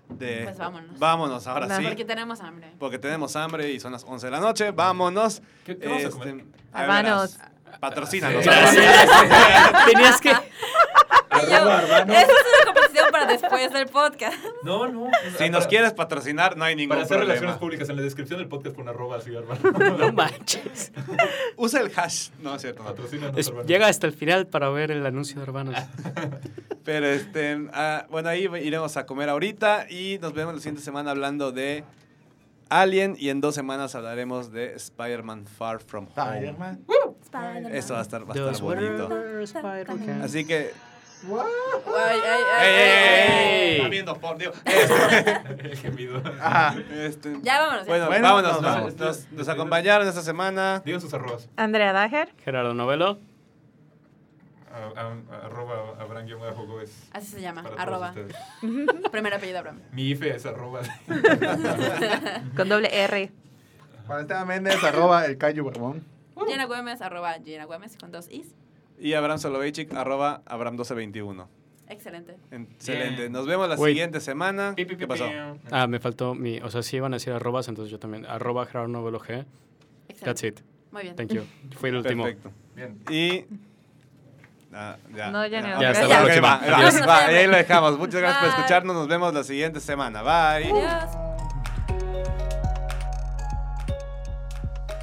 de... Pues vámonos. Vámonos, ahora Nah. sí. Porque tenemos hambre. Porque tenemos hambre y son las 11 de la noche. Vámonos. ¿Qué, qué vamos a Este, comer? ahí verás. Habanos. Patrocínanos. Sí. Tenías que. Arroba Arbano. Esa es una conversación para después del podcast. No, no. Si nos para- quieres patrocinar, no hay ningún Para hacer relaciones problema. públicas, en la descripción del podcast con arroba así, Arbano. No manches. Usa el hash. No, es cierto. no. Patrocínanos, Es- Arbano. llega hasta el final para ver el anuncio de Urbanos. Pero este, ah, bueno, ahí iremos a comer ahorita y nos vemos la siguiente semana hablando de Alien y en dos semanas hablaremos de Spider-Man Far From Home. Eso va a estar, va a estar bonito. Así que... Ay, ay, ay, ¡Ey, ay, ey, ey, ay. ey! ey! Está viendo por Dios. Este, El gemido. Ajá. este, Ya vámonos. ya. Bueno, Bueno, vámonos. nos Nos, vamos. nos- nos acompañaron esta semana. Digan sus arrobas. Andrea Dager. Gerardo Novelo. A- a- Arroba Abraham-Gogo es Así se llama, para todos arroba. ustedes. Primer apellido, Abraham. Mi IFE es arroba. Con doble R. Valentina Méndez, arroba el Cayo Barbón. Gina Güemes, arroba Gina Güemes con dos is. Y Abraham Soloveitchik, arroba Abraham1221. Excelente. Excelente. Bien. Nos vemos la Wait. siguiente semana. Pi, pi, ¿Qué pi, pasó? pi. Ah, me faltó mi... O sea, sí iban a decir arrobas, entonces yo también. Arroba Gerardo Novelo G. That's Excelente. it. Muy bien. Thank you. Fui el último. Perfecto. Bien. Y. ah, ya. No, ya no. Ok, Ya, hasta ok, la próxima. va, va, Adiós. va, y ahí lo dejamos. Muchas gracias por Bye. escucharnos. Nos vemos la siguiente semana. Bye. Adiós.